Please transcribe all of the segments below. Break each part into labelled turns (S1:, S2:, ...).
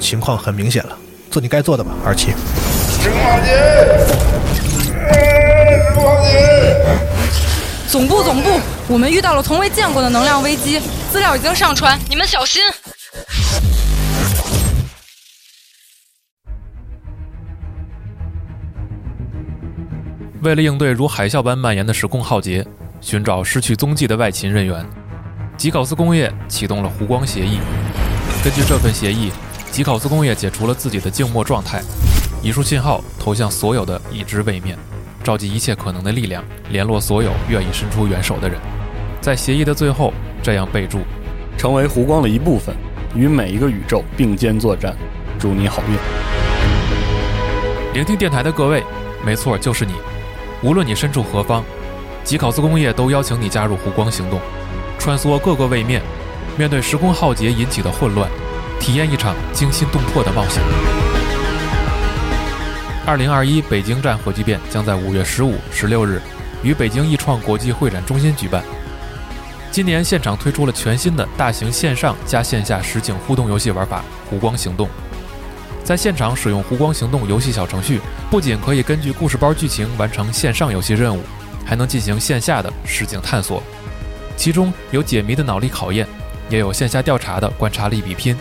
S1: 情况很明显了，做你该做的吧，二七。
S2: 郑浩杰，郑浩杰，
S3: 总部，总部，我们遇到了从未见过的能量危机，资料已经上传，你们小心。
S4: 为了应对如海啸般蔓延的时空浩劫，寻找失去踪迹的外勤人员，吉考斯工业启动了湖光协议。根据这份协议，吉考斯工业解除了自己的静默状态，一束信号投向所有的已知位面，召集一切可能的力量，联络所有愿意伸出援手的人。在协议的最后，这样备注：
S5: 成为湖光的一部分，与每一个宇宙并肩作战。祝你好运！
S4: 聆听电台的各位，没错，就是你。无论你身处何方，吉考斯工业都邀请你加入湖光行动，穿梭各个位面，面对时空浩劫引起的混乱，体验一场惊心动魄的冒险。二零二一北京站火炬变将在五月十五、十六日于北京易创国际会展中心举办。今年现场推出了全新的大型线上加线下实景互动游戏玩法“湖光行动”。在现场使用“湖光行动”游戏小程序，不仅可以根据故事包剧情完成线上游戏任务，还能进行线下的实景探索。其中有解谜的脑力考验，也有线下调查的观察力比拼，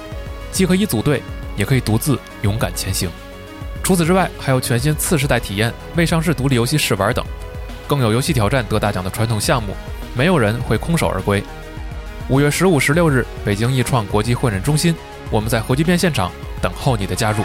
S4: 既可以组队，也可以独自勇敢前行。除此之外，还有全新次世代体验、未上市独立游戏试玩等，更有游戏挑战得大奖的传统项目，没有人会空手而归。五月十五、十六日，北京易创国际会展中心，我们在核聚变现场等候你的加入。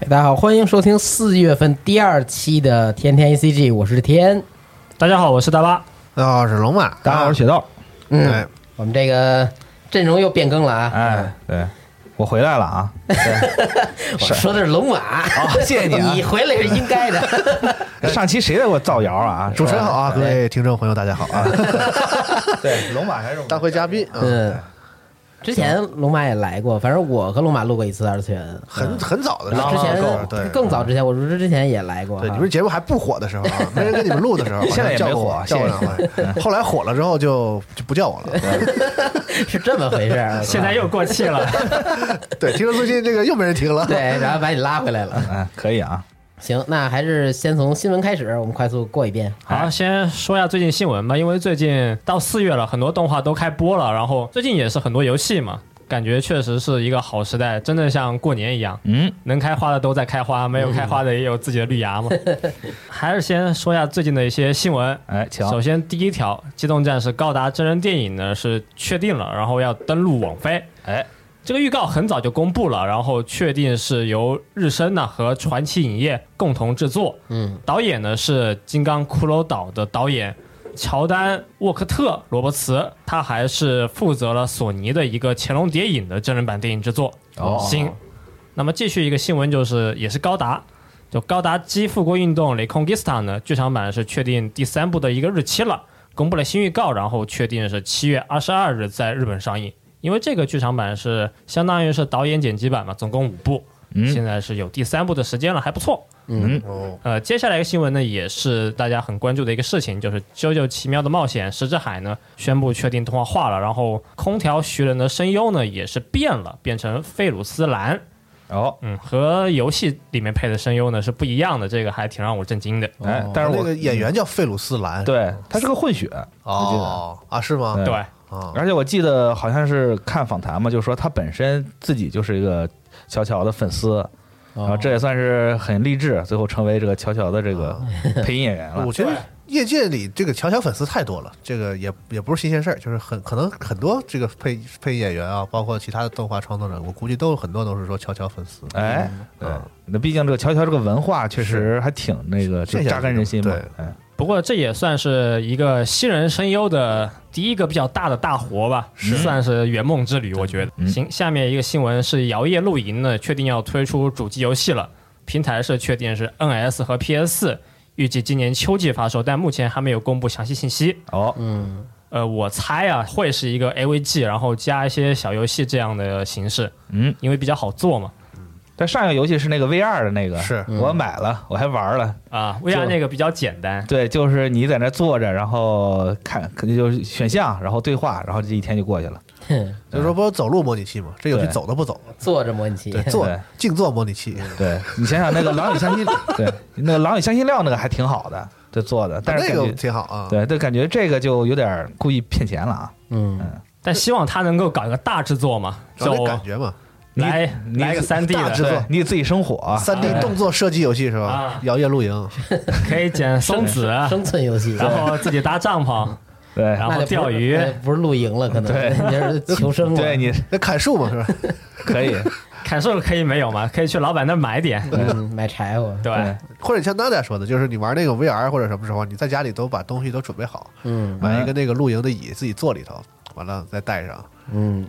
S6: 哎大家好，欢迎收听四月份第二期的《天天 A C G》，我是天。
S7: 大家好，我是大巴。
S8: 大家好，我是啊龙马，
S9: 大家好，我是雪豆。
S6: 嗯，
S8: 哎
S6: 我们这个阵容又变更了啊！
S9: 哎，对，我回来了啊！
S6: 我说的是龙马，
S9: 好，谢谢你啊
S6: 你回来是应该的。
S9: 上期谁来给我造谣啊？
S8: 主持人好 啊，各位听众朋友，大家好啊，
S9: 对，龙马还是我们
S8: 大会嘉宾啊，
S6: 嗯，之前龙马也来过，反正我和龙马录过一次二次元，
S8: 很很早的时
S6: 然后
S8: 候，
S6: 之前
S8: 对
S6: 更早之前，我入职之前也来过哈。啊
S8: 对，你们节目还不火的时候啊，没人跟你们录的时候，
S9: 现在也没
S8: 叫过
S9: 火
S8: 我，叫我两回。 后来火了之后就就不叫我了。
S6: 是这么回事 儿？
S7: 现在又过气了，
S8: 对，听说最近这个又没人听了。
S6: 对，然后把你拉回来 了。
S9: 哎，可以啊，
S6: 行，那还是先从新闻开始，我们快速过一遍。
S9: 哎
S7: 好，先说一下最近新闻吧，因为最近到四月了，很多动画都开播了，然后最近也是很多游戏嘛，感觉确实是一个好时代，真的像过年一样，
S9: 嗯，
S7: 能开花的都在开花，没有开花的也有自己的绿芽嘛。 还是先说一下最近的一些新闻。
S9: 嗯哎，请，
S7: 首先，第一条，《机动战士高达》真人电影呢是确定了，然后要登陆网飞。
S9: 哎，
S7: 这个预告很早就公布了，然后确定是由日升呢和传奇影业共同制作。
S6: 嗯，
S7: 导演呢是《金刚骷髅岛》的导演乔丹·沃克特·罗伯茨，他还是负责了索尼的一个《潜龙谍影》的真人版电影制作。
S9: 哦
S7: 行。那么继续一个新闻就是，也是高达，就高达机复国运动《雷空 Gista》呢，剧场版是确定第三部的一个日期了，公布了新预告，然后确定是七月二十二日在日本上映。因为这个剧场版是相当于是导演剪辑版嘛，总共五部，现在是有第三部的时间了，还不错。
S9: 嗯
S8: 哦，
S7: 呃，接下来一个新闻呢，也是大家很关注的一个事情，就是《啾啾奇妙的冒险》石之海呢宣布确定动画化了，然后空调徐人的声优呢也是变了，变成费鲁斯兰，
S9: 哦，
S7: 嗯，和游戏里面配的声优呢是不一样的，这个还挺让我震惊的。
S9: 哎，但是
S8: 那
S9: 我
S8: 个演员叫费鲁斯兰，
S9: 对他是个混血，
S8: 哦啊，是吗？
S9: 对
S7: 对，
S8: 啊，
S9: 而且我记得好像是看访谈嘛，就说他本身自己就是一个乔乔的粉丝，然后这也算是很励志，最后成为这个乔乔的这个配音演员了
S8: 我。觉得业界里这个乔乔粉丝太多了，这个也也不是新鲜事儿，就是很可能很多这个配配音演员啊，包括其他的动画创作者，我估计都有很多都是说乔乔粉丝。
S9: 哎，
S8: 嗯
S9: 对，那毕竟这个乔乔这个文化确实还挺那个
S8: 是
S9: 就扎根人心嘛
S8: 对。
S9: 哎，
S7: 不过这也算是一个新人声优的第一个比较大的大活吧，算是圆梦之旅，我觉得。
S9: 嗯
S7: 行，下面一个新闻是摇曳露营呢，确定要推出主机游戏了，平台是确定是 NS 和 PS 四，预计今年秋季发售，但目前还没有公布详细信息。
S9: 哦，
S6: 嗯
S7: 呃，我猜啊，会是一个 AVG，然后加一些小游戏这样的形式，
S9: 嗯，
S7: 因为比较好做嘛。
S9: 但上一个游戏是那个 VR 的那个，
S8: 是
S9: 我
S6: 嗯
S9: 买了，我还玩了。
S7: 啊，VR 那个比较简单，
S9: 对，就是你在那坐着，然后看，肯定就是选项，然后对话，然后这一天就过去了。
S6: 哼
S8: 就是说不有走路模拟器嘛，这游戏
S9: 对
S8: 走都不走，
S6: 坐着模拟器
S8: 对，坐
S9: 对嗯
S8: 静坐模拟 器。
S9: 对你想想那个《狼与香辛》， 对那个《狼与香辛料》那个还挺好的，这做的，但是
S8: 那
S9: 感
S8: 个
S9: 觉
S8: 挺好啊，
S9: 对，但感觉这个就有点故意骗钱了啊！
S6: 嗯，
S7: 但希望它能够搞一个大制作嘛，
S8: 找
S7: 就
S8: 点感觉嘛。
S7: 来
S9: 你
S7: 来个三 D
S8: 大制
S7: 的，
S8: 作
S9: 对，你得自己生火，啊
S8: 三 D 动作射击游戏是吧
S7: 啊？
S8: 摇曳露 营，
S7: 可以捡松子，
S6: 生存游戏，
S7: 啊然后自己搭帐篷，
S9: 对
S7: 然
S6: 那
S7: 后
S6: 就不是
S7: 钓鱼，
S6: 那不是露营了，可能
S9: 对
S6: 那是求生了。
S9: 对，你
S8: 那砍树嘛是吧？
S9: 可以，
S7: 砍树可以没有嘛？可以去老板那儿买点，
S6: 嗯，买柴火，
S7: 对吧
S9: 对，
S8: 或者像娜娜说的，就是你玩那个 VR 或者什么时候，你在家里都把东西都准备好，
S6: 嗯
S8: 买一个那个露营的椅，自己坐里头，完了再带上。
S6: 嗯，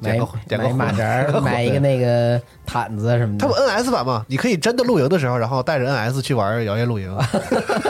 S6: 买
S8: 捡个捡个
S6: 买马扎儿，买一个那个毯子什么
S8: 它
S6: 的
S8: 有。NS 版嘛，你可以真的露营的时候，然后带着 NS 去玩摇曳露 营。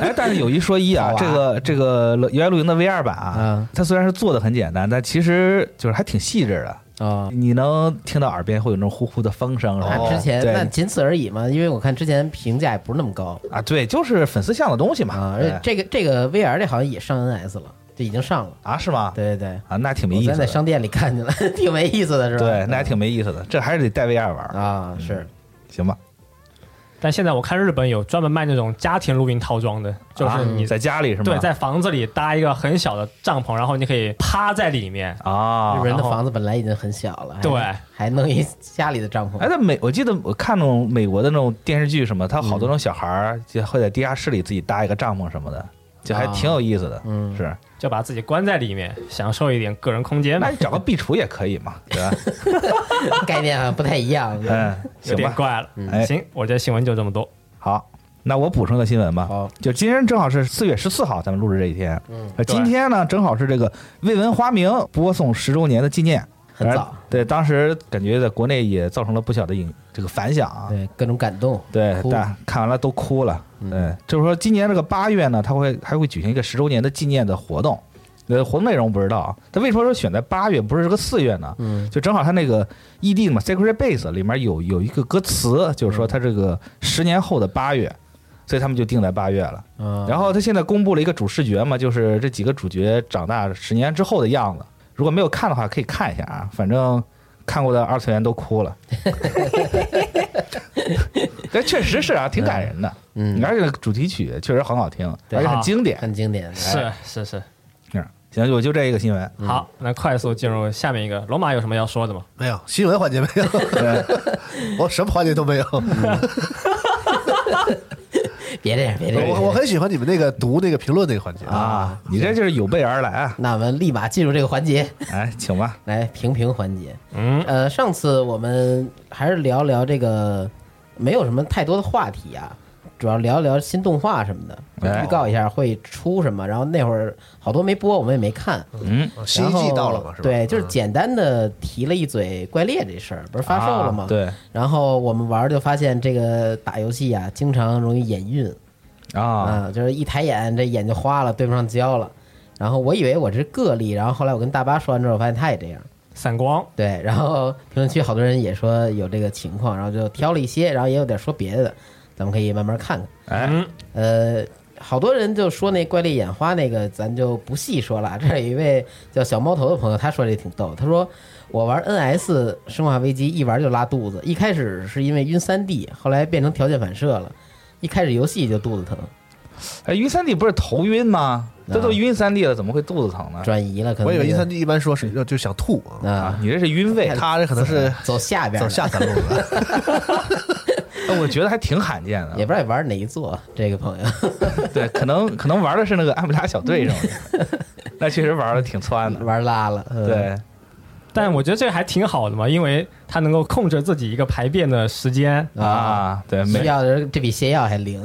S9: 哎，但是有一说一啊
S6: 好，玩
S9: 这个这个《原来露营》的 VR 版啊
S6: 嗯，
S9: 它虽然是做的很简单，但其实就是还挺细致的。
S6: 啊，哦
S9: 你能听到耳边会有那种呼呼的风声，然后
S6: 那之前
S9: 哦对
S6: 那仅此而已嘛，因为我看之前评价也不是那么高
S9: 啊，对，就是粉丝向的东西嘛哎
S6: 啊，。而且
S9: 对
S6: 这个这个 VR 这好像也上 NS 了，这已经上了。
S9: 啊，是吗？
S6: 对对对，
S9: 啊，那挺没
S6: 我
S9: 意
S6: 在
S9: 思
S6: 那
S9: 的。
S6: 商店里看见了， 挺没意思的是吧？
S9: 对，那还挺没意思的，这还是得带 VR 玩儿，
S6: 啊
S7: 嗯
S6: 是
S9: 行吧？
S7: 但现在我看日本有专门卖那种家庭露营套装的，就是
S9: 啊
S7: 你
S9: 在家里是吗？
S7: 对在房子里搭一个很小的帐篷，然后你可以趴在里面，
S9: 啊
S6: 日本，人的
S7: 然后
S6: 房子本来已经很小了，还
S7: 对
S6: 还弄一家里的帐
S9: 哎，
S6: 篷，
S9: 在美，我记得我看那种美国的那种电视剧什么，他
S6: 嗯
S9: 好多那种小孩儿就会在地下室里自己搭一个帐篷什么的，就还挺有意思的。
S6: 啊嗯
S9: 是，
S7: 就把自己关在里面，享受一点个人空间
S9: 那
S7: 吧
S9: 你，找个壁橱也可以 嘛，对吧？
S6: 概念好像不太一样。
S9: 嗯，
S7: 有
S9: 行
S7: 点
S9: 吧，
S7: 怪了。
S9: 哎
S7: 行，我这新闻就这么多。
S9: 好。那我补充个新闻吧，
S6: 好，
S9: 就今天正好是四月十四号，咱们录制这一天。呃
S6: 嗯，
S9: 今天呢正好是这个未闻花名播送十周年的纪念，
S6: 很
S9: 而
S6: 早，
S9: 对，当时感觉在国内也造成了不小的影这个反响啊。
S6: 对各种感动，
S9: 对，
S6: 哭
S9: 但看完了都哭了。
S6: 嗯
S9: 对，就是说今年这个八月呢，他会还会举行一个十周年的纪念的活动。呃，活动内容不知道啊，他为什么说选在八月，不是这个四月呢？
S6: 嗯
S9: 就正好他那个 ED 嘛，Secret Base 里面有有一个歌词，就是说他这个十年后的八月，所以他们就定在八月了。
S6: 啊，
S9: 然后他现在公布了一个主视觉嘛，就是这几个主角长大十年之后的样子。如果没有看的话，可以看一下啊，反正看过的二次元都 哭了。这确实是啊，挺感人的，
S6: 嗯，
S9: 而且主题曲确实很好听，
S6: 对
S9: 而且很经典。
S6: 很经典，
S9: 哎
S7: 是是是，
S9: 嗯行，我就这一个新闻。
S7: 好，那快速进入下面一个。龙马有什么要说的吗？
S8: 没有新闻环节没有， 我什么环节都没有。
S6: 嗯别这样，别这样，
S8: 我我很喜欢你们那个读那个评论那个环节，
S9: 啊，你这就是有备而来啊！
S6: 那我们立马进入这个环节，
S9: 哎，请吧。
S6: 来评评环节。
S7: 嗯，
S6: 呃，上次我们还是聊聊这个，没有什么太多的话题啊，主要聊聊新动画什么的，
S9: 哎
S6: 预告一下会出什么。然后那会儿好多没播，我们也没看。
S9: 嗯，
S8: 哦新一
S6: 然
S8: 季
S6: 后
S8: 到了嘛是吧？
S6: 对，就是
S8: 嗯
S6: 简单的提了一嘴怪猎这事儿，不是发售了吗？
S9: 啊对
S6: 然后我们玩儿就发现，这个打游戏啊，经常容易眼晕
S9: 啊，
S6: 啊，就是一抬眼这眼就花了，对不上焦了。然后我以为我这是个例，然后后来我跟大巴说完之后，我发现他也这样。
S7: 散光
S6: 对，然后评论区好多人也说有这个情况，然后就挑了一些，然后也有点说别的，咱们可以慢慢看看。
S7: 嗯
S9: 哎，
S6: 呃，好多人就说那怪力眼花那个，咱就不细说了。这儿有一位叫小猫头的朋友，他说这挺逗，他说我玩 NS 生化危机一玩就拉肚子，一开始是因为晕三 D，后来变成条件反射了，一开始游戏就肚子疼，
S9: 哎，晕三 D 不是头晕吗？这都
S6: 啊
S9: 晕三 D 了，怎么会肚子疼呢？
S6: 转移了，可能
S8: 我以为
S6: 那
S8: 一
S6: 个
S8: 三一般说是就就想吐啊，
S9: 啊
S6: 啊，
S9: 你这是晕胃，
S8: 他这可能是
S6: 走下边儿
S8: 走
S6: 了
S8: 下三路了。
S9: 但 我觉得还挺罕见的
S6: 也。不知道你玩哪一座，这个朋友
S9: 对，可能可能玩的是那个安布拉小队什 么的，那确实玩的挺窜的。
S6: 玩拉了，嗯，
S9: 对，
S7: 但我觉得这还挺好的嘛，因为它能够控制自己一个排便的时间。
S9: 啊，对，
S6: 需
S9: 没
S6: 要的是这比泻药还灵，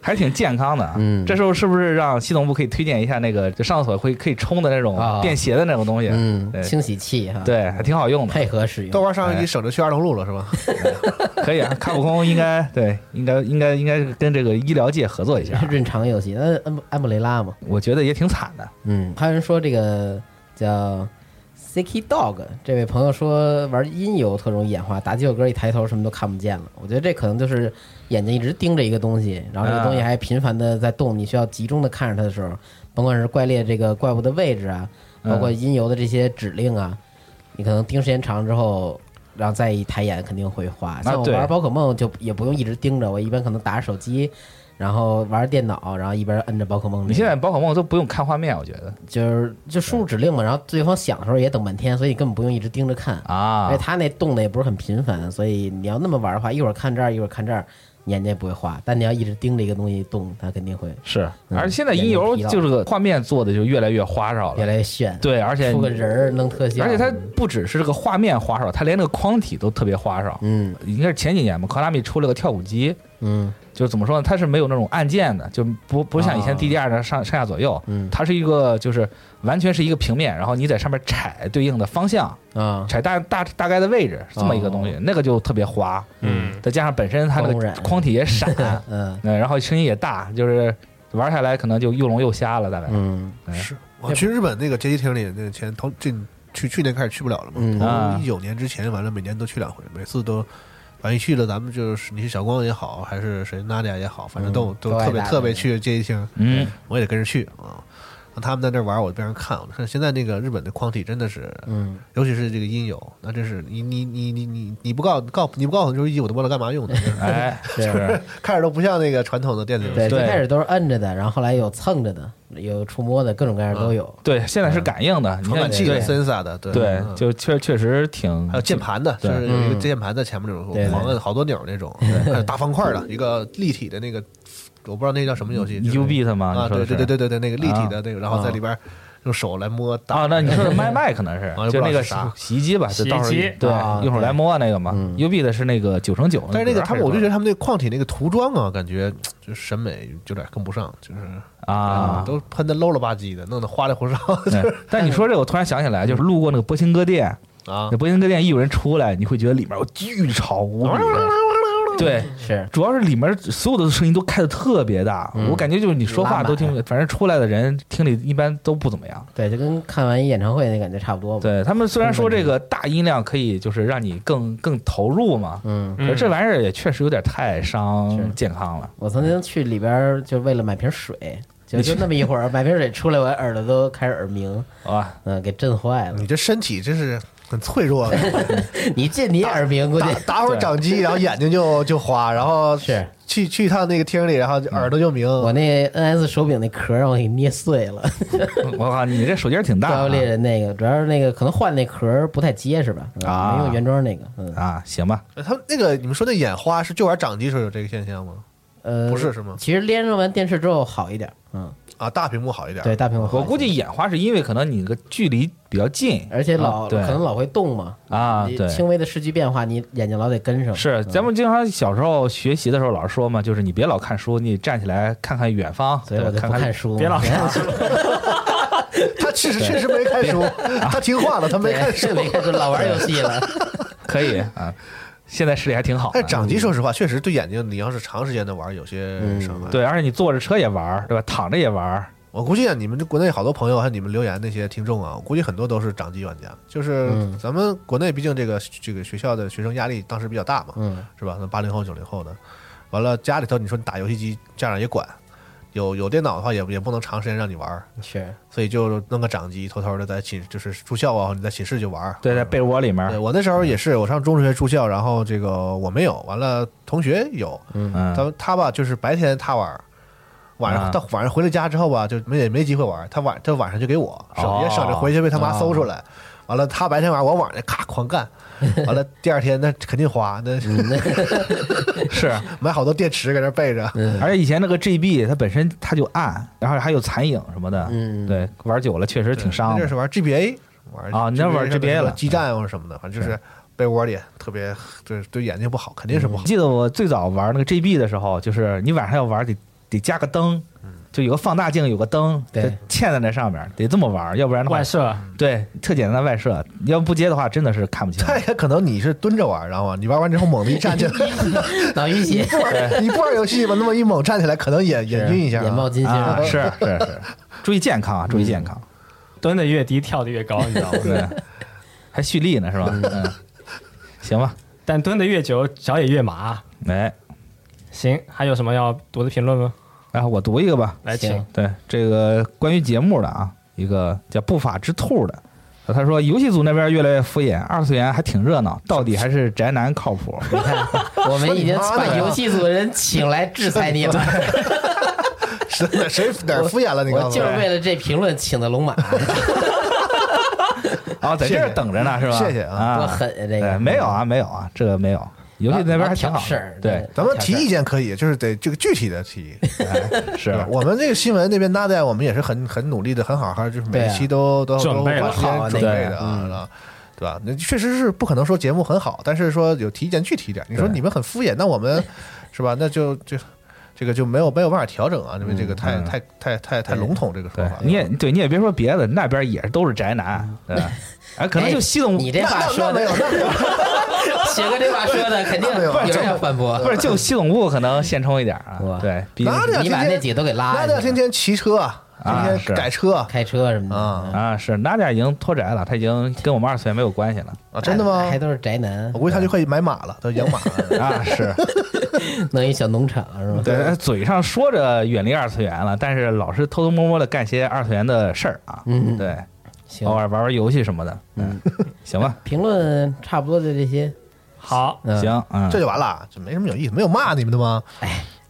S9: 还挺健康的啊。
S6: 嗯
S9: 这时候是不是让系统部可以推荐一下那个就上厕所会可以冲的那种
S6: 啊
S9: 便携的那种东西？
S6: 嗯，
S9: 对
S6: 清洗器哈，，
S9: 对，还挺好 用的，
S6: 配合使
S8: 豆
S6: 用，，
S8: 瓣上一集省着去二龙路了是吧？
S9: 可以啊。卡普空应该对，应该应该应该跟这个医疗界合作一下
S6: 润肠游戏，那安布安布雷拉嘛，
S9: 我觉得也挺惨的。
S6: 嗯，还有人说这个叫 Sicky Dog 这位朋友说玩音游特容易眼花，打几首歌一抬头什么都看不见了。我觉得这可能就是眼睛一直盯着一个东西，然后这个东西还频繁的在动，你需要集中的看着它的时候，甭管是怪猎这个怪物的位置啊，
S9: 嗯
S6: 包括音游的这些指令啊，你可能盯时间长之后。然后再一抬眼肯定会花，像我
S9: 对
S6: 玩宝可梦就也不用一直盯着，我一般可能打着手机，然后玩着电脑，然后一边摁着宝可梦这个。
S9: 你现在宝可梦都不用看画面，我觉得
S6: 就是就输入指令嘛，然后对方响的时候也等半天，所以你根本不用一直盯着看。
S9: 啊
S6: 而且他那动的也不是很频繁，所以你要那么玩的话，一会儿看这儿，一会儿看这儿，你眼睛也不会花。但你要一直盯着一个东西动，它肯定会
S9: 是，
S6: 嗯
S9: 而且现在音
S6: 眼睛
S9: 游
S6: 疲劳
S9: 就是个画面做的就越来越花哨
S6: 越
S9: 了，
S6: 来越炫。，
S9: 对，而且
S6: 出个人儿弄特效，
S9: 而且它不只是这个画面花哨，它连那个框体都特别花哨。
S6: 嗯
S9: 应该是前几年嘛，科纳米出了个跳舞机，
S6: 嗯
S9: 就是怎么说呢，它是没有那种按键的，就不不像以前
S6: 啊
S9: DDR 的上、上下左右，
S6: 嗯
S9: 它是一个就是完全是一个平面，然后你在上面踩对应的方向，
S6: 啊，哦
S9: 踩大大大概的位置，是这么一个东西，那个就特别花，
S7: 嗯，
S9: 再加上本身它那
S6: 光
S9: 个
S6: 染
S9: 框体 也闪，
S6: 嗯
S9: 嗯，然后声音也大，就是玩下来可能就又聋又瞎了，大概。
S6: 嗯
S8: 是我去日本那个街机厅里，那个前头近去去年开始去不了了
S6: 嗯
S8: 嘛，
S9: 啊
S8: 从一九年之前，完了每年都去两回，每次都。反正去了，咱们就是你是小光也好，还是谁娜姐也好，反正都、
S6: 嗯
S8: 都
S6: 都爱
S8: 特别
S6: 打
S8: 特别
S6: 那个
S8: 去街机厅，
S9: 嗯，
S8: 我也得跟着去啊。那他们在那玩，我就边上看。我看现在那个日本的框体真的是，
S6: 嗯，
S8: 尤其是这个音游，那真是你你你你你你不告告你不告诉我这游戏，我都不知道干嘛用的，就是
S9: 哎，是，
S8: 看着都不像那个传统的电子游戏。
S6: 对，
S9: 对
S6: 最开始都是摁着的，然后后来有蹭着的，有触摸的，各种各样都有。
S9: 对，现在是感应的，你
S8: 传
S9: 看
S8: 感器
S9: 对
S8: 的 Sensa 的，对
S9: 对，
S8: 嗯
S9: 就确确实挺
S8: 还有键盘的，就是
S9: 对
S8: 有一个
S6: 嗯
S8: 键盘在前面那种
S6: 对对
S8: 狂摁好多钮儿那种，还有大方块的一个立体的那个，我不知道那叫什么游戏
S9: U B 的嘛，
S8: 啊，
S9: 你
S8: 对
S9: 说的
S8: 对
S9: 是啊
S8: 对对对对，那个立体的那个，然后在里边用手来摸打
S9: 啊，那你说的麦麦可能是
S8: 啊
S9: 就
S8: 不
S9: 那
S8: 知道
S9: 个
S8: 是啥
S9: 洗衣机吧，就到时候
S7: 洗衣机
S9: 对
S6: 啊
S9: 用手来摸那个嘛
S6: 嗯
S9: ，U B 的是那个九乘九，
S8: 但是那个他们，我就觉得
S9: 得
S8: 他们那矿体那个涂装啊，感觉就是审美有点跟不上，就是哎
S9: 啊。
S8: 都喷的漏了吧唧的，弄得花里胡哨
S9: 对但你说这，我突然想起来，就是路过那个波辛哥店，
S8: 啊
S9: 那。波辛哥店一有人出来，你会觉得里面有巨吵无比。 对，
S6: 是，
S9: 主要是里面所有的声音都开的特别大，
S6: 嗯
S9: 我感觉就是你说
S6: 拉
S9: 话
S6: 满
S9: 都听不，反正出来的人听力一般都不怎么样。
S6: 对，就跟看完一演唱会那感觉差不多吧。，
S9: 对他们虽然说这个大音量可以就是让你更更投入嘛，
S6: 嗯，
S9: 可是这玩意儿也确实有点太
S6: 是
S9: 伤健康了。
S6: 我曾经去里边儿，就为了买瓶水，就就那么一会儿，买瓶水出来，我耳朵都开始耳鸣，
S9: 啊，
S6: 嗯、给震坏了
S8: 你。这身体真是很脆 弱的，
S9: 嗯
S6: 你进你也耳鸣，估计
S8: 打打会儿掌机，然后眼睛就就花，然后
S6: 是
S8: 去去一趟那个厅里，然
S9: 嗯
S8: 后耳朵就鸣。
S6: 我那 NS 手柄那壳让我给捏碎了。
S9: 我靠，你这手劲儿挺大
S6: 怪
S9: 啊
S6: 物猎人那个，主要是那个可能换那壳不太结实吧，嗯
S9: 啊
S6: 没用原装那个，嗯，
S9: 啊！行吧，
S8: 他们那个你们说那眼花是就玩掌机时候有这个现象吗？
S6: 呃，
S8: 不是是吗
S6: 其实连上完电视之后好一点，嗯，
S8: 啊，大屏幕好一点。
S6: 对，，大屏幕好一
S9: 我
S6: 些
S9: 估计眼花是因为可能你个距离比较近
S6: 而且老、
S9: 啊对
S6: 可能老会动嘛，
S9: 啊，
S6: 你
S9: 对。
S6: 轻嗯微的视距变化，你眼睛老得跟上。
S9: 是，咱们经常小时候学习的时候，老师说嘛，就是你别老看书，你站起来看看远方，
S6: 所以我
S9: 对
S6: 就
S9: 看
S6: 不看
S9: 看
S6: 书嘛，
S7: 别老看
S6: 书，
S8: 他确实确实没看书，他听话了，他没看书
S6: 对，。没看书，老玩游戏 了。
S9: 可以啊。现在视力还挺好的
S8: 但，掌
S6: 嗯
S8: 机说实话，确实对眼睛，你要是长时间的玩，有些伤害。
S9: 对，而且你坐着车也玩儿，对吧？躺着也玩儿，
S8: 我估计啊，你们这国内好多朋友，还有你们留言那些听众啊，我估计很多都是掌机玩家。就是
S6: 嗯
S8: 咱们国内，毕竟这个这个学校的学生压力当时比较大嘛，
S6: 嗯，
S8: 是吧？那八零后、九零后的，完了家里头你说你打游戏机，家长也管，有有电脑的话也也不能长时间让你玩，
S6: 是，
S8: 所以就弄个掌机，偷偷的在寝就是住校啊，你在寝室就玩。
S9: 对，在被窝里面
S8: 嗯对，我那时候也是，我上中学住校，然后这个我没有，完了同学有，
S9: 嗯，
S8: 他他吧，就是白天他玩儿，晚上
S9: 啊
S8: 他晚上回了家之后吧，就没也没机会玩儿，他晚他晚上就给我省
S9: 哦
S8: 也省着回去被他妈搜出来。完了他白天晚上往晚上咔狂干， 完了第二天那肯定花，那
S9: 嗯 是，
S8: 买好多电池搁那备着。
S9: 而且以前那个 GB 它本身它就暗，然后还有残影什么的，
S6: 嗯
S9: 对，玩久了确实挺伤
S8: 这
S9: 的
S8: 是。玩 GBA，玩
S9: 啊你那玩 GBA 了
S8: 基站或者什么的，反正就是被窝里特别对对眼睛不好，肯定是不好。
S9: 记得我最早玩那个 GB 的时候，就是你晚上要玩得得加个灯，
S8: 嗯
S9: 就有个放大镜，有个灯，
S6: 对
S9: 就嵌在那上面，得这么玩，要不然的话
S7: 外，设
S9: 对，特简单的外设，要不接的话真的是看不清。 啊
S8: 他也可能你是蹲着玩，然后啊你玩完之后猛地一站起来，
S6: 脑淤血，
S8: 你不玩游戏吧，那么一猛站起来，可能也眼晕一下啊。
S6: 眼 冒金星
S9: 啊，
S6: 儿，
S9: 是是是，注意健康啊，注意健康，
S7: 蹲的越低，跳的越高，你知 道吗？
S9: 对，还蓄力呢是吧？嗯，行吧，哎
S7: 但蹲的越久，脚也越麻。
S9: 来，
S7: 行，还有什么要读的评论吗？
S9: 然后我读一个吧，
S7: 来，
S6: 行
S7: 请。
S9: 对这个关于节目的啊，一个叫不法之兔的，他说游戏组那边越来越敷衍，二次元还挺热闹，到底还是宅男 靠谱。
S6: 你看，我们已经把游戏组的人请来制裁你了。
S8: 是哪谁 哪儿敷衍了？你
S6: 我
S8: 告诉
S6: 就是为了这评论请的 龙马，
S9: 啊，在这儿等着呢是吧？
S8: 谢谢啊
S9: 啊，
S6: 多狠啊！这
S9: 对
S6: 个
S9: 没有，啊，没有啊，这个没有。游戏那边还挺好
S6: 啊挑事儿
S9: 的，对，
S8: 咱们提意见可以，就是得这个具体的提。
S9: 是
S8: 对吧我们这个新闻那边搭载，我们也是很很努力的，很好，还就是每一期都、都
S7: 准备
S8: 都花
S7: 了
S8: 时间
S6: 好啊
S8: 准
S9: 那个
S8: 备的啊。啊对吧？那确实是不可能说节目很好，但是说有提意见具体一点。你说
S9: 对
S8: 你们很敷衍，那我们是吧？那就就这个就没有没有办法调整啊，因为这个太、
S9: 嗯
S8: 太太太太笼统这个说
S9: 对
S8: 法。，
S9: 你也对，你也别说别的，那边也都是宅男，对，哎，可能就西东
S6: 嗯你这话
S8: 那
S6: 说
S8: 没
S6: 的
S8: 有，，那没有，
S6: 写哥这话说的肯 定
S8: 那没有
S6: 有人要反驳
S9: 不。是就西总部可能现充一点啊
S6: 哇，
S9: 对，毕竟
S8: 那得
S6: 你把那几个都给拉
S8: 那得
S6: 下去
S8: 天
S6: 了，
S8: 天骑车，天
S9: 啊是
S8: 天改车啊
S6: 开车什么的
S8: 啊
S9: 啊是，娜姐已经脱宅了，她已经跟我们二次元没有关系了。
S8: 啊真的吗
S6: 哎
S8: 哦
S6: 还？都是宅男
S8: 我，估计他就可以买马了，他养马了。
S9: 啊， 是
S6: 弄一小农场是
S8: 嗯
S6: 吧？
S9: 对，嘴上说着远离二次元了，但是老是偷偷摸摸的干些二次元的事儿啊。
S6: 嗯
S9: 对，
S6: 行
S9: 偶，
S8: 啊
S9: 尔玩玩游戏什么的。嗯， 行吧，
S6: 评论差不多就这些。
S7: 好，
S6: 嗯，
S9: 行，嗯
S8: 这，就完了，这没什么有意思，没有骂你们的吗？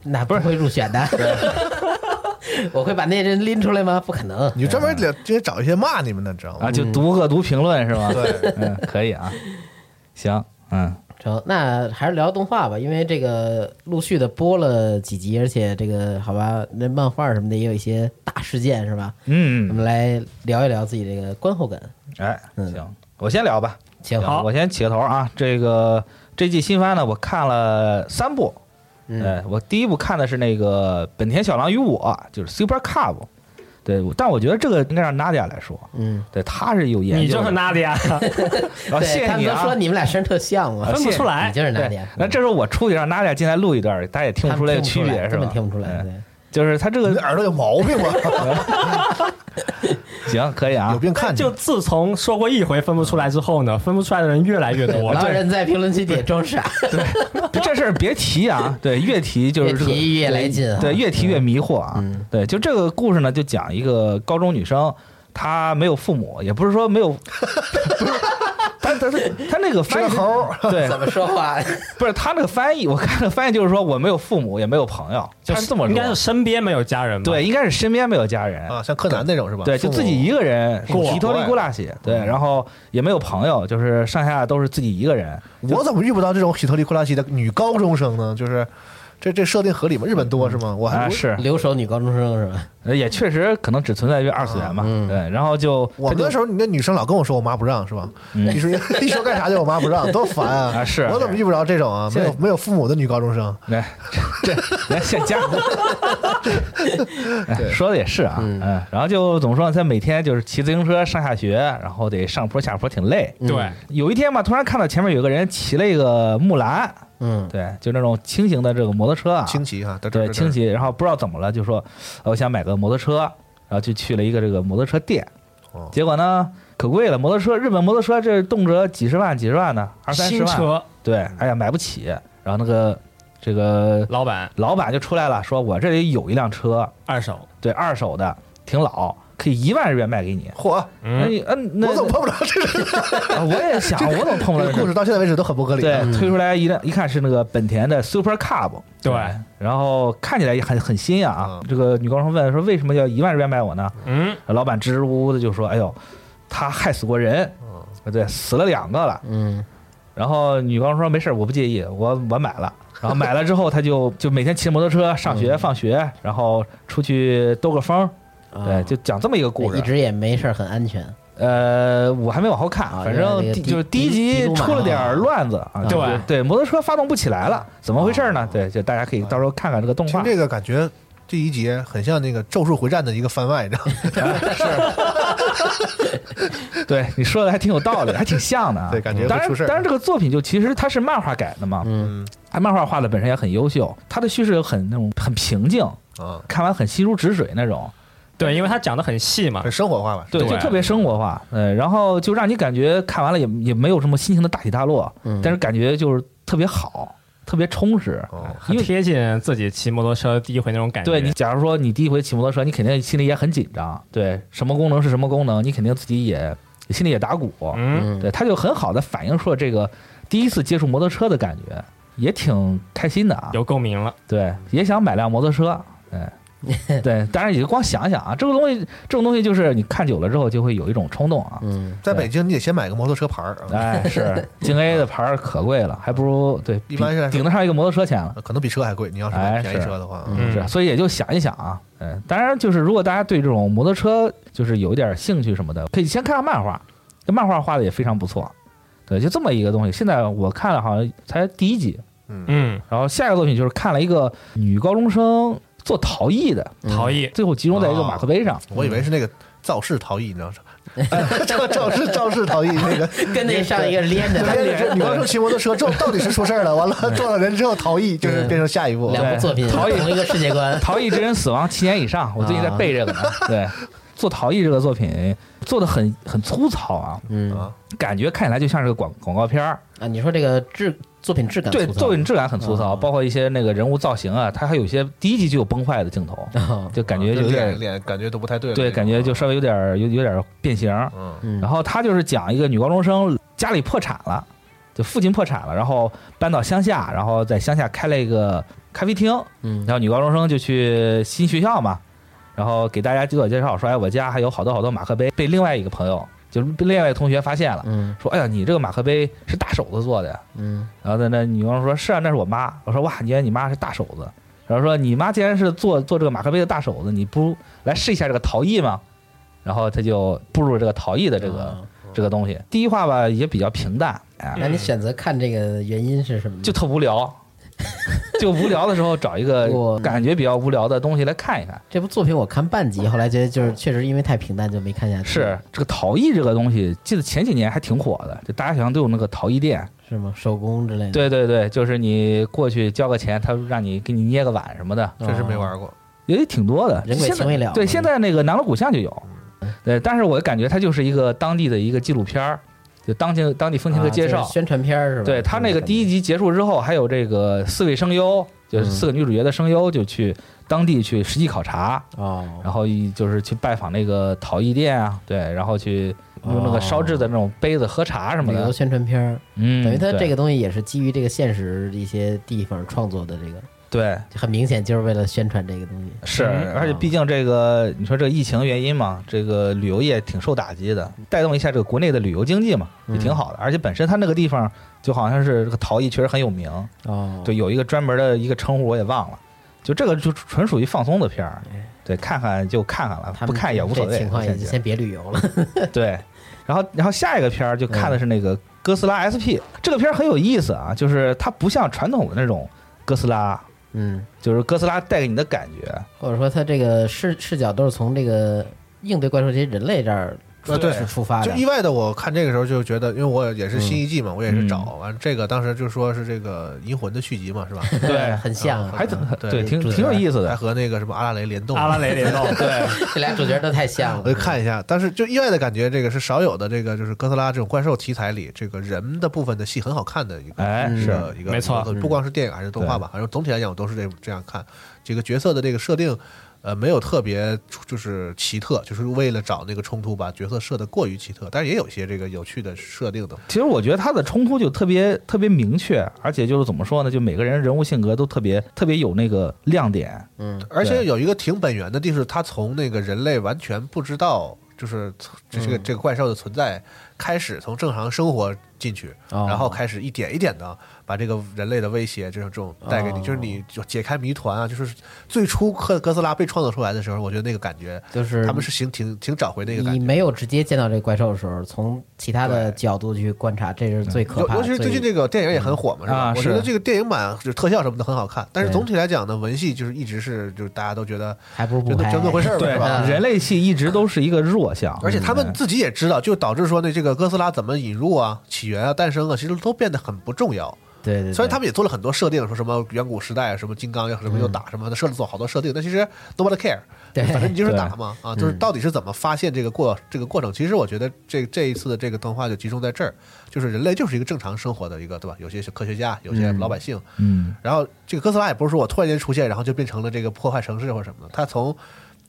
S6: 那不是会入选的。 我会把那人拎出来吗？不可能。
S8: 你就专门了直接找一些骂你们的，知道吗？
S9: 啊，就
S6: 嗯
S9: 读恶毒评论是吗？
S8: 对，
S9: 嗯，可以啊，行，嗯，
S6: 成，那还是聊动画吧，因为这个陆续的播了几集，而且这个好吧，那漫画什么的也有一些大事件是吧？我
S9: 嗯，
S6: 们来聊一聊自己这个观后感。
S9: 哎，
S6: 嗯
S9: 行，我先聊吧。
S6: 行，
S9: 行我先起个头啊。这个这季新番呢，我看了三部。
S6: 嗯
S9: 呃，我第一部看的是那个《本田小狼与我》，就是 Super Cub。对，我但我觉得这个应该让 Nadia 来说，
S6: 嗯，
S9: 对，她是有研
S7: 你
S9: 究
S7: 就
S9: 的。
S7: 是娜迪亚，
S9: 啊，
S6: 对
S9: 谢谢
S6: 他
S9: 你
S6: 们都
S9: 啊。
S6: 说你们俩声儿特像嘛
S9: 啊，
S7: 分不
S9: 谢
S7: 出来
S6: 你。就是
S9: 对
S6: 那点。嗯
S9: 那这时候我出去让 Nadia 进来录一段，大家也听
S6: 他
S9: 不
S6: 们
S9: 出来
S6: 听不
S9: 个区
S6: 出来
S9: 别是
S6: 根
S9: 吧？
S6: 本听不出来。
S9: 嗯
S6: 对
S9: 就是他这
S8: 你的
S9: 个
S8: 耳朵有毛病 吧？
S9: 行，可以啊
S8: 有。病看你
S7: 就自从说过一回分不出来之后呢，分不出来的人越来越多
S6: 然后
S7: 了。
S6: 人在评论区底下装傻，
S9: 这事儿别提啊，对，越提就是这个
S6: 越提越来劲啊
S9: 对，越提越迷惑啊。
S6: 嗯
S9: 对，就这个故事呢，就讲一个高中女生，她没有父母，也不是说 没有，她她她她那个
S8: 是
S9: 翻
S8: 个
S9: 译
S8: 猴儿，
S9: 对，
S6: 怎么说话？
S9: 不是她那个翻译，我看那个翻译就是说我没有父母，也没有朋友，
S7: 就
S9: 她这么
S7: 应该是
S9: 说。
S7: 身边没有家人吧？
S9: 对，，应该是身边没有家人
S8: 啊，像柯南那种是吧？
S9: 对，就自己一个人，
S8: 父母
S9: 提托利古拉西，对，然后也没有朋友，就是上下都是自己一个人。
S8: 父母。我怎么遇不到这种喜特利库拉奇的女高中生呢？就是这这设定合理吗？日本多是吗？我还
S9: 啊，是，
S6: 留守女高中生是吧？
S9: 呃也确实可能只存在于二次元吧。
S6: 嗯
S9: 对，然后就
S8: 我们那时候，你那女生老跟我说我妈不让是吧？
S9: 嗯
S8: 一说一说干啥就我妈不让，多烦啊！
S9: 啊是啊
S8: 我怎么遇不着这种啊？
S9: 是
S8: 没有没有父母的女高中生，
S9: 来，这来现加。哎说的也是啊，
S6: 嗯
S9: 嗯，然后就怎么说呢？他每天就是骑自行车上下学，然后得上坡下坡，挺累。
S6: 嗯
S7: 对，
S9: 有一天吧，突然看到前面有个人骑了一个木兰，
S6: 嗯，
S9: 对，就那种轻型的这个摩托车啊，
S8: 清奇哈，
S9: 对，清
S8: 奇
S9: 奇，然后不知道怎么了，就说呃我想买个摩托车，然后就去了一个这个摩托车店
S8: 哦，
S9: 结果呢可贵了，摩托车日本摩托车这动辄几十万、几十万的，二三十
S7: 新
S9: 万，
S7: 车
S9: 对，
S8: 嗯
S9: 哎呀买不起，然后那个这个
S7: 老板
S9: 老板就出来了，说我这里有一辆车，
S7: 二手，
S9: 对，二手的，挺老，可以一万日元卖给你。
S8: 嚯！
S9: 那
S7: 嗯，
S9: 你嗯，那
S8: 我怎么碰不着这种
S9: 啊我也想，我怎么碰 不
S8: 这
S9: 到
S8: 个
S9: 这
S8: 故事？到现在嗯为止都很不合理。啊
S9: 对，嗯推出来一辆，一看是那个本田的 Super Cub，
S7: 对，
S9: 然后看起来也很很新呀啊
S8: 嗯。
S9: 这个女高中生问说为什么要一万日元买我呢？
S7: 嗯，
S9: 老板支支吾吾的就说，哎呦，他害死过人，呃对，死了两个了。
S6: 嗯，
S9: 然后女高中说没事儿，我不介意，我我买了。 然后买了之后，他就就每天骑着摩托车上
S6: 嗯
S9: 学、放学，然后出去兜个风儿，对，就讲这么一个故
S6: 啊哎一
S9: 事。
S6: 直也没事儿，很安全。
S9: 呃，我还没往后看
S6: 啊，
S9: 反
S6: 因为
S9: 正
S6: 那个
S9: 第
S6: 迪
S9: 就是第
S6: 迪
S9: 一
S6: 迪
S9: 集
S6: 都马
S9: 出了点
S6: 上
S9: 儿乱子啊，就
S7: 对
S9: 是对，摩托车发动不起来了，怎么回事
S6: 哦
S9: 呢？对，就大家可以到时候看看这个动
S8: 听
S9: 画。
S8: 这个感觉。第一节很像那个《咒术回战》的一个番外，你知道吗？
S9: 对你说的还挺有道理，还挺像的啊。
S8: 对感觉会
S9: 当然
S8: 出事儿，嗯
S9: 当然这个作品就其实它是漫画改的嘛，
S6: 嗯，
S9: 它漫画画的本身也很优秀，它的叙事又很那种很平静，
S8: 啊，
S9: 看完很吸如止水那种，
S7: 对，因为他讲的很细嘛
S8: 很，生活化吧？
S9: 对，
S7: 对
S9: 就特别生活化，嗯，然后就让你感觉看完了也也没有什么心情的大起大落，
S6: 嗯
S9: 但是感觉就是特别好，特别充实，
S8: 哦，
S7: 很
S9: 因为。
S7: 贴近自己骑摩托车第一回那种感觉。
S9: 对你，假如说你第一回骑摩托车，你肯定心里也很紧张。对，什么功能是什么功能，你肯定自己也心里也打鼓。
S7: 嗯，
S6: 嗯
S9: 对，他就很好的反映出了这个第一次接触摩托车的感觉，也挺开心的啊。
S7: 有共鸣了。
S9: 对，也想买辆摩托车。对，对，当然也就光想想啊，这个东西，这种东西就是你看久了之后就会有一种冲动啊。
S6: 嗯，
S8: 在北京你得先买个摩托车牌儿啊，
S9: 哎，是京 A 的牌儿可贵了，还不如对，
S8: 一般
S9: 比
S8: 是
S9: 顶得上一个摩托车钱了。
S8: 可能比车还贵。你要是
S9: 哎
S8: 买便宜
S9: 是
S8: 车的话，
S7: 嗯
S9: 是啊，所以也就想一想啊，嗯，当然就是如果大家对这种摩托车就是有一点兴趣什么的，可以先看看漫画，这漫画画的也非常不错，对，就这么一个东西。现在我看了好像才第一集，
S7: 嗯，
S9: 然后下一个作品就是看了一个女高中生做陶艺的，
S7: 陶艺，
S9: 最后集中在一个马克杯上，。
S8: 我以为是那个肇事逃逸，你知道吗？肇肇事肇事逃逸那个，
S6: 跟那上一个连着，
S8: 对你这你刚说骑摩托车撞到底是出事儿了，完了撞到人之后逃逸，就是变成下一步。
S6: 两部作品同一个世界观
S9: 陶艺之人死亡七年以上，我最近在背这个呢，对。做陶艺这个作品做的很很粗糙啊，
S6: 嗯
S8: 啊
S9: 感觉看起来就像是个广广告片儿，
S6: 啊，你说这个质作品质感
S9: 对，
S6: 粗糙
S9: 作品质感很粗糙，
S6: 啊
S9: 包括一些那个人物造型啊，它还有一些第一集就有崩坏的镜头，
S6: 啊
S9: 就感觉有
S8: 脸
S9: 点
S8: 脸感觉都不太对了。
S9: 对，
S8: 那种
S9: 感觉
S4: 嗯
S9: 就稍微有点有有点变形。
S8: 嗯
S6: 嗯
S9: 然后他就是讲一个女高中生家里破产了，就父亲破产了，然后搬到乡下，然后在乡下开了一个咖啡厅，
S6: 嗯
S9: 然后女高中生就去新学校嘛，然后给大家自我介绍说，哎，我家还有好多好多马克杯，被另外一个朋友就是被另外一个同学发现了，
S6: 嗯
S9: 说，哎呀，你这个马克杯是大手子做的呀。
S6: 嗯
S9: 然后在那女王说：“是啊，那是我妈。”我说：“哇，你看你妈是大手子。”然后说：“你妈既然是做做这个马克杯的大手子，你不如来试一下这个陶艺嘛。”然后他就步入这个陶艺的这个、
S6: 啊
S9: 这个东西。第一话吧也比较平淡，哎，
S6: 那你选择看这个原因是什么呢？
S9: 就特 无聊。就无聊的时候找一个
S6: 我
S9: 感觉比较无聊的东西来看一看。
S6: 这部作品我看半集，后来觉得就是确实因为太平淡就没看下去，
S9: 哦是这个陶艺这个东西，记得前几年还挺火的，就大家好像都有那个陶艺店。
S6: 是吗？手工之类的，
S9: 对对对，就是你过去交个钱，他让你给你捏个碗什么的。
S6: 哦，
S7: 嗯
S8: 真是没玩过。
S9: 也挺多的，
S6: 人鬼
S9: 现在
S6: 情未了
S9: 对，
S6: 嗯
S9: 现在那个南锣鼓巷就有，对，但是我感觉它就是一个当地的一个纪录片儿，就当地当地风情
S6: 啊
S9: 的介绍。
S6: 就是宣传片儿是吧？
S9: 对他那个第一集结束之后，还有这个四位声优，
S6: 嗯
S9: 就是四个女主角的声优，就去当地去实际考察，
S6: 哦，
S9: 然后一就是去拜访那个陶艺店啊，对，然后去用
S6: 哦
S9: 那个烧制的那种杯子喝茶什么
S6: 旅游
S9: 的。
S6: 宣传片儿，
S9: 嗯，
S6: 等于它这
S9: 对
S6: 个东西也是基于这个现实一些地方创作的，这个
S9: 对
S6: 很明显就是为了宣传这个东西。
S9: 是
S6: 嗯，
S9: 而且毕竟这个你说这个疫情原因嘛，这个旅游业挺受打击的，带动一下这个国内的旅游经济嘛，
S6: 嗯
S9: 也挺好的。而且本身它那个地方就好像是这个陶艺确实很有名，
S6: 哦，
S9: 对，有一个专门的一个称呼我也忘了。就这个就纯属于放松的片儿，对，看看就看看了
S6: 哎他，们
S9: 不看也无所
S6: 这
S9: 谓。
S6: 情况也
S9: 现
S6: 就
S9: 在
S6: 先别旅游了。
S9: 对，然后然后下一个片儿就看的是那个哥斯拉 SP，这
S6: 嗯
S9: 个片儿很有意思啊，就是它不像传统的那种哥斯拉，
S6: 嗯，
S9: 就是哥斯拉带给你的感觉，
S6: 或者说它这个视视角都是从这个应对怪兽这些人类这儿
S8: 啊对
S6: 出发
S8: 就
S6: 的。
S8: 意外的，我看这个时候就觉得，因为我也
S7: 嗯
S8: 是新一季嘛，我也是找
S9: 嗯
S8: 完这个，当时就说是这个《银魂》的续集 嘛，是吧？
S9: 对
S6: 很像，
S8: 啊
S9: 还挺
S8: 对
S9: 对，挺
S6: 主角
S9: 挺有意思
S8: 还
S9: 的。
S8: 和那个什么阿拉蕾联动，
S7: 阿拉蕾联动，哦 对，
S6: 这俩主角都太像
S8: 我
S6: 了
S8: 就。看一下，但是就意外的感觉，这个是少有的，这个就是哥斯拉这种怪兽题材里，这个人的部分的戏很好看的一个，
S9: 哎
S8: 一
S9: 是
S8: 个一个，
S7: 没错嗯
S8: 一个不光是电影还是动画吧，反正总体来讲我都是这这样看。这个角色的这个设定，呃，没有特别出就是奇特，就是为了找那个冲突把角色设的过于奇特，但是也有一些这个有趣的设定的，
S9: 其实我觉得他的冲突就特别特别明确，而且就是怎么说呢，就每个人人物性格都特别特别有那个亮点。
S8: 而且有一个挺本源的，就是他从那个人类完全不知道。就是这这个这个怪兽的存在，
S10: 开始从正常生活进去，
S6: 哦
S10: 然后开始一点一点的把这个人类的威胁这种这种带给你，
S6: 哦
S10: 就是你就解开谜团啊，就是最初克哥斯拉被创造出来的时候，我觉得那个感觉，
S6: 就是
S10: 他们是挺挺挺找回那个感
S6: 你
S10: 觉。
S6: 没有直接见到这个怪兽的时候，从其他的
S10: 对
S6: 角度去观察，这是最可
S10: 尤
S6: 怕的。嗯
S10: 尤其是最近这个电影也很火嘛，是吧？
S9: 啊
S10: 我觉得
S9: 是
S10: 这个电影版就是特效什么的很好看，但是
S6: 对
S10: 总体来讲呢，文戏就是一直是就是大家都觉得
S6: 还不如不
S10: 真的
S6: 拍，
S10: 真的回事儿
S9: 对
S10: 是吧？
S9: 人类系一直都是一个弱
S6: 啊
S9: 项，嗯
S10: 而且他们自己也知道，就导致说那这个哥斯拉怎么引入啊、起源啊、诞生啊，其实都变得很不重要。
S6: 对对对，
S10: 虽然他们也做了很多设定，说什么远古时代啊，什么金刚呀，什么又打什么的，设了做好多设定，但其实 nobody care，
S6: 对嗯
S10: 反正你就是
S9: 对
S10: 打嘛啊，就是到底是怎么发现这个过这个过程。其实我觉得这这一次的这个动画就集中在这儿，就是人类就是一个正常生活的一个对吧？有些是科学家，有些老百姓，
S9: 嗯，
S10: 然后这个哥斯拉也不是说我突然间出现，然后就变成了这个破坏城市或者什么的，它从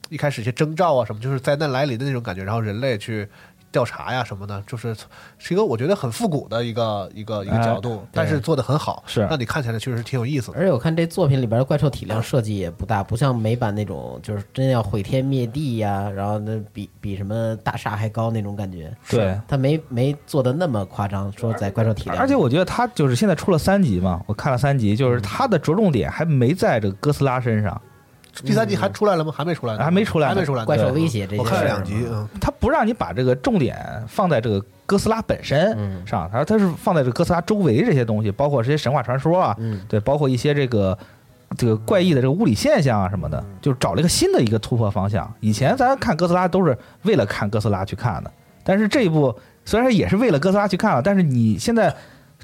S10: 一开始一些征兆啊什么，就是灾难来临的那种感觉，然后人类去调查呀什么的， 就是是一个我觉得很复古的一个一个一个角度，但是做的很好，
S9: 是
S10: 让你看起来确实挺有意
S9: 嗯
S10: 思的。
S6: 而且我看这作品里边的怪兽体量设计也不大，不像美版那种就是真要毁天灭地呀、然后那比比什么大厦还高那种感觉。
S9: 对。
S6: 他没没做的那么夸张，说在怪兽体量，
S9: 而且我觉得他就是现在出了三集嘛，我看了三集，
S8: 嗯
S9: 就是他的着重点还没在这个哥斯拉身上，
S10: 第三集还出来了吗？还没出来呢，
S9: 还没出来呢
S10: 还没出来呢。
S6: 怪兽
S10: 对
S6: 威胁这
S10: 我
S6: 件事
S10: 看
S6: 儿
S10: 了两集，嗯，
S9: 他不让你把这个重点放在这个哥斯拉本身
S6: 嗯
S9: 上，他他是放在这个哥斯拉周围这些东西，包括这些神话传说啊，
S6: 嗯，
S9: 对，包括一些这个这个怪异的这个物理现象啊什么的，就是找了一个新的一个突破方向。以前咱看哥斯拉都是为了看哥斯拉去看的，但是这一部虽然也是为了哥斯拉去看了，但是你现在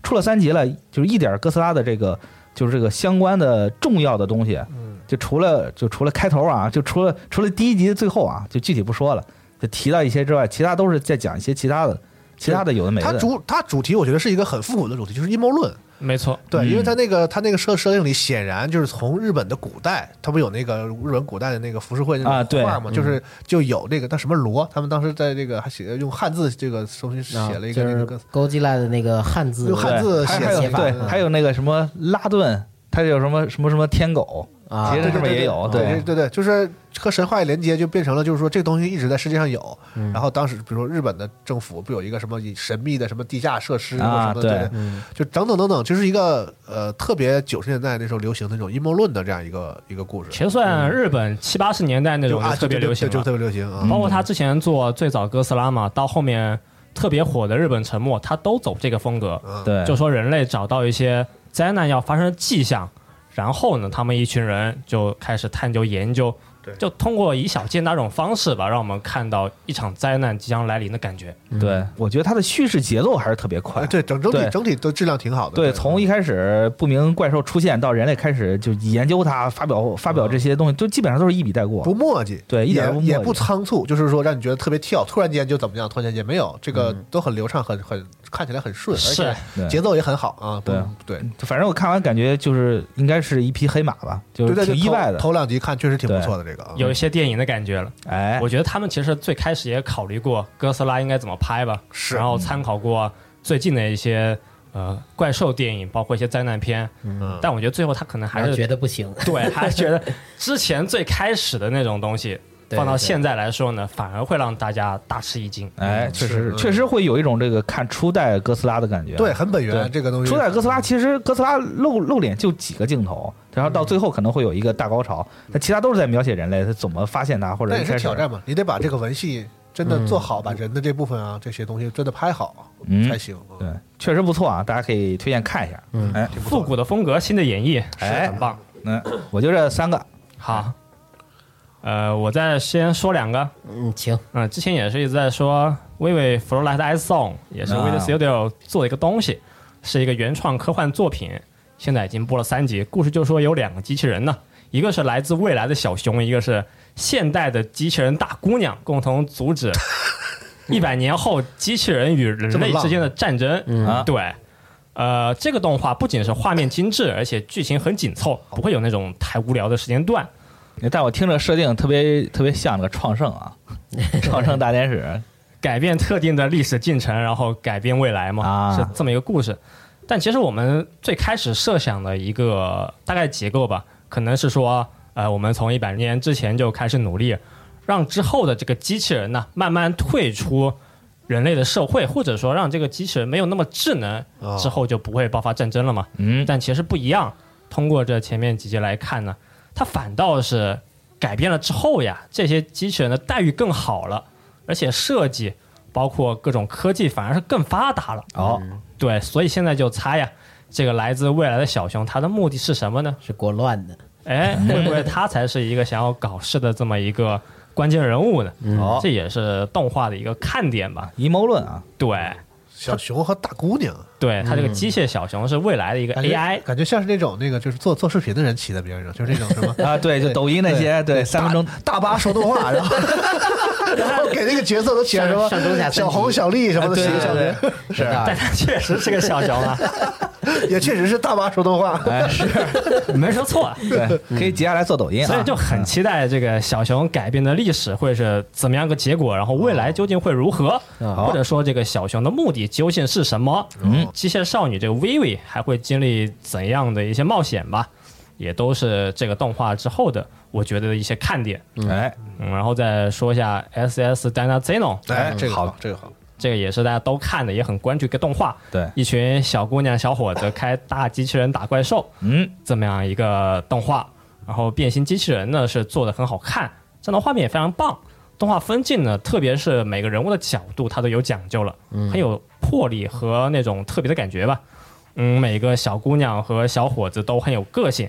S9: 出了三集了，就是一点哥斯拉的这个就是这个相关的重要的东西，就除了就除了开头啊，就除了除了第一集最后啊，就具体不说了，就提到一些之外，其他都是在讲一些其他的。其他的有的没
S10: 它
S9: 的，
S10: 主它主题我觉得是一个很复古的主题，就是阴谋论。
S7: 没错，
S10: 对，
S9: 嗯
S10: 因为它那个它那个设设定里显然就是从日本的古代，它不有那个日本古代的那个浮世绘
S9: 啊
S10: 那种
S9: 对
S10: 画嘛，就是就有那个那什么罗，他们当时在这个还写用汉字这个东西
S6: 啊
S10: 写了一
S6: 就
S10: 个那
S6: 是
S10: 个歌词，
S6: 勾稽拉的那个汉字
S10: 用汉字
S9: 还
S10: 写
S9: 还有
S10: 写
S6: 法
S9: 对
S6: 嗯，
S9: 还有那个什么拉顿，它有什么什么什么天狗，
S6: 啊
S9: 其实，这边也有，
S10: 对
S9: 对
S10: 对对，就是和神话一连接，就变成了就是说这个东西一直在世界上有。然后当时比如说日本的政府不有一个什么神秘的什么地下设施或
S9: 啊
S10: 什么的，
S9: 对
S6: 嗯
S10: 就等等等等，就是一个呃特别九十年代那时候流行的那种阴谋论的这样一个一个故事。
S7: 其实算日本七八十年代那
S10: 就
S7: 种
S10: 啊，
S7: 特别流行
S10: 就
S7: 了
S10: 就，特别流行啊。
S7: 包括他之前做最早哥斯拉嘛，到后面特别火的日本沉没，他都走这个风格，
S9: 对，
S7: 就说人类找到一些灾难要发生的迹象，然后呢，他们一群人就开始探究研究，就通过以小见大这种方式吧，让我们看到一场灾难即将来临的感觉。
S9: 对，我觉得它的叙事节奏还是特别快
S10: 哎，，对整整体
S9: 对
S10: 整体都质量挺好的。
S9: 对，从一开始不明怪兽出现到人类开始就研究它，发表发表这些东西，就基本上都是一笔带过
S10: 不，墨迹，
S9: 对一点都不墨迹
S10: 也也不仓促，就是说让你觉得特别跳，突然间就怎么样，突然间也没有，这个都很流畅，很很看起来很顺，而
S7: 是
S10: 且
S9: 嗯对
S10: 节奏也很好啊。不
S9: 对
S10: 对
S9: 反正我看完感觉就是应该是一匹黑马吧，就
S10: 对
S9: 是
S10: 对，
S9: 挺
S10: 就
S9: 意
S10: 头
S9: 外的，
S10: 头两集看确实挺不错的，这个啊
S7: 有一些电影的感觉了，
S9: 哎，
S7: 我觉得他们其实最开始也考虑过哥斯拉应该怎么拍吧，
S10: 是
S7: 然后参考过最近的一些呃怪兽电影，包括一些灾难片，
S10: 嗯
S7: 但我觉得最后他可能还
S6: 还是
S7: 是
S6: 觉得不行，
S7: 对，还是觉得之前最开始的那种东西，
S6: 对
S7: 放到
S6: 对
S7: 现在来说呢，反而会让大家大吃一惊。
S9: 哎，确实
S10: 是
S9: 是确实会有一种这个看初代哥斯拉的感觉，
S10: 对，很本源
S9: 对
S10: 这个东西。
S9: 初代哥斯拉其实哥斯拉露露脸就几个镜头，然后
S10: 嗯
S9: 到最后可能会有一个大高潮，那其他都是在描写人类他怎么发现它或者
S10: 但也
S9: 一开
S10: 是
S9: 始
S10: 挑战嘛，你得把这个文戏真的做好，把人的这部分啊这些东西真的拍好
S9: 嗯
S10: 才行。嗯
S9: 对，确实不错啊，大家可以推荐看一下。嗯，哎，
S10: 挺不错
S7: 复
S10: 的
S7: 古的风格，新的演绎，
S9: 哎
S7: 是很棒。
S9: 那我就这三个，
S7: 好，呃，我再先说两个，
S6: 嗯，行，
S7: 嗯、之前也是一直在说微微 Flowlight Ice Song，也是
S9: 啊
S7: w i t Studio 做的一个东西，是一个原创科幻作品，现在已经播了三集。故事就说有两个机器人呢，一个是来自未来的小熊，一个是现代的机器人大姑娘，共同阻 止一百年后机器人与人
S10: 这么
S7: 类
S10: 浪嗯
S7: 之间的战争。嗯
S9: 啊
S7: 对。呃，这个动画不仅是画面精致，而且剧情很紧凑，不会有那种太无聊的时间段。
S9: 哎但我听着设定特别特别像那个创圣 啊，创圣大天使，
S7: 改变特定的历史进程，然后改变未来嘛，
S9: 啊
S7: 是这么一个故事。但其实我们最开始设想的一个大概结构吧，可能是说，呃，我们从一百年之前就开始努力，让之后的这个机器人呢慢慢退出人类的社会，或者说让这个机器人没有那么智能，
S10: 啊
S7: 之后就不会爆发战争了嘛。
S9: 嗯，
S7: 但其实不一样。通过这前面几集来看呢，它反倒是改变了之后呀，这些机器人的待遇更好了，而且设计包括各种科技反而是更发达了。
S9: 哦，
S7: 对，所以现在就猜呀，这个来自未来的小熊，他的目的是什么呢？
S6: 是国乱的，
S7: 哎，会不会他才是一个想要搞事的这么一个关键人物呢？
S9: 好
S7: 这也是动画的一个看点吧。
S9: 阴谋论 啊，
S7: 对，
S10: 小熊和大姑娘
S7: 对，他这个机械小熊是未来的一个
S10: 感觉
S7: AI，
S10: 感觉像是那种那个就是做做视频的人骑在边上，就是那种什 么
S9: 啊，对，就抖音那些，对，三分钟
S10: 大巴说动画，啊然后然后给那个角色都写什么
S6: 上上中下三级
S10: 小红、小绿什么的，
S9: 哎对
S10: 写
S9: 对
S10: 上
S9: 对啊
S10: 面，
S6: 是 吧
S7: 但？他确实是个小熊啊，
S10: 也确实是大巴说动画。
S9: 哎，是，
S7: 没 说错。啊
S9: 对，
S10: 嗯
S9: 可以接下来做抖音啊，
S7: 所以就很期待这个小熊改变的历史会是怎么样个结果，然后未来究竟会如何，
S9: 啊好
S7: 或者说这个小熊的目的究竟是什么？
S9: 嗯
S7: 机械少女这个薇薇还会经历怎样的一些冒险吧？也都是这个动画之后的，我觉得的一些看点。
S9: 哎，
S7: 嗯，然后再说一下 S.S. Dana Zeno，
S10: 哎，这个好，这个好，
S7: 这个也是大家都看的，也很关注一个动画。
S9: 对
S7: 一群小姑娘、小伙子开大机器人打怪兽，
S9: 嗯，
S7: 这么样一个动画。然后变形机器人呢是做的很好看，战斗画面也非常棒，动画分镜呢，特别是每个人物的角度，它都有讲究了，很有魄力和那种特别的感觉吧。嗯，每个小姑娘和小伙子都很有个性，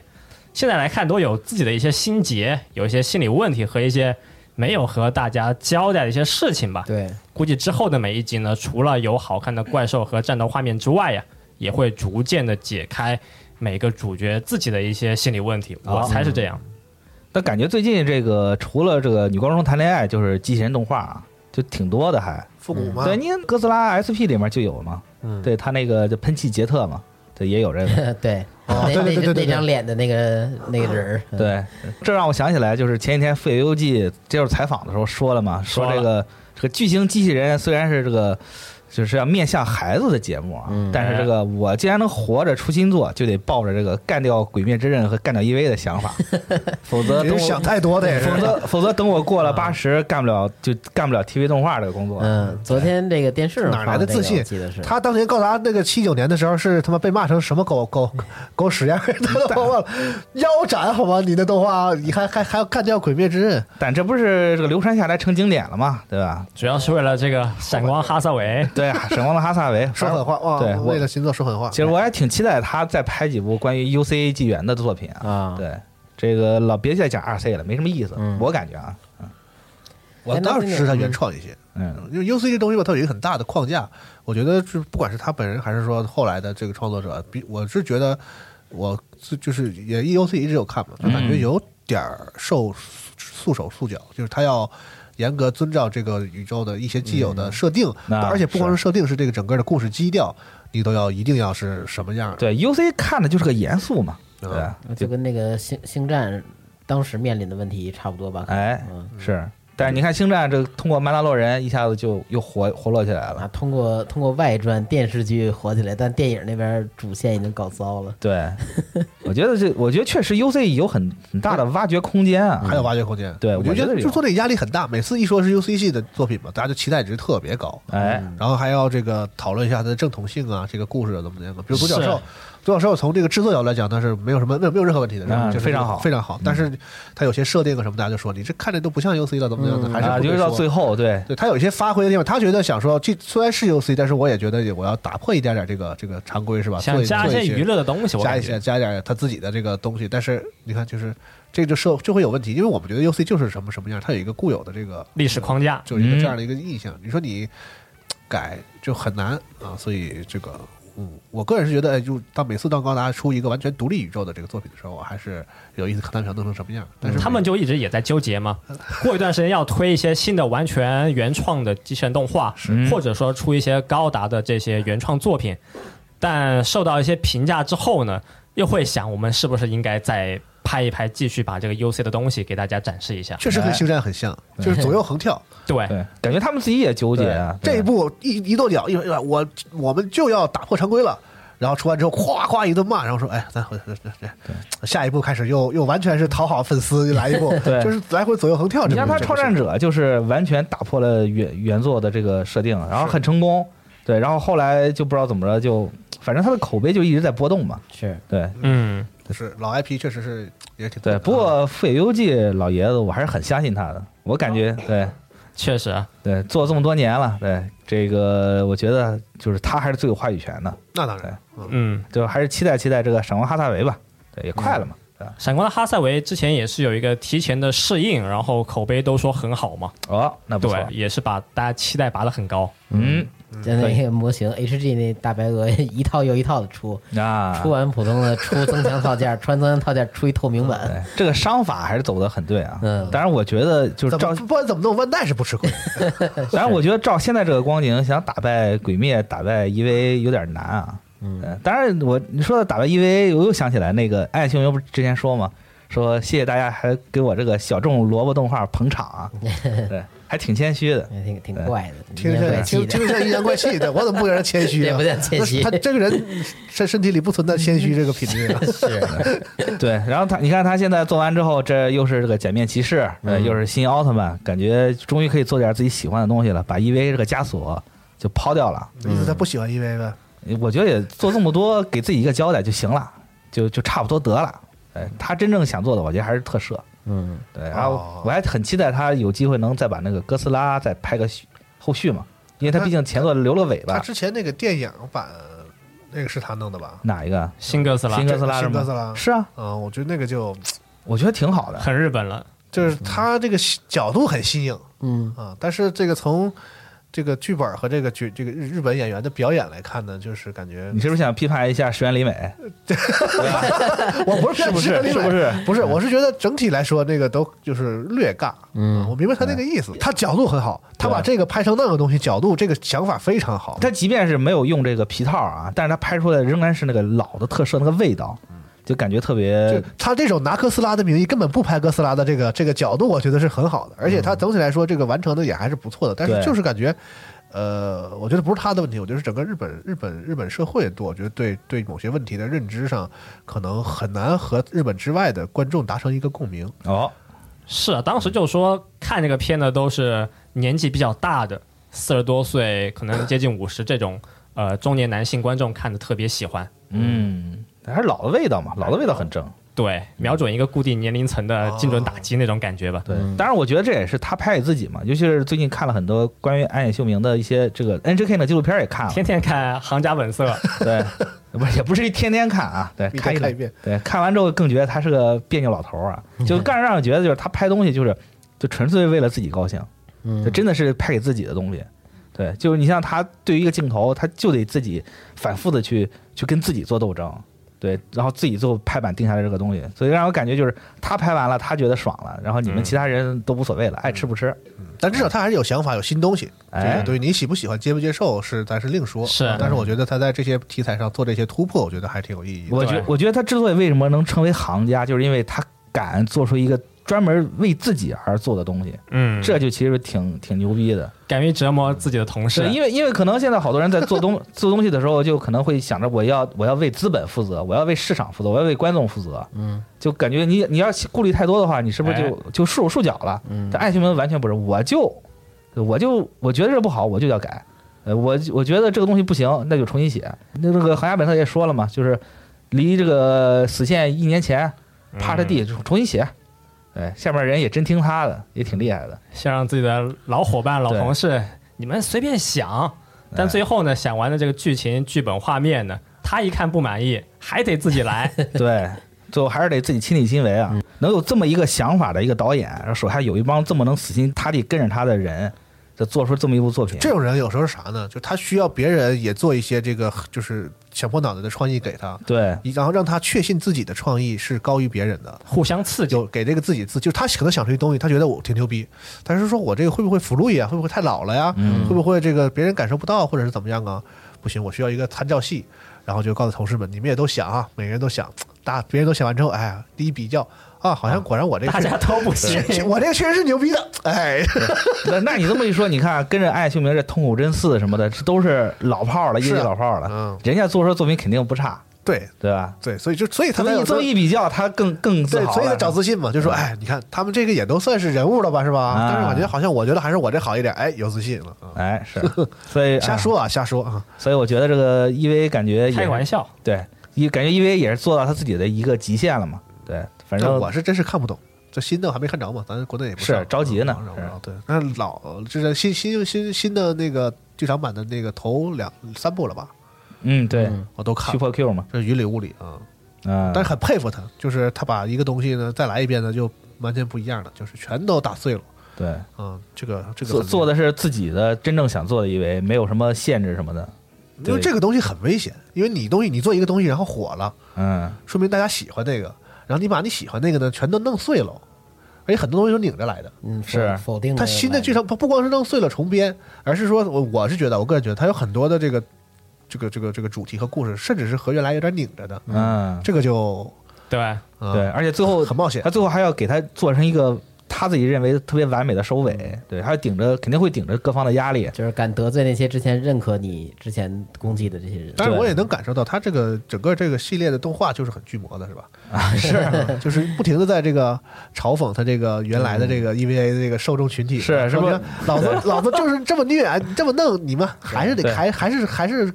S7: 现在来看都有自己的一些心结，有一些心理问题和一些没有和大家交代的一些事情吧。
S6: 对，
S7: 估计之后的每一集呢，除了有好看的怪兽和战斗画面之外呀，也会逐渐的解开每个主角自己的一些心理问题。
S9: 哦
S7: 我猜是这样。
S9: 但感觉最近这个除了这个女高中生谈恋爱，就是机器人动画啊，就挺多的还。
S10: 复古吗？
S9: 对，你看哥斯拉 SP 里面就有嘛，
S10: 嗯
S9: 对他那个就喷气杰特嘛，对，也有这个。
S6: 对，
S10: 哦
S6: 那
S10: 对对对
S6: 那
S10: 对对
S6: 那张脸的那个那个人 儿，
S9: 对，这让我想起来，就是前几天《富野由悠季》接受采访的时候说了嘛，说
S7: 说
S9: 这个这个巨型机器人虽然是这个就是要面向孩子的节目啊，
S6: 嗯
S9: 但是这个我既然能活着出新作，就得抱着这个干掉《鬼灭之刃》和干掉 EV 的想法，否则等
S10: 这是
S9: 我
S10: 想太多的也是
S9: 否。 则否则等我过了八十，干不了就干不了 TV 动画这个工作。
S6: 啊嗯，昨天这个电视上
S10: 哪来
S6: 放
S10: 的
S6: 这个
S10: 自信
S6: 我记得是
S10: 他当年高达那个七九年的时候，是他妈被骂成什么狗狗狗屎样 儿，他都忘了腰斩好吗？你的动画，你还还还要干掉《鬼灭之刃》
S9: 但这不是这个流传下来成经典了嘛，对吧？
S7: 主要是为了这个闪光哈萨维，
S9: 对啊，沈光的哈萨维
S10: 说狠话哇！
S9: 对我
S10: 为了新作说狠话
S9: 其，实我还挺期待他再拍几部关于 UCA 纪元的作品啊。
S6: 啊，
S9: 对，这个老别再讲二 C 了，没什么意思，
S6: 嗯
S9: 我感觉啊，
S10: 我倒是支持他原创一些，
S9: 嗯，
S10: 因为 UC 这东西吧，它有一个很大的框架，我觉得是不管是他本人还是说后来的这个创作者，比我是觉得我是就是也 UC 一直有看嘛，就
S9: 嗯
S10: 感觉有点儿受束手束脚，就是他要。严格遵照这个宇宙的一些既有的设定，
S9: 嗯那
S10: 而且不光是设定，是这个整个的故事基调，你都要一定要是什么样的。
S9: 对，UC 看的就是个严肃嘛，对吧，
S6: 就啊跟那个星星战当时面临的问题差不多吧？
S9: 哎
S6: 嗯
S9: 是。但是你看《星战》这通过《曼达洛人》一下子就又活活络起来了
S6: 啊，，通过通过外传电视剧火起来，但电影那边主线已经搞糟了。
S9: 对，我觉得这，我觉得确实 UC 有很很大的挖掘空间
S6: 嗯
S9: 啊，
S10: 还有挖掘空间。
S9: 对
S10: 我
S9: 我觉
S10: 觉
S9: 得
S10: 得
S9: 有
S10: 就做这个压力很大。每次一说是 UCC 的作品嘛，大家就期待值特别高，
S9: 哎，
S10: 然后还要这个讨论一下它的正统性啊，这个故事怎么怎么样嘛。比如独角
S7: 是
S10: 兽，独角兽从这个制作角度来讲，它是没有什么没有没有任何问题的，
S9: 嗯
S10: 就是
S9: 非常好
S10: 非常好。但
S7: 嗯
S10: 是它有些设定啊什么，大家就说你这看着都不像 UC 了，怎么怎么样的，还
S7: 嗯
S10: 是
S9: 啊，
S10: 不
S9: 就是
S10: 会
S9: 到
S10: 说
S9: 最后，对，
S10: 对他有一些发挥的地方，他觉得想说，这虽然是 UC，但是我也觉得我要打破一点点这个这个常规是吧？
S7: 想
S10: 做
S7: 加一
S10: 做
S7: 些
S10: 一
S7: 娱乐的东西。我
S10: 加
S7: 感
S10: 一
S7: 觉
S10: 些加一点他自己的这个东西，但是你看，就是这就社就会有问题，因为我们觉得 UC 就是什么什么样，它有一个固有的这个，
S7: 历史框架，
S10: 就是一个
S9: 嗯
S10: 这样的一个意向。你说你改就很难啊，所以这个，嗯，我个人是觉得，哎就当每次当高达出一个完全独立宇宙的这个作品的时候，我还是有意思看他们想弄成什么样。但是
S7: 他
S9: 嗯
S7: 们就一直也在纠结嘛。过一段时间要推一些新的完全原创的机器人动画，
S9: 嗯
S7: 或者说出一些高达的这些原创作品，但受到一些评价之后呢，又会想我们是不是应该再拍一拍，继续把这个 UC 的东西给大家展示一下。
S10: 确实跟
S9: 哎
S10: 星战很像， 就是左右横跳。
S7: 对，
S9: 对，感觉他们自己也纠结啊，
S10: 这一
S9: 部
S10: 步一一跺脚，一我我们就要打破常规了。然后出完之后，咵咵一顿骂，然后说：“哎，咱回这这这，下一步开始又又完全是讨好粉丝，又来 一步，
S9: 对
S10: 就是来回左右横跳。”
S9: 你让他超战
S10: 者，
S9: 者就是完全打破了原原作的这个设定，然后很成功，对，然后后来就不知道怎么着就，反正他的口碑就一直在波动嘛，
S6: 是
S9: 对
S7: 嗯，
S10: 是老 IP 确实是也挺
S9: 对。不过富野由纪老爷子，我还是很相信他的，我感觉对
S7: 确实啊，
S9: 对，做这么多年了，对这个我觉得就是他还是最有话语权的，
S10: 那当然，嗯，
S7: 嗯，
S9: 就还是期待期待这个闪光哈萨维吧，对，也快了嘛，
S7: 闪光的哈塞维之前也是有一个提前的试映，然后口碑都说很好嘛，
S9: 哦，那不错，
S7: 对，也是把大家期待拔得很高。
S9: 嗯，
S6: 就那个模型 HG 那大白鹅 一套又一套的出，
S9: 那
S6: 出完普通的出增强套 件，穿增强套件出一透明版，
S9: 对这个商法还是走的很对啊，
S6: 嗯
S9: 当然我觉得就是
S10: 怎
S9: 照
S10: 么不管怎么弄，万代是不吃亏。
S9: 当然，我觉得照现在这个光景，想打败鬼灭、打败 EVA 有点难啊。嗯，当然我你说的打败 EVA，我又想起来那个爱情游不是之前说嘛，说谢谢大家还给我这个小众萝卜动画捧场啊，对，还挺谦虚的。
S6: 也哎挺挺怪的，
S10: 听着
S6: 怪
S10: 像
S6: 气
S10: 听听
S6: 的。
S10: 着像阴阳怪气的，我怎么不给 人谦虚
S6: 也
S10: 啊？
S6: 不像谦虚
S10: 那他这个人身身体里不存在谦虚这个品质啊。
S6: 是，
S9: 对，然后他你看他现在做完之后，这又是这个假面骑士，呃，又是新奥特曼，感觉终于可以做点自己喜欢的东西了，把 EVA 这个枷锁就抛掉了。
S10: 意思他不喜欢 EV 呗？
S9: 我觉得也做这么多，给自己一个交代就行了，就就差不多得了。
S10: 嗯
S9: 哎，他真正想做的，我觉得还是特摄。
S6: 嗯，
S10: 哦
S9: 对，然后我还很期待他有机会能再把那个哥斯拉再拍个续后续嘛，因为他毕竟前作留了尾
S10: 他
S9: 巴。
S10: 之前那个电影版那个是他弄的吧？
S9: 哪一个？
S7: 新哥斯拉
S9: 新哥斯拉是
S10: 新哥斯
S9: 吗？
S10: 拉。
S9: 是啊，
S10: 嗯，我觉得那个就
S9: 我觉得挺 好的。
S7: 很日本了，
S10: 就是他这个角度很新颖
S6: 嗯，
S10: 啊，但是这个从这个剧本和这个剧这个日日本演员的表演来看呢，就是感觉
S9: 你是不是想批判一下石原里美？
S10: 我不是
S9: 是不是？是不？是？
S10: 不是，我是觉得整体来说，那个都就是略尬。嗯，我明白他那个意思，他角度很好，他把这个拍成那个东西，角度这个想法非常好。
S9: 他即便是没有用这个皮套啊，但是他拍出来仍然是那个老的特摄那个味道，
S10: 嗯
S9: 就感觉特
S10: 就
S9: 别
S10: 他这种拿哥斯拉的名义根本不拍哥斯拉的这个这个角度，我觉得是很好的，而且他整体来说这个完成的也还是不错的，但是
S9: 对
S10: 就是感觉。呃，我觉得不是他的问题，我觉得是整个日本、日本、日本社会，我觉得对对某些问题的认知上，可能很难和日本之外的观众达成一个共鸣。
S9: 哦，
S7: 是啊，当时就说看这个片的都是年纪比较大的，四十多岁，可能接近五十这种，呃，中年男性观众看的特别喜欢。
S9: 嗯，还是老的味道嘛，老的味道很正。
S7: 对，瞄准一个固定年龄层的精准打击那种感觉吧。
S9: 哦对，当然我觉得这也是他拍给自己嘛，尤其是最近看了很多关于暗野秀明的一些这个 NGK 的纪录片也看了，
S7: 天天看行家 本色，
S9: 对，不是也不是天天看啊，对，
S10: 每天
S9: 看
S10: 看
S9: 一
S10: 一遍，嗯
S9: 对，看完之后更觉得他是个别扭老头儿啊，就更让人觉得就是他拍东西就是就纯粹为了自己高兴，
S10: 嗯
S9: 就真的是拍给自己的东西。对，就是你像他对于一个镜头，他就得自己反复的去去跟自己做斗争，对，然后自己最后拍板定下来这个东西，所以让我感觉就是他拍完了，他觉得爽了，然后你
S10: 嗯
S9: 们其他人都无所谓了，爱吃不吃，
S10: 但至少他还是有想法，有新东西。
S9: 哎
S10: 这嗯个对你喜不喜欢、接不接受是咱是另说。
S7: 是
S10: 但是我觉得他在这些题材上做这些突破，我觉得还挺有意义的。
S9: 我觉
S7: 对
S9: 我觉得他之所以为什么能成为行家，就是因为他敢做出一个专门为自己而做的东西，
S7: 嗯，
S9: 这就其实挺挺牛逼的。
S7: 敢于折磨自己的同事
S9: 对，，因为因为可能现在好多人在做东 做东西的时候，就可能会想着我要我要为资本负责，我要为市场负责，我要为观众负责。嗯，就感觉你你要顾虑太多的话，你是不是就就束手束脚了？嗯，但艾希文完全不是，我就我就我觉得这不好，我就要改。呃，我我觉得这个东西不行，那就重新写。那这个行家本特也说了嘛，就是离这个死线一年前趴着地就重新写。哎，下面人也真听他的，也挺厉害的。
S7: 先让自己的老伙伴、老
S9: 对
S7: 同事，你们随便想，但最后呢，想完了这个剧情、剧本、画面呢，他一看不满意，还得自己来。
S9: 对，最后还是得自己亲力亲为
S7: 嗯
S9: 啊。能有这么一个想法的一个导演，然后手下有一帮这么能死心塌地跟着他的人，就做出这么一部作品。
S10: 这种人有时候是啥呢？就他需要别人也做一些这个就是想破脑袋的创意给他，
S9: 对
S10: 然后让他确信自己的创意是高于别人的。
S7: 互相刺激。
S10: 有给这个自己自，就是他可能想出一东西，他觉得我挺牛逼，但是说我这个会不会腐露呀？会不会太老了呀？会不会这个别人感受不到，或者是怎么样啊？不行，我需要一个参照系，然后就告诉同事们，你们也都想啊，每个人都想，大家别人都想完之后，哎呀，第一比较啊，好像果然我这个
S7: 大家都不信。
S10: 确我这个确实是牛逼的，哎，
S9: 那那你这么一说，你看跟着艾秀明这痛苦真四什么的，这都是老炮儿了，业
S10: 是啊
S9: 界老炮儿了，
S10: 嗯，
S9: 人家做出来作品肯定不差，
S10: 对
S9: 对吧？
S10: 对，所以就所以
S9: 这
S10: 他才
S9: 么一
S10: 有
S9: 这么一比较，他更更自
S10: 对，
S9: 豪
S10: 所以他
S9: 了嗯
S10: 找自信嘛，就说哎，你看他们这个也都算是人物了吧，是吧
S9: 啊？
S10: 但是我觉得好像我觉得还是我这好一点，哎，有自信了。啊
S9: 哎， 是，所以
S10: 瞎，说啊，瞎说啊，
S9: 哎所以我觉得这个 EVA 感觉也
S7: 开
S9: 是
S7: 个玩笑，
S9: 对，一感觉 EVA 也是做到他自己的一个极限了嘛。对，反
S10: 但
S9: 正
S10: 我是真是看不懂。这新的我还没看着嘛，咱国内也不
S9: 嗯是
S10: 上
S9: 着急呢
S10: 嗯然后对，那老就是新新新新的那个剧场版的那个头两三部了吧，
S9: 嗯，对，
S6: 嗯
S10: 我都
S9: 去
S10: 看了，
S9: 破 Q 嘛，
S10: 这云里雾里啊。
S9: 嗯，
S10: 但是很佩服他，就是他把一个东西呢再来一遍呢，就完全不一样了，就是全都打碎了
S9: 对，
S10: 啊、这个这个
S9: 做
S10: 很
S9: 做的是自己的真正想做的 EVA，没有什么限制什么的，
S10: 因为
S9: 对
S10: 这个东西很危险，因为你东西你做一个东西然后火了，
S9: 嗯，
S10: 说明大家喜欢那个，然后你把你喜欢那个呢全都弄碎了，而且很多东西都拧着来的。
S6: 嗯，否
S9: 是
S6: 否定
S10: 他
S6: 了
S10: 新的
S6: 外
S10: 剧场不不光是弄碎了重编，而是说我我是觉得，我个人觉得他有很多的这个这个这个这个主题和故事，甚至是和原来有点拧着的，
S9: 嗯，
S10: 这个就、
S7: 对吧？
S10: 啊
S9: 对，而且最后
S10: 很冒险
S9: 他。最后还要给他做成一个他自己认为特别完美的收
S10: 嗯
S9: 尾，对，还要顶着肯定会顶着各方的压力，
S6: 就是敢得罪那些之前认可你之前攻击的这些人，
S10: 但是我也能感受到，他这个整个这个系列的动画就是很巨魔的，是吧？啊，是， 就是不停的在这个嘲讽他这个原来的这个 EVA 的这个受众群体，
S9: 是是
S10: 说
S9: 不
S10: 你看老子老子就是这么虐，哎你这么弄，你们还是得
S9: 对
S10: 还还是还是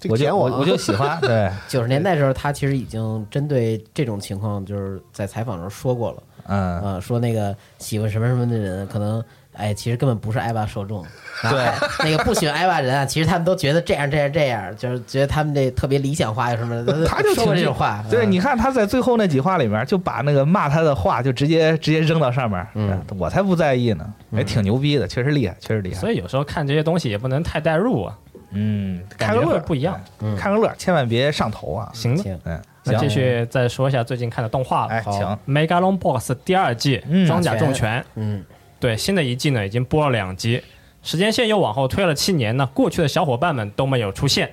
S10: 这个
S9: 我
S10: 剪
S9: 就
S10: 我
S9: 我
S10: 啊，
S9: 我就喜欢， 对，
S6: 九十年代时候，他其实已经针对这种情况，就是在采访的时候说过了，
S9: 嗯，
S6: 啊，说那个喜欢什么什么的人，可能哎，其实根本不是艾娃受众，
S10: 啊
S6: 对，那个不喜欢艾娃人 啊，其实他们都觉得这样这样这样，就是觉得他们这特别理想化有什么的，
S9: 他就
S6: 说过
S9: 挺
S6: 这种话，
S9: 对，
S6: 嗯
S9: 你看他在最后那几话里面就把那个骂他的话就直接直接扔到上面，
S6: 嗯
S9: 对我才不在意呢，
S10: 嗯
S9: 也挺牛逼的，确实厉害，确实厉害
S7: 所，以有时候看这些东西也不能太代入啊，
S9: 嗯，
S7: 感
S9: 看个
S7: 觉
S9: 乐
S7: 会
S9: 儿
S7: 不一样。
S6: 嗯
S9: 看个乐儿，千万别上头啊，
S7: 行，
S6: 行，
S9: 嗯，
S7: 那
S9: 行，
S7: 继，续再说一下最近看的动画吧。
S9: 哎，请，
S7: Megalon Box 第二季
S9: 嗯
S7: 《装甲重拳》
S6: 嗯，
S7: 对新的一季呢已经播了两集，时间线又往后推了七年呢，过去的小伙伴们都没有出现，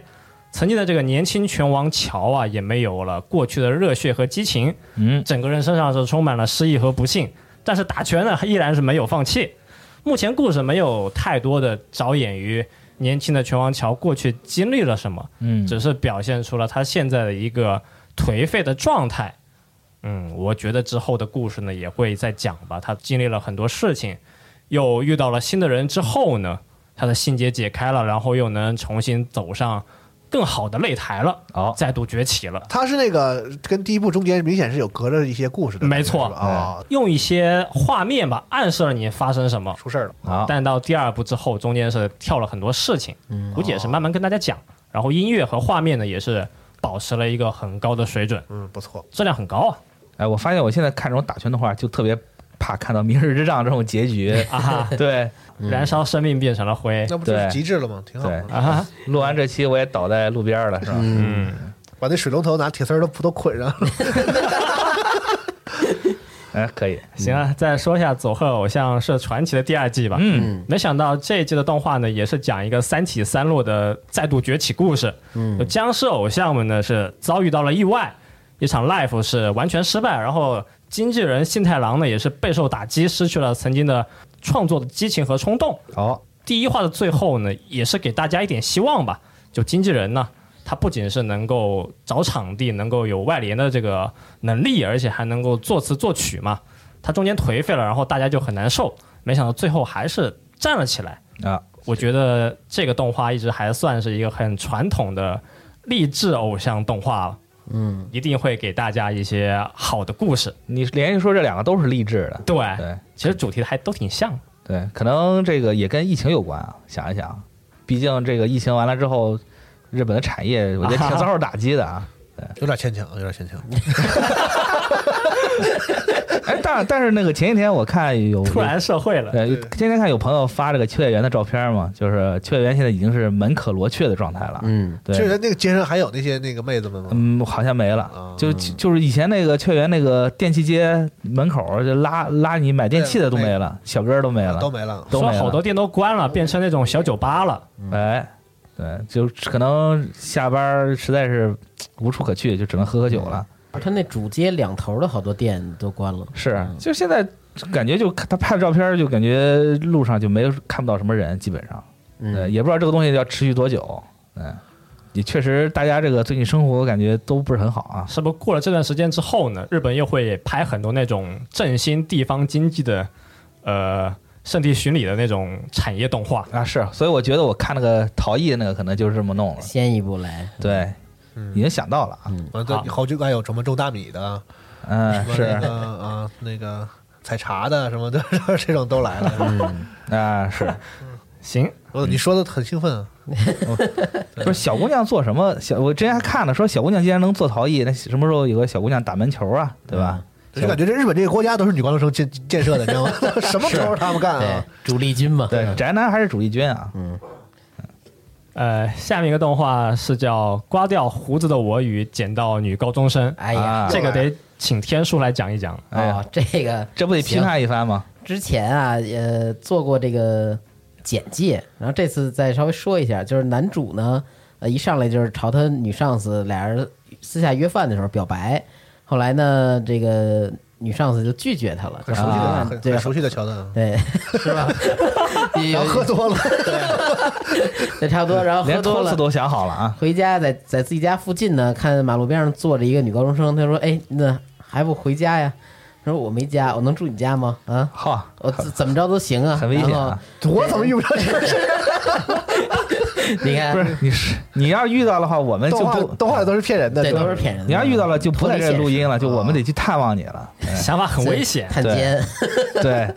S7: 曾经的这个年轻拳王乔啊也没有了过去的热血和激情，
S9: 嗯，
S7: 整个人身上是充满了失意和不幸，但是打拳呢依然是没有放弃。目前故事没有太多的着眼于年轻的拳王乔过去经历了什么，
S9: 嗯，
S7: 只是表现出了他现在的一个颓废的状态。嗯，我觉得之后的故事呢也会再讲吧。他经历了很多事情，又遇到了新的人之后呢，他的心结解开了，然后又能重新走上更好的擂台了，
S9: 好，
S7: 再度崛起了。
S10: 他是那个跟第一部中间明显是有隔着一些故事的，
S7: 没错
S10: 是吧
S8: 哦
S10: 啊，
S7: 用一些画面吧，暗示了你发生什么。
S10: 出事儿了，
S9: 好，
S7: 但到第二部之后，中间是跳了很多事情，估计也是慢慢跟大家讲。然后音乐和画面呢，也是保持了一个很高的水准，
S10: 嗯，不错，
S7: 质量很高啊。
S9: 哎，我发现我现在看这种打拳的话，就特别怕看到《明日之杖》这种结局。
S7: 啊哈，
S9: 对，
S7: 燃烧生命变成了灰
S10: 那不就是
S9: 对
S10: 极致了吗？挺好的，
S7: 啊哈，
S9: 录完这期我也倒在路边儿了，是吧？
S7: 嗯，
S10: 把那水龙头拿铁丝儿都都捆上 了，
S9: 哎，可以，
S7: 行啊，再说一下《佐贺偶像是传奇》的第二季吧。
S9: 嗯，
S7: 没想到这一季的动画呢，也是讲一个三起三落的再度崛起故事。嗯，僵尸偶像们呢是遭遇到了意外，一场 life 是完全失败，然后经纪人信太郎呢也是备受打击，失去了曾经的创作的激情和冲动。
S9: 好，
S7: 第一话的最后呢，也是给大家一点希望吧。就经纪人呢，他不仅是能够找场地，能够有外联的这个能力，而且还能够作词作曲嘛。他中间颓废了，然后大家就很难受，没想到最后还是站了起来
S9: 啊。
S7: 我觉得这个动画一直还算是一个很传统的励志偶像动画了。嗯，一定会给大家一些好的故事。
S9: 你连续说这两个都是励志的，
S7: 对，
S9: 对
S7: 其实主题还都挺像的。
S9: 对，可能这个也跟疫情有关啊。想一想，毕竟这个疫情完了之后，日本的产业我觉得 挺遭受打击的啊。
S10: 有点牵强，有点牵强，
S9: 哎，但但是那个前几天我看有
S7: 突然社会了，
S9: 对，今天看有朋友发这个秋叶原的照片嘛，就是秋叶原现在已经是门可罗雀的状态了。
S6: 嗯，
S9: 对，
S10: 就是那个街上还有那些那个妹子们吗？
S9: 嗯，好像没了
S10: 啊，
S9: 就就就是以前那个雀园那个电器街门口儿就拉拉你买电器的都没了，小哥儿都没了
S10: 啊都，没了。
S9: 都
S7: 说
S9: 没
S7: 好多
S9: 了。
S7: 店都关了，变成那种小酒吧了。
S9: 哎，对，就可能下班儿实在是嘖无处可去，就只能喝喝酒了。
S6: 他那主街两头的好多店都关了，
S9: 是，就现在感觉就他拍的照片，就感觉路上就没有看不到什么人，基本上，呃，
S6: 嗯，
S9: 也不知道这个东西要持续多久，嗯，也确实大家这个最近生活感觉都不是很好啊，
S7: 是不是过了这段时间之后呢，日本又会拍很多那种振兴地方经济的，呃，圣地巡礼的那种产业动画？
S9: 啊是，所以我觉得我看那个陶艺那个可能就是这么弄了，
S6: 先一步来，
S9: 对，已经想到了啊，
S8: 完了，好几个还有什么种大米 的，
S9: 嗯
S8: 什么那
S9: 是
S8: 个啊那个采茶的什么的， 这种都来了。
S10: 嗯
S9: 啊是，
S7: 行，
S8: 我你说的很兴奋啊，
S9: 说小姑娘做什么小，我之前还看了，说小姑娘既然能做陶艺，那什么时候有个小姑娘打门球啊，对吧？
S8: 就感觉这日本这个国家都是女高中生建建设的，你知道 吗？什么都是他们干
S6: 对
S8: 啊。，
S6: 主力军嘛，哦
S9: 对，宅男还是主力军啊，
S7: 呃，下面一个动画是叫《刮掉胡子的我与捡到女高中生》，
S6: 哎呀
S9: 啊，
S7: 这个得请天叔来讲一讲。
S9: 哎呀
S6: 哦，这个
S9: 这不得批
S6: 行
S9: 判一番吗？
S6: 之前啊，呃，做过这个简介，然后这次再稍微说一下，就是男主呢，呃，一上来就是朝他女上司俩人私下约饭的时候表白，后来呢，这个女上司就拒绝他了，
S8: 很熟悉的，
S6: 啊
S8: 很
S6: 对
S8: 很熟悉的桥段啊，
S6: 对，是吧？也
S8: 然后喝 多了，
S6: 对，差不多，然后喝
S9: 连
S6: 多
S9: 托
S6: 了
S9: 词。都想好了啊，
S6: 回家在在自己家附近呢，看马路边上坐着一个女高中生，她说：“哎，那还不回家呀？”她说：“我没家，我能住你家吗？啊，
S9: 好，
S6: 我怎怎么着都行啊，
S9: 很危险
S6: 然后
S9: 啊！
S8: 我怎么遇不上这个事？
S6: 你看，
S9: 不是你是你要是遇到的话，我们就
S8: 动画
S9: 不
S8: 动画都是骗人的，
S6: 对，
S8: 吧
S6: 都是骗人的。
S9: 你要遇到了就不在
S6: 脱
S9: 这
S6: 离现实哦
S9: 录音了，就我们得去探望你了。哎
S7: 啊想法很危险，
S6: 探监。
S9: 对，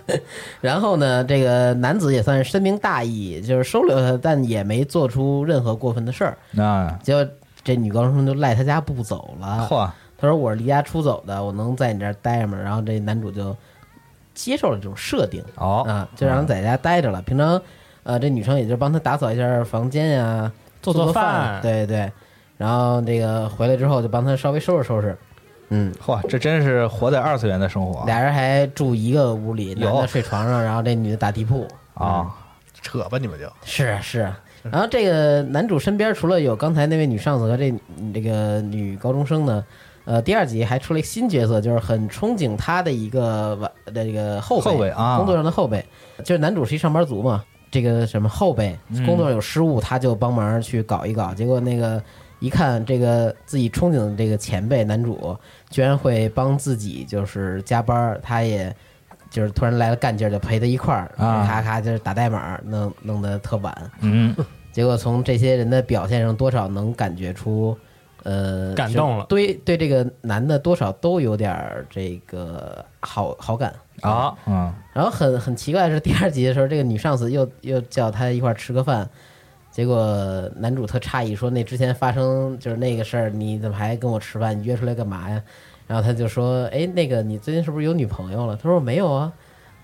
S6: 然后呢，这个男子也算是深明大义，就是收留他，但也没做出任何过分的事儿。
S9: 那
S6: 结果这女高中生就赖他家不走了，
S9: 嚯，
S6: 他说我是离家出走的，我能在你这儿待着吗？然后这男主就接受了这种设定，
S9: 哦，
S6: 啊，就让人在家待着了。平常，呃，这女生也就帮他打扫一下房间呀、
S7: 做
S6: 做
S7: 做
S6: 饭，
S7: 饭
S6: 对对。然后这个回来之后就帮他稍微收拾收拾，嗯，
S9: 嚯，这真是活在二次元的生活
S6: 俩人还住一个屋里，男
S9: 有
S6: 的睡床上，然后这女的打地铺。
S9: 啊！
S8: 扯吧你们就。
S6: 是啊是啊。然后这个男主身边除了有刚才那位女上司和这这个女高中生呢，呃，第二集还出了一个新角色，就是很憧憬他的一个晚这个后辈
S9: 后辈啊
S6: 工作上的后辈，就是男主是一上班族嘛，这个什么后辈
S9: 嗯
S6: 工作上有失误，他就帮忙去搞一搞，结果那个。一看这个自己憧憬的这个前辈男主，居然会帮自己就是加班儿，他也就是突然来了干劲儿，就陪他一块儿，
S9: 啊
S6: 咔咔就是打代码，弄弄得特晚。
S9: 嗯，
S6: 结果从这些人的表现上，多少能感觉出，呃，
S7: 感动了
S6: 是对对，这个男的多少都有点儿这个好好感。
S9: 啊，嗯，
S6: 然后很很奇怪的是，第二集的时候，这个女上司又 又叫他一块儿吃个饭，结果男主特诧异说：“那之前发生就是那个事儿，你怎么还跟我吃饭？你约出来干嘛呀？”然后他就说：“哎，那个你最近是不是有女朋友了？”他说：“没有啊。”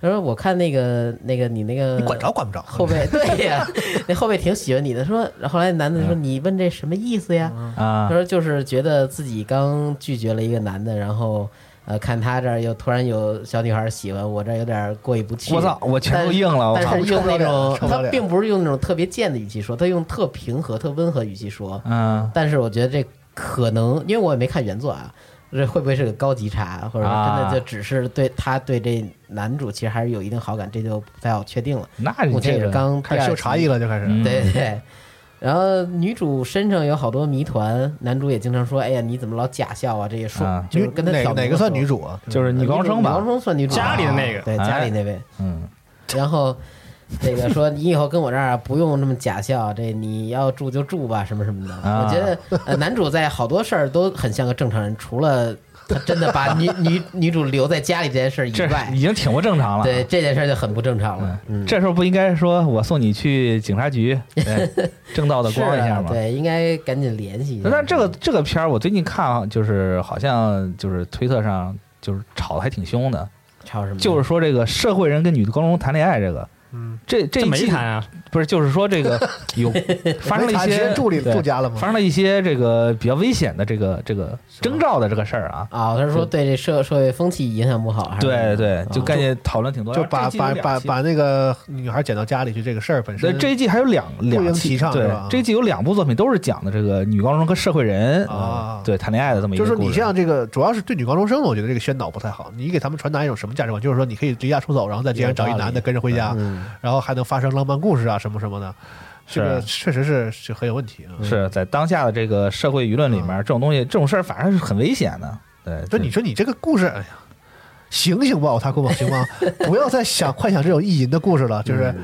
S6: 他说：“我看那个那个你那个
S8: 你管着管不着，
S6: 嗯后背， 对呀，那后背挺喜欢你的。”说，然后后来男的说：“你问这什么意思呀？”
S9: 啊
S6: 他，说就是觉得自己刚拒绝了一个男的，然后呃，看他这儿又突然有小女孩喜欢我，这儿有点过意不去。
S9: 我操，我全都硬了，我
S6: 但
S9: 靠
S6: 是！用那种
S8: 受不了
S6: 他并不是用那种特别贱的语气说，他用特平和、特温和语气说。
S9: 嗯，
S6: 但是我觉得这可能，因为我也没看原作啊，这会不会是个高级茶，或者说真
S9: 啊
S6: 的就只是对他对这男主其实还是有一定好感，这就不太好确定了。
S9: 那你
S6: 目前
S9: 这
S6: 也是
S9: 个
S6: 刚
S8: 嗯开始
S6: 第
S8: 秀
S6: 二
S8: 茶
S6: 集
S8: 艺了，就开始。
S9: 嗯
S6: 对对。然后女主身上有好多谜团，男主也经常说：“哎呀，你怎么老假笑啊？”这也说，
S9: 啊
S6: 就是跟他
S8: 哪个
S6: 挑明
S8: 哪
S6: 了
S8: 个算
S6: 说
S8: 女？主
S7: 嗯
S8: 啊？
S9: 就是女高中生
S6: 女
S9: 吧
S6: 高，中算女主，啊
S7: 家里的那个
S6: 对，
S9: 哎
S6: 家里那位。
S9: 嗯，
S6: 然后那个说：“你以后跟我这儿啊不用那么假笑，这你要住就住吧，什么什么的。”
S9: 啊
S6: 我觉得呃男主在好多事儿都很像个正常人，除了他真的把女 女女主留在家里这件事儿以
S9: 这
S6: 外
S9: 已，经挺不正常了。
S6: 对这件事儿就很不正常了。嗯，
S9: 啊这时候不应该说我送你去警察 局，哎正道的
S6: 是
S9: 光一下
S6: 啊，
S9: 吗？
S6: 对，应该赶紧联系一下。
S8: 嗯
S9: 但这个这个片儿，我最近看啊就是好像就是推特上就是吵得还挺凶的，
S6: 吵什么？
S9: 就是说这个社会人跟女高中谈恋爱这个，
S8: 嗯，
S9: 这这
S7: 这
S9: 一
S7: 没
S9: 季
S7: 谈啊，
S9: 不是就是 说这个有发生了一些
S11: 助理
S9: 对
S11: 住家了
S9: 发
S11: 吗？
S9: 生了一些这个比较危险的这个这个征兆的这个事儿啊。
S6: 啊，他是说对这社社会风气影响不好，还是
S9: 对对
S6: 啊，
S9: 就概念讨论挺多，
S8: 就
S9: 然后
S8: 把
S9: 这一季有
S8: 把
S9: 两
S8: 把
S9: 期
S8: 把那个女孩捡到家里去这个事儿本
S9: 呃
S8: 身，
S9: 这一季还有两两
S8: 应
S9: 期
S8: 提倡
S9: 对
S8: 是吧，
S9: 这一季有两部作品都是讲的这个女高中生和社会人
S8: 啊
S9: 对谈恋爱的这么一
S8: 就
S9: 个
S8: 是
S9: 故
S8: 你
S9: 事
S8: 像这个，主要是对女高中生，我觉得这个宣导不太好。你给他们传达一种什么价值观？就是说，你可以离家出走，然后在街上找一男的跟着回家，
S6: 嗯
S8: 然后还能发生浪漫故事啊什么什么的。这个确实是是很有问题啊。
S9: 是在当下的这个社会舆论里面，这种东西这种事儿反正是很危险的。对，
S8: 就你说你这个故事，哎呀，醒醒吧，我他姑妈，行吗？不要再想幻想这种意淫的故事了，就是。
S9: 嗯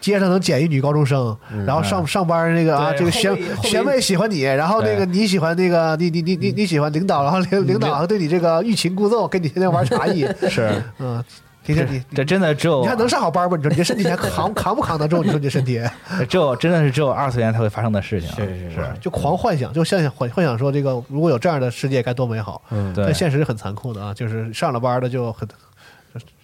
S8: 街上能捡一女高中生，然后上上班那个啊，
S9: 对
S8: 这个
S9: 后
S8: 学
S9: 卫后卫
S8: 学妹喜欢你，然后那个
S9: 对嗯
S8: 你喜欢那个你你你你你喜欢领导，然后领领导还对你这个欲擒故纵，跟你天天玩茶艺，
S9: 是
S8: 嗯，天天你
S9: 这真的只有
S8: 你还能上好班吗？你说你这身体还扛扛不扛得住？你说你这身体
S9: 只有真的是只有二次元才会发生的事情啊。
S6: 是是是，
S8: 就狂幻想，就幻想幻幻想说这个如果有这样的世界该多美好。
S6: 嗯，
S9: 对
S8: 但，现实是很残酷的啊，就是上了班的就很，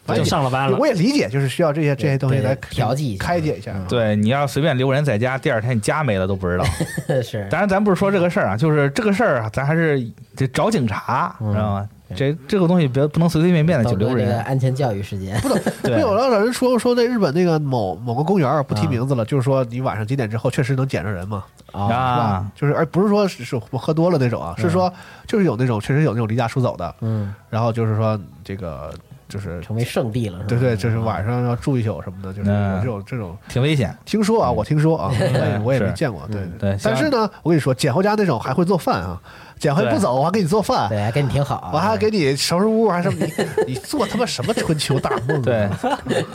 S8: 反
S7: 就
S8: 正
S7: 上了班了
S8: 我。也理解，就是需要这些这些东西
S6: 对
S8: 来
S6: 调剂一下嗯
S8: 开解一下啊。
S9: 对，你要随便留人在家，第二天你家没了都不知道。
S8: 啊
S6: 是
S9: 当然，咱不是说这个事儿啊，就是这个事儿啊，咱还是得找警察，
S6: 嗯
S9: 知道吗？这这个东西别不能随随便便的就
S6: 到
S9: 留
S6: 这个
S9: 人。
S6: 安全教育事件，
S8: 不
S9: 对
S8: 有了有人说说那日本那个某某个公园儿不提名字
S9: 嗯
S8: 了，就是说你晚上几点之后确实能捡着人嘛，
S6: 啊，
S8: 是
S9: 啊
S8: 吧？，就是而不是说是是我喝多了那种
S9: 嗯
S8: 啊，是说就是有那种确实有那种离家出走的，
S6: 嗯，
S8: 然后就是说这个就是
S6: 成为圣地了，是吧
S8: 对对，就是晚上要住一宿什么的，就是有
S9: 嗯
S8: 这种这种。
S9: 挺危险。
S8: 听说啊，我听说啊，我也我也没
S9: 是
S8: 见过。对
S6: 嗯
S9: 对
S8: 但是呢，我跟你说，简回家那种还会做饭啊，简回不
S9: 对
S8: 走，我还给你做饭，
S6: 对，还跟你挺好啊，
S8: 我还给你收拾屋，还什么？你你做他妈什么春秋大梦？啊
S9: 对，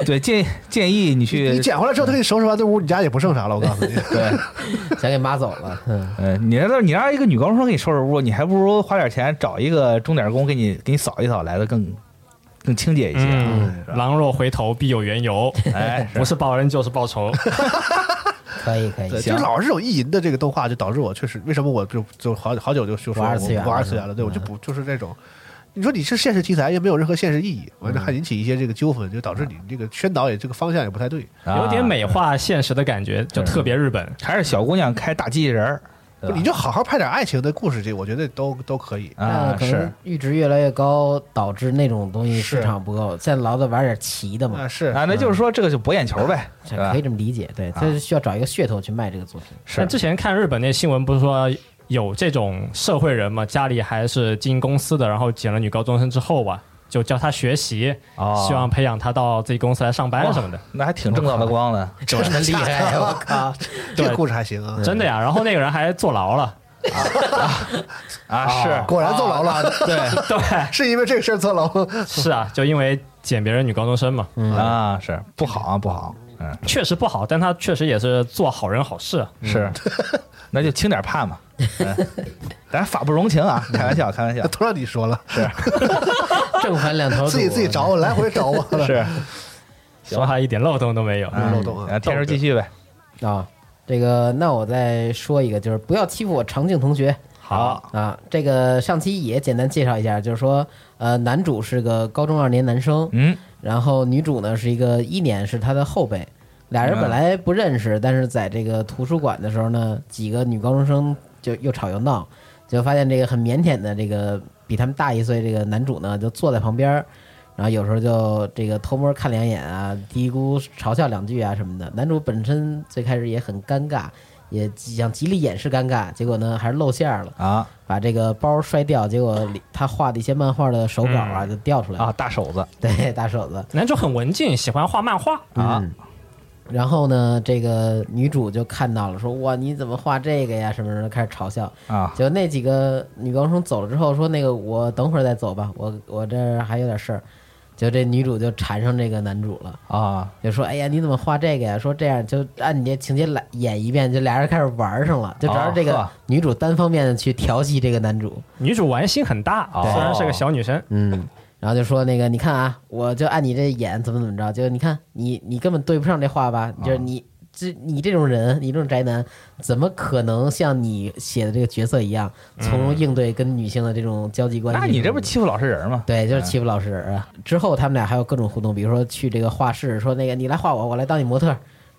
S9: 对，建建议你
S8: 你
S9: 去
S8: 你，捡回来之后，他给你收拾完这屋，你家也不剩啥了。我告诉你，
S9: 对，
S6: 想给妈走了，嗯，
S9: 呃，你让你让一个女高中生给你收拾屋，你还不如花点钱找一个钟点工给你给你扫一扫来的更更清洁一些啊。
S7: 嗯，狼若回头必有缘由，
S9: 哎，
S7: 不是报恩就是报仇。
S6: 可以可以，
S8: 对，就老是这种意淫的这个动画，就导致我确实为什么我就就好好久就就说
S6: 不二
S8: 我
S6: 次元
S8: 不
S6: 了
S8: 二
S6: 是
S8: 次元
S6: 吧
S8: 了，对我就不就是这种。你说你是现实题材，也没有任何现实意义，完了还引起一些这个纠纷，就导致你这个宣导也这个方向也不太对。
S9: 啊
S7: 有点美化现实的感觉，就特别日本。
S9: 还是小姑娘开大机器人儿，对吧
S8: 你就好好拍点爱情的故事去，我觉得都都可以。
S9: 啊
S6: 但可
S9: 是
S6: 能阈值越来越高，导致那种东西市
S8: 是
S6: 场不够，现在老得玩点齐的嘛
S8: 啊，，是
S9: 啊，那就是说这个就博眼球呗，
S6: 这
S9: 对吧
S6: 可以？这么理解，对，他需要找一个噱头去卖这个作品，
S9: 是
S7: 但之前看日本那新闻，不是说有这种社会人嘛，家里还是经营公司的，然后捡了女高中生之后吧，就教她学习，
S9: 哦
S7: 希望培养她到自己公司来上班
S9: 哇
S7: 什么的。
S9: 那还挺正道的光的，
S6: 这么厉害，我靠，
S8: 这个故事还行
S9: 嗯
S8: 啊，
S7: 真的呀，然后那个人还坐牢 了，
S9: 啊，是
S8: 果然坐牢了，
S9: 对
S7: 对，
S8: 是因为这个事儿坐牢。
S7: 是啊，就因为捡别人女高中生嘛，
S9: 啊，是不好啊，不好，嗯，
S7: 确实不好，但他确实也是做好人好事啊。
S9: 是，那就轻点判嘛，嗯咱法不容情啊，开玩笑，开玩笑，
S8: 都让你说了，
S6: 正反两头堵，
S8: 自己自
S10: 啊
S8: 己找我，来回找 我了。
S9: 是，
S7: 说他一点漏洞都没有。
S8: 有漏洞啊
S9: 啊，嗯天叔继续呗，
S6: 啊、这个，那我再说一个，就是不要欺负我长靖同学
S7: 好，
S6: 啊。这个上期也简单介绍一下，就是说，呃，男主是个高中二年男生，
S9: 嗯，
S6: 然后女主呢是一个一年，是他的后辈。俩人本来不认识，但是在这个图书馆的时候呢，几个女高中生就又吵又闹，就发现这个很腼腆的这个比他们大一岁这个男主呢，就坐在旁边儿，然后有时候就这个偷摸看两眼啊，嘀咕嘲笑两句啊什么的。男主本身最开始也很尴尬，也想极力掩饰尴尬，结果呢还是露馅儿了，
S9: 啊
S6: 把这个包摔掉，结果里他画的一些漫画的手稿啊就掉出来了，
S9: 啊，大手子
S6: 对 大手子。
S7: 男主很文静，喜欢画漫画，
S9: 啊，
S6: 然后呢，这个女主就看到了，说：“哇，你怎么画这个呀？”什么什么，开始嘲笑。
S9: 啊，
S6: 结果那几个女高中生走了之后，说：“那个我等会儿再走吧，我我这儿还有点事儿。”就这女主就缠上这个男主了，
S9: 啊，
S6: 就说：“哎呀，你怎么画这个呀？”说这样就按你这情节来演一遍，就俩人开始玩上了，就主要是这
S9: 哦
S6: 个
S9: 呵
S6: 女主单方面的去调戏这个男主。
S7: 女主玩心很大，
S9: 哦
S7: 虽然是个小女生，
S6: 嗯，然后就说那个，你看啊，我就按你这演怎么怎么着，就你看你你根本对不上这话吧，就是你这你这种人，你这种宅男，怎么可能像你写的这个角色一样，从容应对跟女性的这种交际关系？
S9: 嗯那你这不
S7: 嗯
S9: 欺负老实人吗？
S6: 对，就是欺负老实人啊。之后他们俩还有各种互动，比如说去这个画室，说那个你来画我，我来当你模特，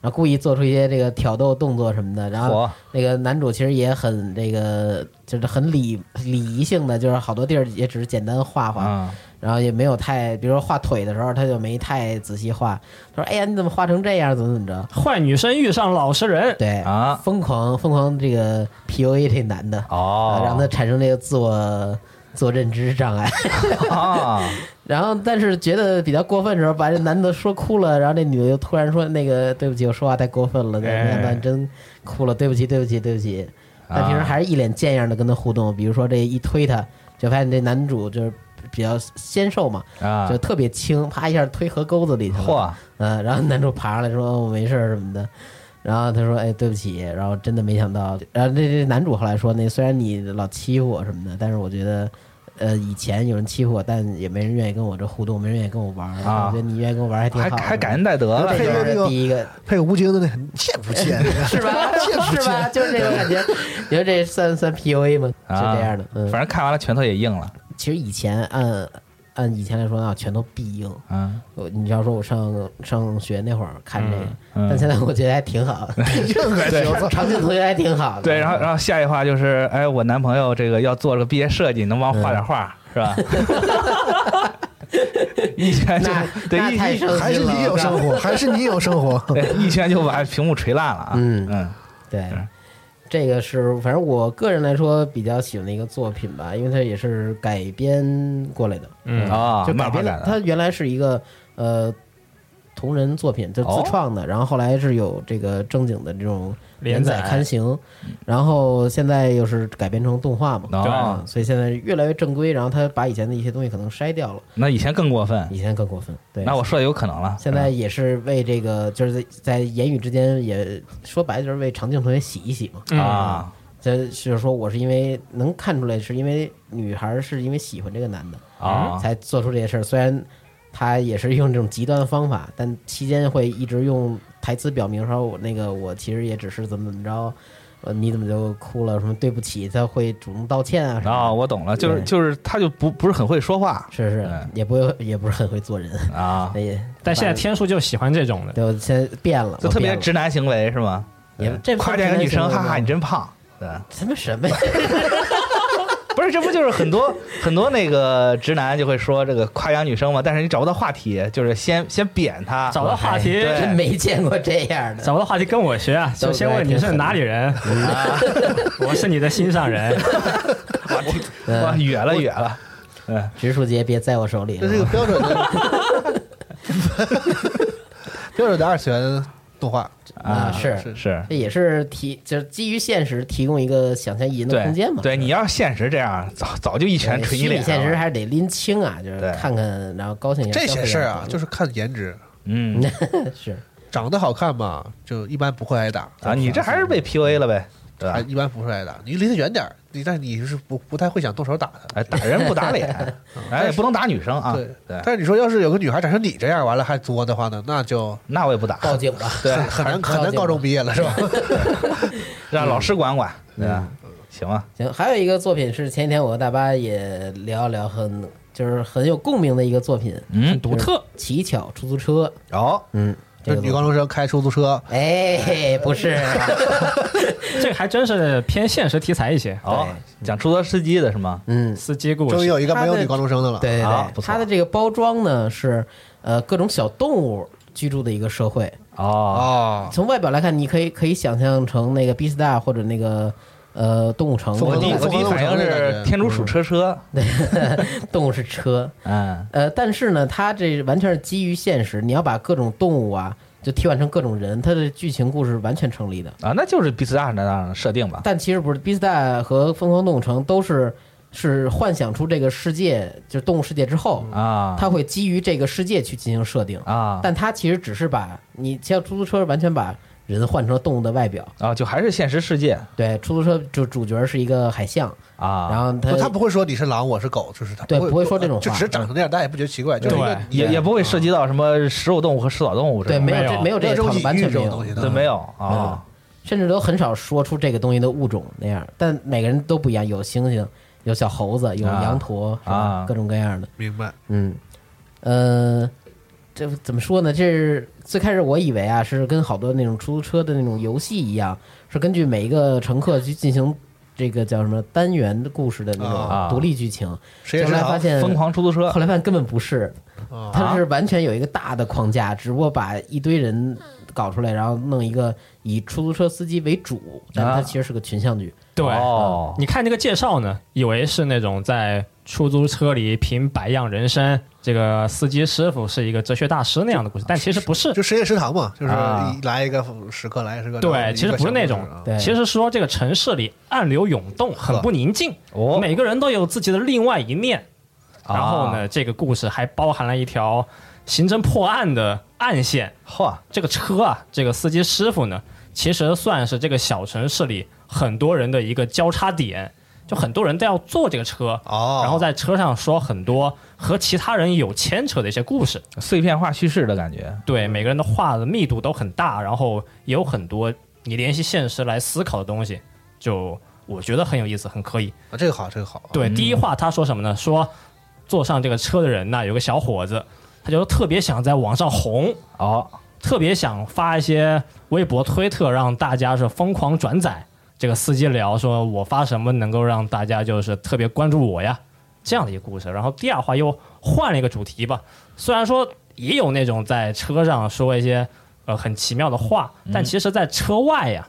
S6: 然后故意做出一些这个挑逗动作什么的。然后
S9: 火
S6: 那个男主其实也很这个，就是很礼礼仪性的，就是好多地儿也只是简单画画，
S9: 啊，
S6: 然后也没有太，比如说画腿的时候他就没太仔细画，他说哎呀你怎么画成这样，怎么怎么着？
S7: 坏女生遇上老实人，
S6: 对
S9: 啊
S6: 疯狂疯狂这个 PUA 这男的，
S9: 哦
S6: 啊，让他产生这个自我自我认知障碍。
S9: 啊，
S6: 然后，但是觉得比较过分的时候，把这男的说哭了，然后这女的又突然说：“那个，对不起，我说话太过分了，没
S9: 哎
S6: 想到你真哭了，对不起，对不起，对不起。”但
S9: 啊
S6: 平时还是一脸贱样的跟他互动，比如说这一推他，就发现这男主就是比较纤瘦嘛，
S9: 啊
S6: 就特别轻，啪一下推河沟子里去了。
S9: 嚯，
S6: 嗯，然后男主爬上来说：“我没事儿什么的。”然后他说：“哎，对不起。”然后真的没想到，然后这这男主后来说：“那虽然你老欺负我什么的，但是我觉得，呃，以前有人欺负我，但也没人愿意跟我这互动，没人愿意跟我玩儿。
S9: 啊
S6: 我觉得你愿意跟我玩儿还挺
S9: 还
S6: 好。”
S9: 还感恩戴德
S6: 然后
S9: 了
S6: 这，
S8: 配那
S6: 就是
S8: 个
S6: 第一个，
S8: 配个吴京的那贱不 贱？
S6: 是吧？是吧？就是这种感觉。你说这算算 PUA 吗？是
S9: 啊
S6: 这样的。嗯
S9: 反，正看完了拳头也硬了，
S6: 其实以前按按以前来说啊，全都必应。
S9: 嗯，
S6: 我你要说我上上学那会儿看这个，
S9: 嗯嗯
S6: 但现在我觉得还挺好，
S8: 这个
S6: 对，长庆同学还挺好的。
S9: 对，然后然后下一话就是，哎，我男朋友这个要做这个毕业设计，能帮我画
S6: 嗯
S9: 点画是 吧？一拳就
S6: 那
S9: 对
S6: 那
S9: 一
S6: 太
S9: 一
S6: 生
S8: 还是你有生活，还是你有 生活。
S9: 对一拳就把屏幕锤烂了啊！
S6: 嗯
S9: 嗯
S6: 对
S9: 是，
S6: 这个是反正我个人来说比较喜欢的一个作品吧，因为它也是改编过来的，
S7: 嗯
S9: 啊，
S6: 就改
S9: 漫画
S6: 编
S9: 改
S6: 的。
S9: 的
S6: 它原来是一个呃同人作品，就
S9: 哦
S6: 自创的，然后后来是有这个正经的这种连
S7: 连载
S6: 载刊行，然后现在又是改编成动画嘛，
S9: 哦
S6: 啊所以现在越来越正规，然后他把以前的一些东西可能筛掉了，
S9: 那以前更过分，
S6: 以前更过分。对，
S9: 那我说的有可能了。嗯
S6: 现在也是为这个，就是在在言语之间也说白了就是为长镜同学洗一洗嘛。
S9: 嗯啊，
S6: 这就是说我是因为能看出来，是因为女孩是因为喜欢这个男的
S9: 啊
S6: 才做出这些事儿。虽然他也是用这种极端的方法，但期间会一直用台词表明说，我那个我其实也只是怎么怎么着，呃，你怎么就哭了？什么对不起，他会主动道歉啊什么
S9: 啊，
S6: 的。
S9: 我懂了，就是
S6: 对
S9: 就是他就不不是很会说话
S6: 是是
S9: 嗯，
S6: 也不会，也不是很会做人。
S9: 啊，
S6: 哎呀，
S7: 但现在
S6: 反
S7: 天数就喜欢这种的，
S6: 对，我现在变了，
S9: 就
S6: 我
S9: 特别
S6: 变了
S9: 直男行为是吗？
S6: 也
S9: 对
S6: 这不
S9: 夸
S6: 是
S9: 这个
S6: 直男
S9: 女生，
S6: 行为
S9: 哈
S6: 吗
S9: 哈，你真胖，对。
S6: 他妈什么呀？
S9: 不是，这不就是很 多很多那个直男就会说这个夸奖女生嘛，但是你找不到话题，就是先先贬她，
S7: 找到话题，
S9: 对
S6: 真没见过这样的。
S7: 找到话题跟我学啊，
S6: 都
S7: 首先问你是哪里 人，我是你的心上 人，
S9: 哇，远了远了，
S6: 植树节别在我手里
S8: 这是一个
S6: 了。
S8: 标准的 标准的二次元动画
S6: 啊是
S8: 是
S9: 是，
S6: 这也是提，就是基于现实提供一个想象意淫的
S9: 对
S6: 空间嘛。
S9: 对，你要现实这样，早早就一拳
S6: 对虚
S9: 捶你
S6: 拟
S9: 脸
S6: 现实
S9: 了，
S6: 还是得拎清啊，就是
S9: 对
S6: 看看，然后高兴一下。
S8: 这些事儿啊，就是是看颜值，
S9: 嗯
S6: 是
S8: 长得好看嘛，就一般不会挨打
S9: 啊，你这还
S6: 哎
S9: 是被 PUA 了呗，对
S8: 还
S9: 吧？
S8: 一般不会挨打。你离他远点儿，你但是你是不不太会想动手打他。
S9: 哎，打人不打 脸，哎，也不能打女生啊
S8: 对，
S9: 对，
S8: 但是你说要是有个女孩长成你这样，完了还作的话呢，那就
S9: 那我也不打，
S6: 报警吧。
S9: 对，
S8: 很难
S6: 还是
S8: 很难高中毕业了是 吧？
S9: 让老师管管，对吧？行啊吧，
S6: 行，还有一个作品是前几天我和大巴也聊一聊很，就是很有共鸣的一个作品，
S9: 嗯，
S7: 独特。
S6: 《乞巧出租车》。
S9: 哦，
S6: 嗯，
S8: 就
S6: 这个
S8: 女
S6: 作
S8: 高中生开出租车，
S6: 品哎，不是 啊，
S7: 这个还真是偏现实题材一些，
S9: 哦，讲出租车司机的是吗？
S6: 嗯，
S7: 司机故
S8: 终于
S7: 事，
S8: 有一个没有
S6: 他的
S8: 女高中生的了。
S6: 对对
S9: 啊不
S6: 对，
S9: 错
S6: 它的这个包装呢是呃各种小动物居住的一个社会。
S9: 哦，
S8: 哦，
S6: 从外表来看，你可以可以想象成那个 B Star 或者那个呃动物城，
S8: 疯
S9: 我
S8: 狂
S9: 第
S8: 动
S9: 我
S8: 物
S9: 第一反应是天竺鼠车车，
S6: 动物是车。
S9: 嗯，
S6: 呃，但是呢，它这完全是基于现实，你要把各种动物啊就替换成各种人，它的剧情故事完全成立的。
S9: 啊，那就是比斯大那样的设定吧？
S6: 但其实不是，B Star 和疯狂动物城都是是幻想出这个世界，就是动物世界之后，
S9: 啊，
S6: 它会基于这个世界去进行设定。
S9: 啊，
S6: 但他其实只是把你像出租车，完全把人换成了动物的外表。
S9: 啊，就还是现实世界
S6: 对，出租车主主角是一个海象，
S9: 啊，
S6: 然后
S8: 不
S6: 他
S8: 他不会说你是狼，我是狗，就是他
S6: 对
S8: 不
S6: 不会说这种
S8: 就
S6: 话
S8: 只是长成那样，大家也不觉得奇怪，就是一个嗯
S7: 对
S9: 也也不会涉及到什么食肉动物和食草动物之
S6: 对
S9: 类的，
S6: 没有这没有
S8: 没有
S6: 这
S8: 这种
S6: 个套
S8: 隐
S6: 路，完
S8: 喻
S6: 全
S8: 这
S6: 没
S8: 种
S6: 有
S8: 东，西的，
S9: 对没有
S6: 没
S9: 啊
S6: 有，甚至都很少说出这个东西的物种那样。但每个人都不一样，有猩猩，有小猴子，有
S9: 啊
S6: 羊驼，是吧
S9: 啊
S6: 各种各样的。
S8: 明白？
S6: 嗯，呃，这怎么说呢？这是最开始我以为啊，是跟好多那种出租车的那种游戏一样，是根据每一个乘客去进行这个叫什么单元的故事的那
S9: 啊
S6: 种独立剧情。
S8: 谁也
S6: 后
S8: 是
S6: 来发
S8: 狼，
S6: 现
S9: 疯，狂出租车
S6: 后来发现根本不是，
S8: 啊
S6: 它是完全有一个大的框架，只不过把一堆人搞出来，然后弄一个以出租车司机为主，但它其实是个群像剧。
S7: 对，
S9: 哦，
S7: 你看这个介绍呢，以为是那种在出租车里品百样人生，这个司机师傅是一个哲学大师那样的故事，但其实不是。
S8: 就实验食堂嘛，就是
S9: 啊
S8: 一来一个食客，来十个，然后
S7: 对，
S8: 一
S7: 其实
S8: 个
S7: 不是
S8: 小
S7: 那
S8: 故事
S7: 种
S8: 啊，
S6: 对
S7: 其实说这个城市里暗流涌动，很不宁静，
S9: 哦
S7: 每个人都有自己的另外一面。
S9: 啊
S7: 然后呢，这个故事还包含了一条刑侦破案的暗线。
S9: 嚯，
S7: 这个车啊，这个司机师傅呢，其实算是这个小城市里很多人的一个交叉点，就很多人都要坐这个车，
S8: 哦，
S7: 然后在车上说很多和其他人有牵扯的一些故事。
S9: 碎片化叙事的感觉，
S7: 对，每个人的话的密度都很大，然后也有很多你联系现实来思考的东西，就我觉得很有意思，很可以。
S8: 啊这个好，这个好啊，
S9: 嗯
S7: 对，第一话他说什么呢？说坐上这个车的人呢，有个小伙子，他就特别想在网上红，
S9: 哦，
S7: 特别想发一些微博、推特，让大家是疯狂转载。这个司机聊说，我发什么能够让大家就是特别关注我呀？这样的一个故事。然后第二话又换了一个主题吧，虽然说也有那种在车上说一些呃很奇妙的话，但其实在车外呀，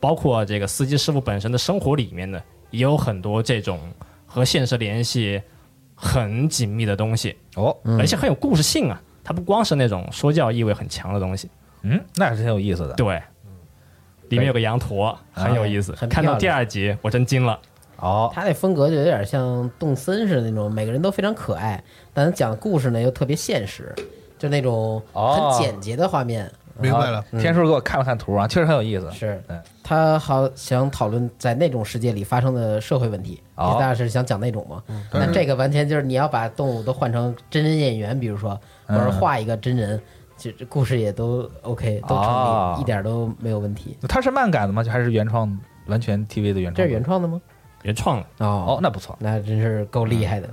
S7: 包括这个司机师傅本身的生活里面呢，也有很多这种和现实联系很紧密的东西。
S9: 哦，
S6: 嗯
S7: 而且很有故事性啊。它不光是那种说教意味很强的东西，
S9: 嗯，那是挺有意思的，
S7: 对，里面有个羊驼，很有意思。
S6: 嗯哎啊很
S7: 看
S6: 漂
S7: 到
S6: 亮
S7: 第二集，我真惊了。
S9: 哦，
S6: 他那风格就有点像动森似的那种，每个人都非常可爱，但讲的故事呢又特别现实，就那种
S9: 哦
S6: 很简洁的画面。
S8: 明白了。
S9: 天叔给我看了看图啊，确实很有意思，
S6: 是
S9: 嗯
S6: 他好想讨论在那种世界里发生的社会问题，
S9: 哦
S6: 大家是想讲那种嘛？嗯但这个完全就是你要把动物都换成真人演员，比如说，或者画一个真人，其实故事也都 OK，都成
S9: 哦
S6: 立，一点都没有问题。
S9: 它是漫改的吗？就还是原创完全 TV 的原创？
S6: 这是原。创的吗？
S7: 原创了，
S9: 哦
S6: 哦，，
S9: 那不错
S6: 那真是够厉害的。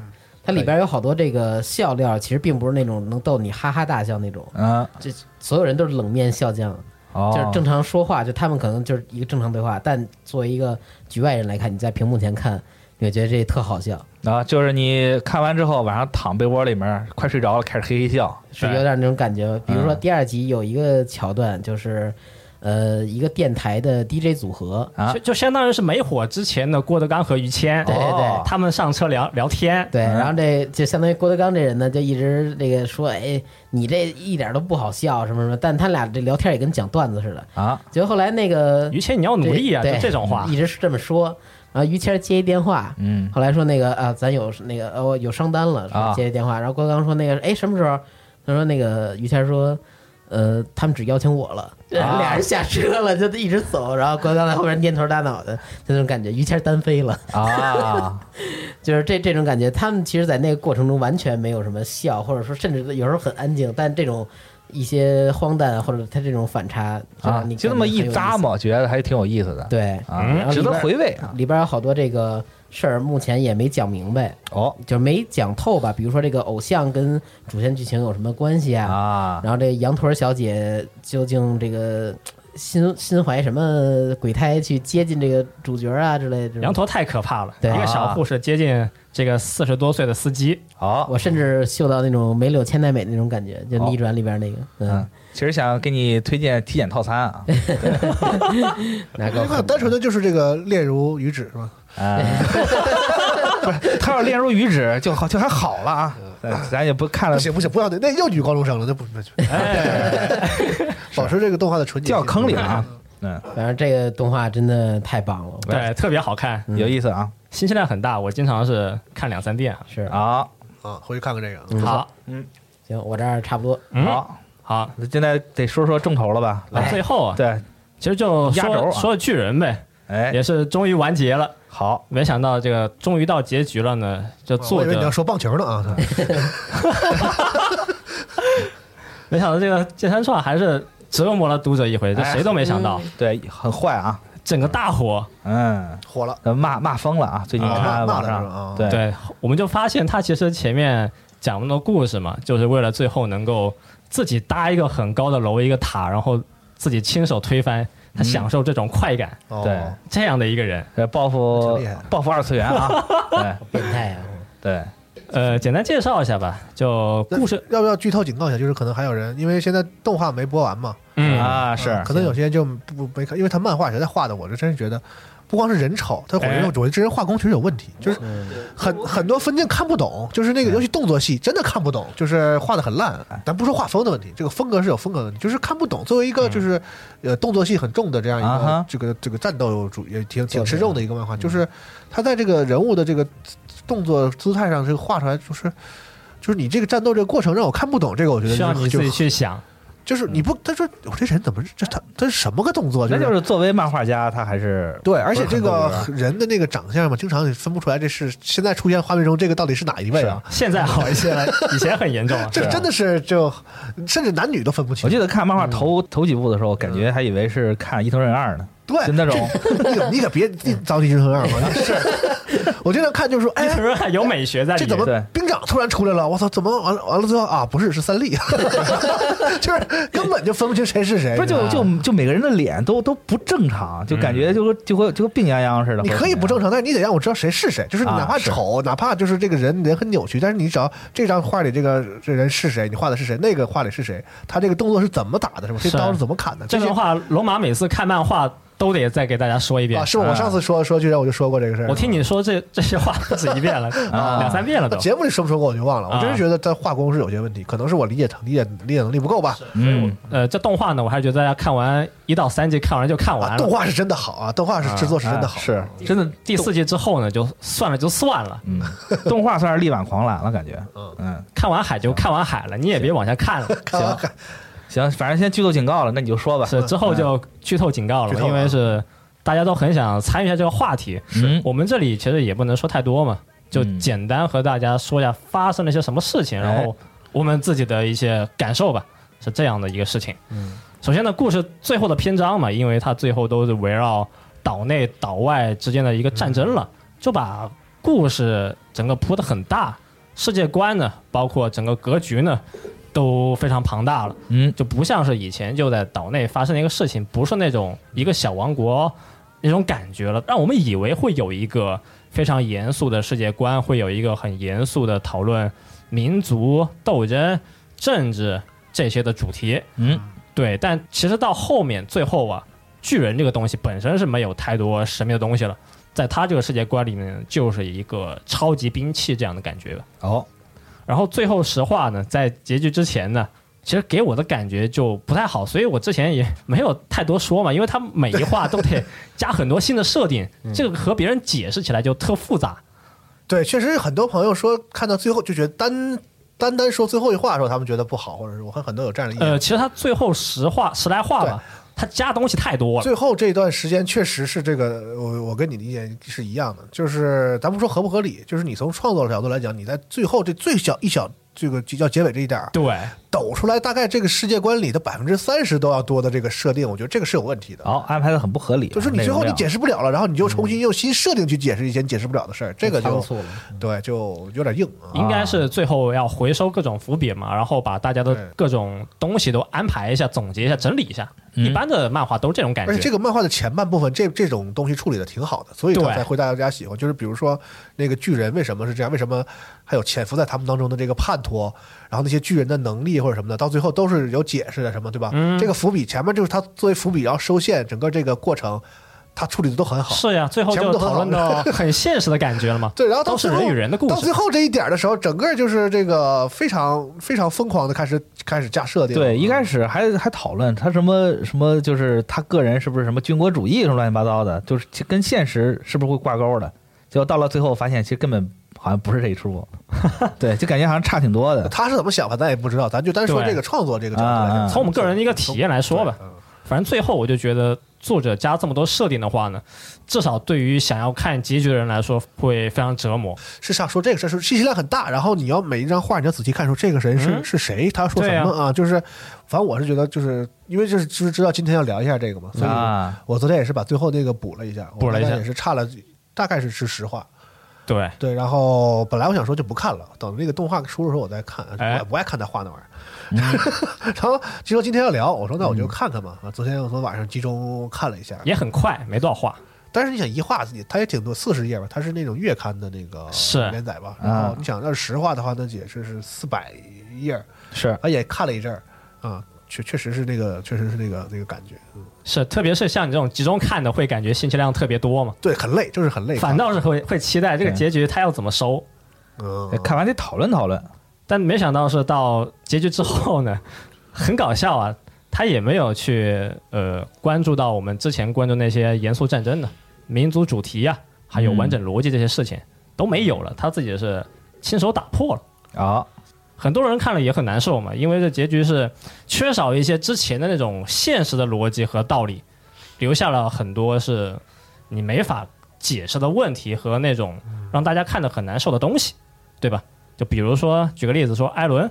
S6: 它里边有好多这个笑料，其实并不是那种能逗你哈哈大笑那种，
S9: 嗯，
S6: 这所有人都是冷面笑匠，
S9: 哦，
S6: 就是正常说话，就他们可能就是一个正常对话，但作为一个局外人来看，你在屏幕前看，你会觉得这特好笑，
S9: 啊，就是你看完之后晚上躺被窝里面快睡着了，开始嘿嘿笑，
S6: 是
S7: 对
S6: 有点那种感觉。比如说第二集有一个桥段，就是呃一个电台的 DJ 组合，
S9: 啊
S7: 就就相当于是没火之前的郭德纲和于谦，哦
S6: 对对对
S7: 他们上车聊聊天，
S6: 对，然后这就相当于郭德纲这人呢，就一直这个说，哎，你这一点都不好笑什么什么，但他俩这聊天也跟讲段子似的。
S9: 啊，
S6: 结果后来那个
S7: 于谦你要努力啊，就
S6: 对
S7: 这种话
S6: 一。直是这么说。然后于谦接一电话，
S9: 嗯
S6: 后来说那个啊，咱有那个哦有商单了，说
S9: 啊
S6: 接一电话。然后郭德纲说那个哎什么时候？他说那个于谦说，呃，他们只邀请我了。
S9: 啊
S6: 俩人下车了，就一直走。然后郭德纲在后边蔫头耷脑的，就那种感觉。于谦单飞了，
S9: 啊，
S6: 就是这这种感觉。他们其实，在那个过程中完全没有什么笑，或者说甚至有时候很安静，但这种一些荒诞或者他这种反差就
S9: 啊
S6: 让，你
S9: 就那么一咂
S6: 扎嘛。
S9: 摸，觉得还挺有意思的，
S6: 对，嗯然
S9: 啊，
S6: 后
S9: 值
S6: 里
S9: 得
S6: 边嗯
S9: 回味啊。
S6: 里边有好多这个事儿，目前也没讲明白，
S9: 哦
S6: 就是没讲透吧。比如说这个偶像跟主线剧情有什么关系啊？
S9: 啊，
S6: 然后这羊驼小姐究竟这个心心怀什么鬼胎去接近这个主角啊之类的？
S7: 羊，驼太可怕了，
S6: 对
S7: 一个小护士接近这个四十多岁的司 机，
S9: 好，
S6: 我甚至嗅到那种梅柳千代美那种感觉，就逆转里边那个，
S9: 嗯
S6: 嗯，，
S9: 其实想给你推荐体检套餐 啊，
S6: 那
S8: 那
S6: 个
S8: 单纯的就是这个恋如鱼脂是吧？
S9: 啊， 不是，他要是练如鱼脂就好，就还好了啊，
S6: 嗯
S9: 呃咱也不看了
S8: 不，行不行，不要那那又女高中生了，那不那就
S7: 哎
S8: 保持这个动画的纯洁性，
S9: 掉坑里了啊，嗯，
S6: 反正这个动画真的太棒了，
S7: 对，特别好看，
S9: 有意思啊，
S7: 信息量很大，我经常是看两三遍啊。
S6: 是，
S9: 好，
S8: 啊！回去看看这个啊。
S6: 嗯
S7: 好，
S6: 行，我这儿差不多，
S7: 嗯
S9: 好，
S7: 好，
S9: 那现在得说说正头了吧？
S8: 哎
S7: 那最后啊，
S9: 哎对，
S7: 其实就
S9: 压轴啊
S7: 说说巨人呗，
S9: 哎，
S7: 也是终于完结了。
S9: 好，
S7: 没想到这个终于到结局了呢，这
S8: 我
S7: 作
S8: 以为你要
S7: 者
S8: 说棒球呢啊，
S7: 没想到这个剑三创还是折磨了读者一回，这
S9: 哎
S7: 谁都没想到，
S9: 对，很坏啊，
S7: 整个大火。
S9: 嗯，
S8: 火了，
S9: 呃骂骂疯了啊！最近
S7: 啊
S9: 看
S8: 骂
S9: 网
S8: 了是吧
S9: 上
S8: 啊，
S9: 对，
S7: 对，我们就发现他其实前面讲那么多故事嘛，就是为了最后能够自己搭一个很高的楼一个塔，然后自己亲手推翻，他享受这种快感，
S8: 哦
S9: 对
S7: 这样的一个人。
S9: 呃，报复
S8: 挺厉害的
S9: 报复二次元 啊！对
S6: 变态啊！
S9: 对，
S7: 呃，简单介绍一下吧，就故事，
S8: 要不要剧透警告一下？就是可能还有人，因为现在动画没播完嘛，
S7: 嗯，
S9: 啊，是
S8: 可能有些人就不没看，因为他漫画实在画的，我这真是觉得。不光是人丑，他我觉
S7: 哎
S8: 得我觉得这人画工确实有问题，就是很很多分镜看不懂，就是
S7: 嗯
S8: 那个尤其动作戏真的看不懂，就是画的很烂。
S7: 哎
S8: 咱不说画风的问题，这个风格是有风格的问题，就是看不懂。作为一
S7: 嗯
S8: 个就是呃动作戏很重的这样一
S9: 啊
S8: 个
S9: 哈
S8: 这个这个战斗主也挺挺吃重的一个漫
S7: 嗯
S8: 画，就是他在这个人物的这个动作姿态上，这个画出来就是就是你这个战斗这个过程让我看不懂，这个我觉得
S9: 嗯
S7: 需要
S8: 就
S7: 你
S8: 就
S7: 自己去想。
S8: 就是你不，他说我这人怎么这他他是什么个动作？
S9: 那
S8: 是
S9: 就是作为漫画家，他还是
S8: 对，而且这个
S9: 不是很
S8: 人的那个长相嘛，经常也分不出来这是现在出现画面中这个到底是哪一位啊？
S7: 现在好一些了，以前很严重啊。
S8: 这真的是就甚至男女都分不清。
S9: 我记得看
S8: 嗯
S9: 漫画头头几部的时候，感觉还以为是看《伊藤润二》呢，
S8: 对
S9: 就那种
S8: 你可你可
S9: 嗯
S8: 别你着急成这样 嘛！是，我经常看就是说，
S7: 伊
S8: 哎
S7: 藤，润二有美学在里
S8: 这怎
S7: 面
S8: 么。
S9: 对
S8: 兵长突然出来了？我操，怎么完了完了之后啊？不是，是三笠， 就是根本就分不清谁是谁。
S9: 不是就就就每个人的脸都都不正常，就感觉就会就会就跟病殃殃似
S8: 嗯
S9: 的。
S8: 你
S7: 啊
S8: 可以不正
S9: 常，
S8: 常，但是你得让我知道谁是谁。就是你
S9: 啊
S8: 哪怕
S9: 是
S8: 丑，哪怕就是这个人人很扭曲，但是你只要这张画里这个这人是谁，你画的是谁，那个画里是谁，他这个动作是怎么打的，是吧？这
S7: 是
S8: 刀是怎么砍的？
S7: 这
S8: 些
S7: 个话，龙马每次看漫画都得再给大家说一遍
S8: 啊，。是啊吗？我上次说说居然我就说过这个事儿。
S7: 我听你说这这些话不止一遍了，
S9: 啊
S7: 两三遍了
S8: 那
S7: 都。嗯
S8: 节目里说不说过我就忘了。我真
S7: 啊
S8: 是觉得他画工是有些问题，可能是我理解理解理解能力不够吧。
S9: 嗯，
S7: 呃，这动画呢，我还是觉得大家看完一到三集看完就看完
S8: 啊，
S7: 了。
S8: 动画是真的好啊，动画是制作是真的好。
S9: 啊是
S7: 真的第四季之后呢，就算了就算了，
S9: 嗯， 动画算是力挽狂澜了，感觉
S8: 嗯
S9: 嗯
S7: 看完海就看完海了，你也别往下看了。
S8: 看完看
S9: 行，反正先剧透警告了，那你就说吧。
S7: 是之后就剧透警告
S8: 剧
S7: 了，
S8: 透了
S7: 因为是大家都很想参与一下这个话题。
S9: 嗯
S7: 我们这里其实也不能说太多嘛，就
S9: 嗯
S7: 简单和大家说一下发生了一些什么事
S9: 哎
S7: 情，然后我们自己的一些感受吧，是这样的一个事情。嗯，首先呢，故事最后的篇章嘛，因为它最后都是围绕岛内岛外之间的一个战争
S9: 嗯
S7: 了，就把故事整个铺得很大，世界观呢，包括整个格局呢，都非常庞大了。
S9: 嗯
S7: 就不像是以前就在岛内发生的一个事情，不是那种一个小王国那种感觉了，让我们以为会有一个非常严肃的世界观，会有一个很严肃的讨论民族斗争、政治这些的主题。
S9: 嗯，
S7: 对，但其实到后面最后啊，巨人这个东西本身是没有太多神秘的东西了，在他这个世界观里面就是一个超级兵器这样的感觉吧。
S9: 哦
S7: 然后最后实话呢，在结局之前呢，其实给我的感觉就不太好，所以我之前也没有太多说嘛，因为它每一话都得加很多新的设定，这个和别人解释起来就特复杂。
S8: 对，确实很多朋友说看到最后就觉得单单单说最后一话的时候，他们觉得不好，或者是我看很多有这样的意见。
S7: 呃，其实它最后十话十来话吧，它加东西太多了。
S8: 最后这段时间确实是这个，我我跟你理解是一样的，就是咱不说合不合理，就是你从创作的角度来讲，你在最后这最小一小这个叫结尾这一点儿
S7: 对，
S8: 抖出来，大概这个世界观里的百分之三十都要多的这个设定，我觉得这个是有问题的。
S9: 哦，安排的很不合理啊，
S8: 就是你最后你
S9: 内容量
S8: 解释不了了，然后你就重新用新设定去解释以前解释不了的事儿，这个
S6: 仓
S8: 就
S6: 促了
S8: 对就有点硬啊。
S7: 应该是最后要回收各种伏笔嘛，然后把大家的
S8: 对
S7: 各种东西都安排一下、总结一下、整理一下。
S9: 嗯
S7: 一般的漫画都这种感
S8: 而且
S7: 觉。
S8: 这个漫画的前半部分，这这种东西处理的挺好的，所以它
S7: 对
S8: 才会大家喜欢。就是比如说那个巨人为什么是这样，为什么还有潜伏在他们当中的这个叛徒，然后那些巨人的能力或者什么的，到最后都是有解释的，什么对吧？
S7: 嗯
S8: 这个伏笔前面就是他作为伏笔，然后收线，整个这个过程他处理的都很好。
S7: 是呀，最后
S8: 全部
S7: 就
S8: 都很
S7: 讨论
S8: 好
S7: 到很现实的感觉 了嘛。
S8: 对，然后到
S7: 都是
S8: 最后
S7: 人与人的故事
S8: 到最后这一点的时候，整个就是这个非常非常疯狂的开始开始架设定。
S9: 对，一开始还还讨论他什么什么，就是他个人是不是什么军国主义什么乱七八糟的，就是其跟现实是不是会挂钩的。结果到了最后发现，其实根本好像不是这一出， 对，就感觉好像差挺多 的。
S8: 他是怎么想的，咱也不知道，咱就单说
S7: 对
S8: 这个创作这个角度来
S9: 啊啊
S8: 讲，
S7: 从我们个人的一个体验来说吧
S8: 对，嗯
S7: 反正最后我就觉得作者加这么多设定的话呢，至少对于想要看结局的人来说会非常折磨。
S8: 是上说这个事儿是信息量很大，然后你要每一张画你要仔细看出这个人是、
S7: 嗯
S8: 是谁，他说
S7: 对
S8: 什
S7: 啊
S8: 么啊？就是反正我是觉得就是因为就是就是知道今天要聊一下这个嘛，所以
S9: 啊
S8: 我昨天也是把最后那个补了一下，我
S7: 补了一下
S8: 大概也是差了大概是是实话。
S7: 对，
S8: 对，然后本来我想说就不看了，等那个动画出的时候我再看，我
S7: 哎嗯
S8: 也不爱看他画那玩意儿。 然后据说今天要聊，我说那我就看看吧。啊，昨天我从晚上集中看了一下，
S7: 也很快，没多少话。
S8: 但是你想一画，它也挺多，四十页吧，它是那种月刊的那个
S7: 是啊
S8: 连载吧。
S9: 嗯
S8: 然后你想要是实画的话，那也是是四百页儿，
S9: 是
S8: 啊，也看了一阵儿啊，确确实是那个，确实是那个那个感觉，嗯
S7: 是，特别是像你这种集中看的，会感觉信息量特别多嘛，
S8: 对，很累，就是很累。
S7: 反倒是会会期待这个
S9: 对
S7: 结局他要怎么收。
S8: 嗯，
S9: 看完得讨论讨论。
S7: 但没想到是到结局之后呢，很搞笑啊，他也没有去呃关注到我们之前关注那些严肃战争的民族主题呀、还有完整逻辑这些事情、都没有了，他自己是亲手打破了。
S9: 啊，
S7: 很多人看了也很难受嘛，因为这结局是缺少一些之前的那种现实的逻辑和道理，留下了很多是你没法解释的问题和那种
S8: 嗯
S7: 让大家看得很难受的东西，对吧？就比如说，举个例子说，艾伦，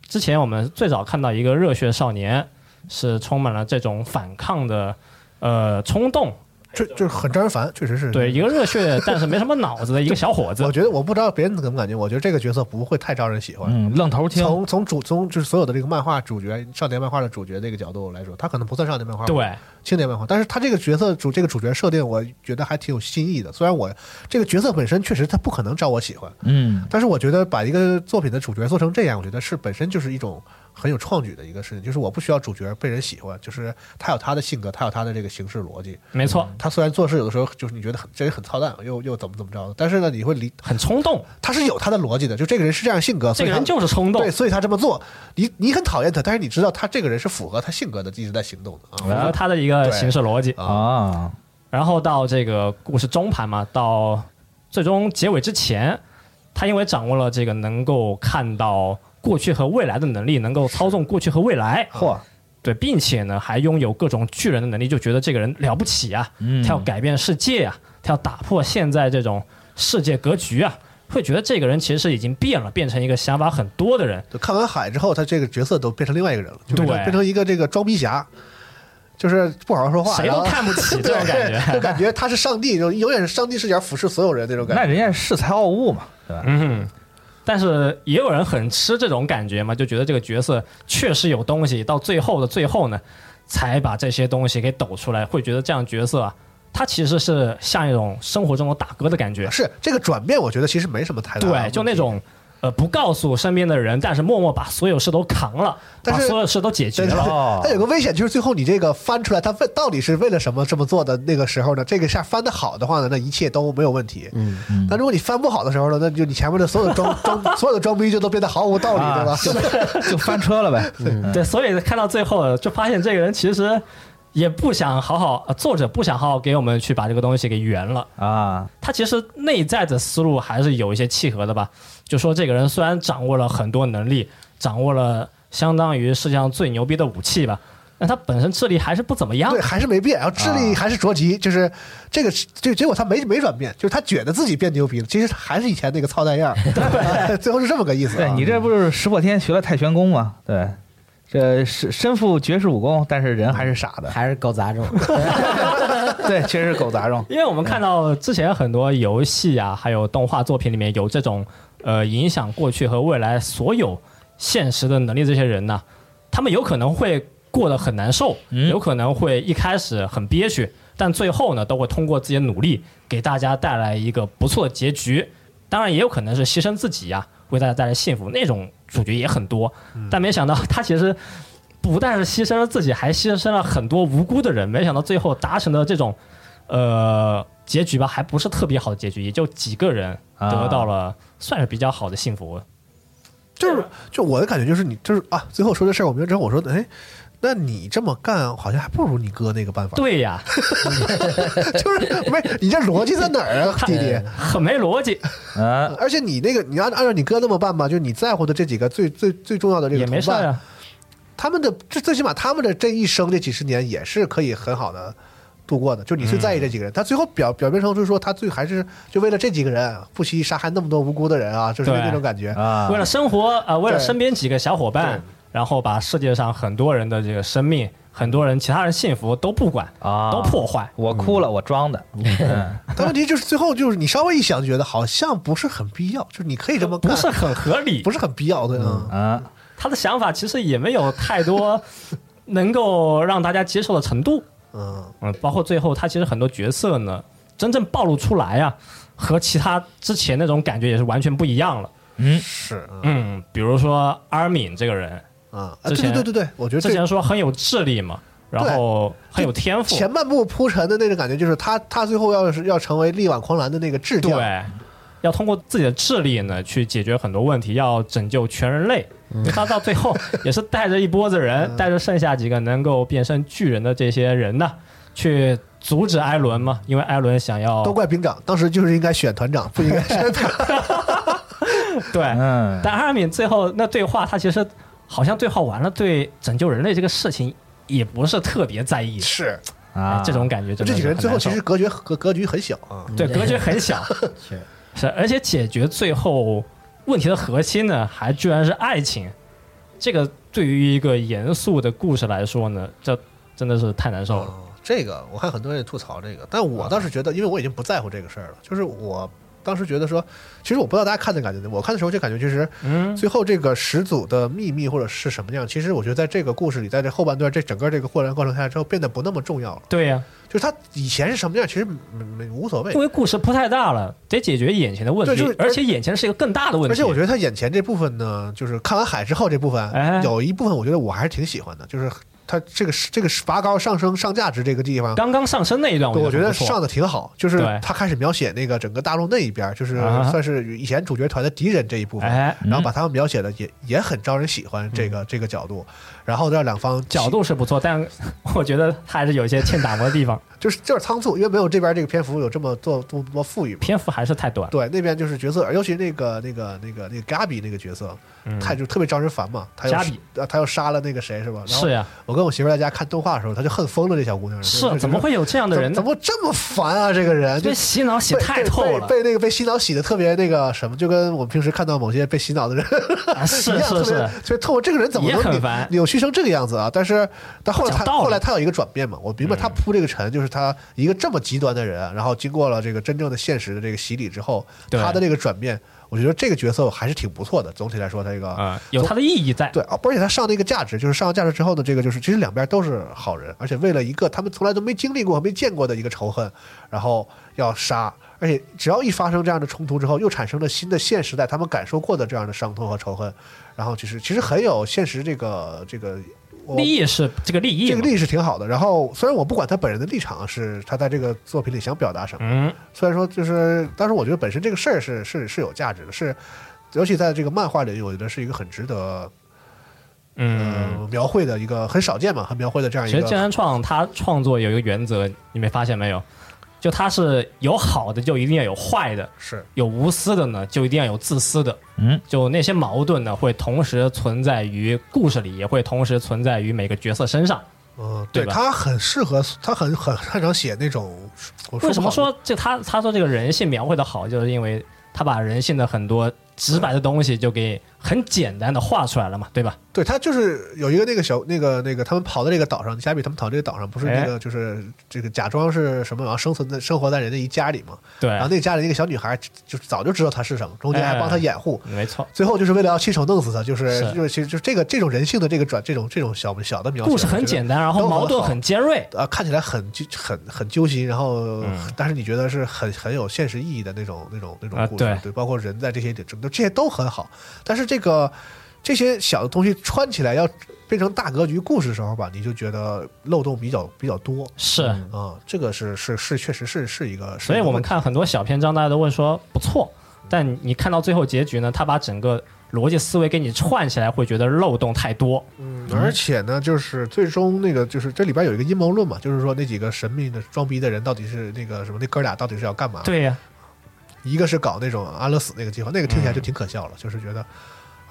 S7: 之前我们最早看到一个热血少年是充满了这种反抗的呃冲动，
S8: 这就是很招人烦，确实是。
S7: 对一个热血但是没什么脑子的一个小伙子
S8: 嗯 我，觉得我不知道别人怎么感觉，我觉得这个角色不会太招人喜欢。
S9: 嗯，愣头青，
S8: 从从主从就是所有的这个漫画主角少年漫画的主角这个角度来说，他可能不算少年漫画，，
S7: 对
S8: 青年漫画，但是他这个角色主这个主角设定，我觉得还挺有新意的。虽然我这个角色本身确实他不可能招我喜欢，
S9: 嗯，
S8: 但是我觉得把一个作品的主角做成这样，我觉得是本身就是一种很有创举的一个事情。就是我不需要主角被人喜欢，就是他有他的性格，他有他的这个行事逻辑。
S7: 没错，
S8: 他虽然做事有的时候就是你觉得很这人很操蛋，又又怎么怎么着的，但是呢，你会理
S7: 很冲动，
S8: 他是有他的逻辑的，就这个人是这样性格，
S7: 这
S8: 啊所以
S7: 个
S8: 他
S7: 人就是冲动
S8: 对，，所以他这么做，你你很讨厌他，但是你知道他这个人是符合他性格的，一直在行动的
S7: 符合
S8: 啊。
S7: 他的一个行事逻辑。
S9: 啊，
S7: 然后到这个故事中盘嘛，到最终结尾之前，他因为掌握了这个能够看到过去和未来的能力，能够操纵过去和未来，
S9: 嚯，
S7: 对，并且呢还拥有各种巨人的能力，就觉得这个人了不起啊，
S9: 嗯
S7: 他要改变世界啊，他要打破现在这种世界格局啊，会觉得这个人其实已经变了，变成一个想法很多的人。
S8: 就看完海之后，他这个角色都变成另外一个人了，就变成
S7: 对
S8: 变成一个这个装逼侠，就是不好好说话，
S7: 谁都
S8: 然后
S7: 看不起这种感
S8: 对， 就
S7: 觉，
S8: 感觉他是上帝，就永远是上帝视角俯视所有人那种感
S9: 那
S8: 觉。
S9: 人家恃才傲物嘛，对吧？
S7: 嗯，但是也有人很吃这种感觉嘛，就觉得这个角色确实有东西，到最后的最后呢，才把这些东西给抖出来，会觉得这样角色啊，他其实是像一种生活中的大哥的感觉，
S8: 是这个转变，我觉得其实没什么太大的问
S7: 对，
S8: 题。
S7: 就那种。呃，不告诉身边的人，但是默默把所有事都扛了，
S8: 但
S7: 把
S8: 是
S7: 所有事都解决
S8: 对。对
S7: 了。
S9: 哦
S8: 对，它有个危险，就是最后你这个翻出来，他为到底是为了什么这么做的那个时候呢？这个下翻的好的话呢，那一切都没有问题。嗯，但如果你翻不好的时候呢，那就你前面的所有的装装 所有的装逼就都变得毫无道
S7: 啊
S8: 理，对吧？
S9: 就就翻车了呗，
S7: 对，所以看到最后就发现这个人其实也不想好好，呃作者不想好好给我们去把这个东西给圆了。
S9: 啊，
S7: 他其实内在的思路还是有一些契合的吧。就说这个人虽然掌握了很多能力，掌握了相当于世界上最牛逼的武器吧，但他本身智力还是不怎么样
S8: 对，。还是没变，然后智
S7: 啊
S8: 力还是着急，就是这个这结果他没没转变，就是他觉得自己变牛逼了，其实还是以前那个操蛋样儿， 最后是这么个意思、
S9: 对
S8: 啊。
S9: 你这不是石破天学了太玄功吗？对，这是身负绝世武功，但是人还是 傻的，
S6: 还是搞杂种。
S9: 对，确实是狗杂种，
S7: 因为我们看到之前很多游戏啊，还有动画作品里面有这种呃影响过去和未来所有现实的能力，这些人呢、他们有可能会过得很难受，
S9: 嗯
S7: 有可能会一开始很憋屈，但最后呢，都会通过自己的努力给大家带来一个不错的结局。当然，也有可能是牺牲自己呀、为大家带来幸福，那种主角也很多。
S8: 嗯
S7: 但没想到他其实不但是牺牲了自己，还牺牲了很多无辜的人。没想到最后达成的这种呃结局吧，还不
S8: 啊
S7: 是特别好的结局，也就几个人得到了算是比较好的幸福。
S8: 就是就我的感觉就是你就是啊，最后说这事儿，我明白之后我说，哎，那你这么干好像还不如你哥那个 办法，
S7: 对呀，
S8: 就是不是你这逻辑在哪儿啊，弟弟？
S7: 很没逻辑，
S9: 嗯，
S8: 而且你那个，你按按照你哥那么办吧，就你在乎的这几个最最最重要 的这个
S7: 也
S8: 同
S7: 没事儿啊
S8: 伴，
S7: 呀。
S8: 他们的最最起码他们的这一生这几十年也是可以很好的度过的。就你最在意
S7: 嗯
S8: 这几个人，他最后表表面上就是说他最还是就为了这几个人不惜杀害那么多无辜的人啊，就是
S7: 对
S8: 那种感觉。
S9: 啊，
S7: 为了生活啊、呃为了
S8: 对
S7: 身边几个小伙伴，然后把世界上很多人的这个生命、很多人其他人幸福都不管，
S9: 啊
S7: 都破坏。
S9: 我哭了，我装的，嗯
S8: 但问题就是最后就是你稍微一想，觉得好像不是很必要，就是你可以这么干，
S7: 不是很合理
S8: 不，是很必要的。嗯，
S9: 啊，
S7: 他的想法其实也没有太多能够让大家接受的程度。
S8: 嗯，
S7: 嗯，包括最后他其实很多角色呢，真正暴露出来啊，和其他之前那种感觉也是完全不一样了。
S9: 嗯，
S8: 是嗯
S7: 嗯，比如说阿尔敏这个人，
S8: 啊，啊
S7: 之
S8: 对对
S7: 前
S8: 对对对，我觉得
S7: 之前
S8: 这
S7: 说很有智力嘛，然后很有天赋，
S8: 前半部哎铺陈的那种感觉，就是他他最后要是要成为力挽狂澜的那个智将，
S7: 对，要通过自己的智力呢去解决很多问题，要拯救全人类。
S8: 嗯
S7: 他到 最后也是带着一波子人，带着剩下几个能够变身巨人的这些人呢，去阻止艾伦嘛，因为艾伦想要
S8: 都怪兵长，当时就是应该选团长，不 应该选他。
S7: 对。
S9: 嗯，
S7: 但阿敏最后那对话，他其实好像对话完了，对拯救人类这个事情也不是特别在意，
S8: 是，
S9: 啊，
S7: 哎这种感觉真
S8: 这
S7: 的
S8: 几个人
S7: 是
S8: 最
S7: 很
S8: 后
S7: 难
S8: 其
S7: 受
S8: 实格局格格局很小啊。
S7: 对格局很 小，
S6: 是
S7: 是，而且解决最后问题的核心呢，还居然是爱情。这个对于一个严肃的故事来说呢，这真的是太难受了。
S8: 哦这个我看很多人也吐槽这个，但我倒是觉得，因为我已经不在乎这个事儿了。就是我当时觉得说，其实我不知道大家看的感觉，我看的时候就感觉其实，
S7: 嗯
S8: 最后这个始祖的秘密或者是什么样，其实我觉得在这个故事里，在这后半段这整个这个过程过程下来之后，变得不那么重要了。
S7: 对呀、
S8: 就是他以前是什么样，其实没没无所谓
S7: 因。为故事铺太大了，得解决眼前的问题，
S8: 哎对就是
S7: 而且眼前是一个更大的问题。
S8: 而且我觉得他眼前这部分呢，就是看完海之后这部分，
S7: 哎
S8: 有一部分我觉得我还是挺喜欢的，就是他这个这个拔高上升上价值这个地方，
S7: 刚刚上升那一段
S8: 对，我觉
S7: 觉得
S8: 得
S7: 很不错
S8: 上的挺好，就是
S7: 对
S8: 他开始描写那个整个大陆那一边儿，就是
S7: 啊哈
S8: 算是以前主角团的敌人这一部分，
S7: 哎嗯
S8: 然后把他们描写的也也很招人喜欢这个、这个角度，然后让两方
S7: 角度是不错，但我觉得还是有一些欠打磨的地方，
S8: 就是就是仓促，因为没有这边这个篇幅有这么做多多富裕嘛。
S7: 篇幅还是太短。
S8: 对，那边就是角色，尤其那个那个那个那个 Gabi 那个角色，他就特别招人烦嘛。他又
S7: 嗯 Gabi
S8: 呃他又杀了那个谁是吧？然后
S7: 是呀、
S8: 我跟我媳妇儿在家看动画的时候，他就恨疯了这小姑娘。就是
S7: 怎么会有这样的人呢
S8: 怎？么这么烦啊？这个人就
S7: 这洗脑洗
S8: 被
S7: 太透了
S8: 被被被那个被洗脑洗的特别那个什么，就跟我们平时看到某些被洗脑的人
S7: 啊！
S8: 一
S7: 是
S8: 样，
S7: 是
S8: 特别
S7: 是，
S8: 所以透过这个人怎么
S7: 也
S8: 能
S7: 很
S8: 扭
S7: 烦
S8: 扭曲成这个样子啊？但是，但后来
S7: 讲
S8: 他
S7: 道理嗯
S8: 后来他有一个转变嘛，我明白他铺这个陈，就是他一个这么极端的人，然后经过了这个真正的现实的这个洗礼之后，
S7: 对
S8: 他的这个转变，我觉得这个角色还是挺不错的。总体来说，他这个
S7: 啊、有它的意义在。
S8: 对，啊而且他上那个价值，就是上了价值之后的这个，就是其实两边都是好人，而且为了一个他们从来都没经历过、没见过的一个仇恨，然后要杀，而且只要一发生这样的冲突之后，又产生了新的现时代他们感受过的这样的伤痛和仇恨，然后其实其实很有现实这个这个我
S7: 利益是这个利益嘛，
S8: 这个利益是挺好的。然后虽然我不管他本人的立场啊是他在这个作品里想表达什么，
S7: 嗯，
S8: 虽然说就是，但是我觉得本身这个事儿是是是有价值的，是尤其在这个漫画里，我觉得是一个很值得。
S7: 嗯，
S8: 呃描绘的一个很少见嘛，很描绘的这样一
S7: 其实剑
S8: 个。
S7: 三创他创作有一个原则，你没发现没有？就他是有好的就一定要有坏的，
S8: 是
S7: 有无私的呢就一定要有自私的。
S9: 嗯，
S7: 就那些矛盾呢会同时存在于故事里，也会同时存在于每个角色身上。
S8: 嗯，
S7: 对
S8: 对
S7: 吧
S8: 他很适合，他很很擅长写那种。我
S7: 为什
S8: 不
S7: 么
S8: 好
S7: 说这他他说这个人性描绘的好，就是因为他把人性的很多直白的东西就给很简单的画出来了嘛，对吧？
S8: 对他就是有一个那个小那个那个他们跑到这个岛上，加比他们跑到这个岛上，不是
S7: 哎
S8: 那个就是这个假装是什么，然后生存在生活在人家一家里嘛。
S7: 对
S8: 然后，那家里那个小女孩就就早就知道他是什么，中间还帮他掩护。
S7: 没错。
S8: 最后就是为了要亲手弄死他，就是
S7: 哎是
S8: 就是其实就是这个这种人性的这个转这种这种小小的描写，
S7: 故事
S8: 我觉
S7: 很
S8: 得
S7: 简单，然后
S8: 都
S7: 矛盾
S8: 好
S7: 很尖锐，
S8: 啊，看起来很揪很很揪心，然后、
S7: 嗯
S8: 但是你觉得是很很有现实意义的那种那种那种
S7: 啊
S8: 故事，
S7: 对
S8: 包括人在这些里整个这些都很好，但是这个这些小的东西穿起来要变成大格局故事的时候吧，你就觉得漏洞比较比较多
S7: 是。
S8: 啊、这个是是是确实是是一个，
S7: 所以我们
S8: 看
S7: 看很多小篇章，大家都会说不错，但你看到最后结局呢，他把整个逻辑思维给你串起来，会觉得漏洞太多。
S10: 而且呢，就是最终那个就是这里边有一个阴谋论嘛，就是说那几个神秘的装逼的人到底是那个什么，那哥俩到底是要干嘛？
S7: 对呀、
S10: 一个是搞那种安乐死那个计划，那个听起来就挺可笑了，
S7: 嗯
S10: 就是觉得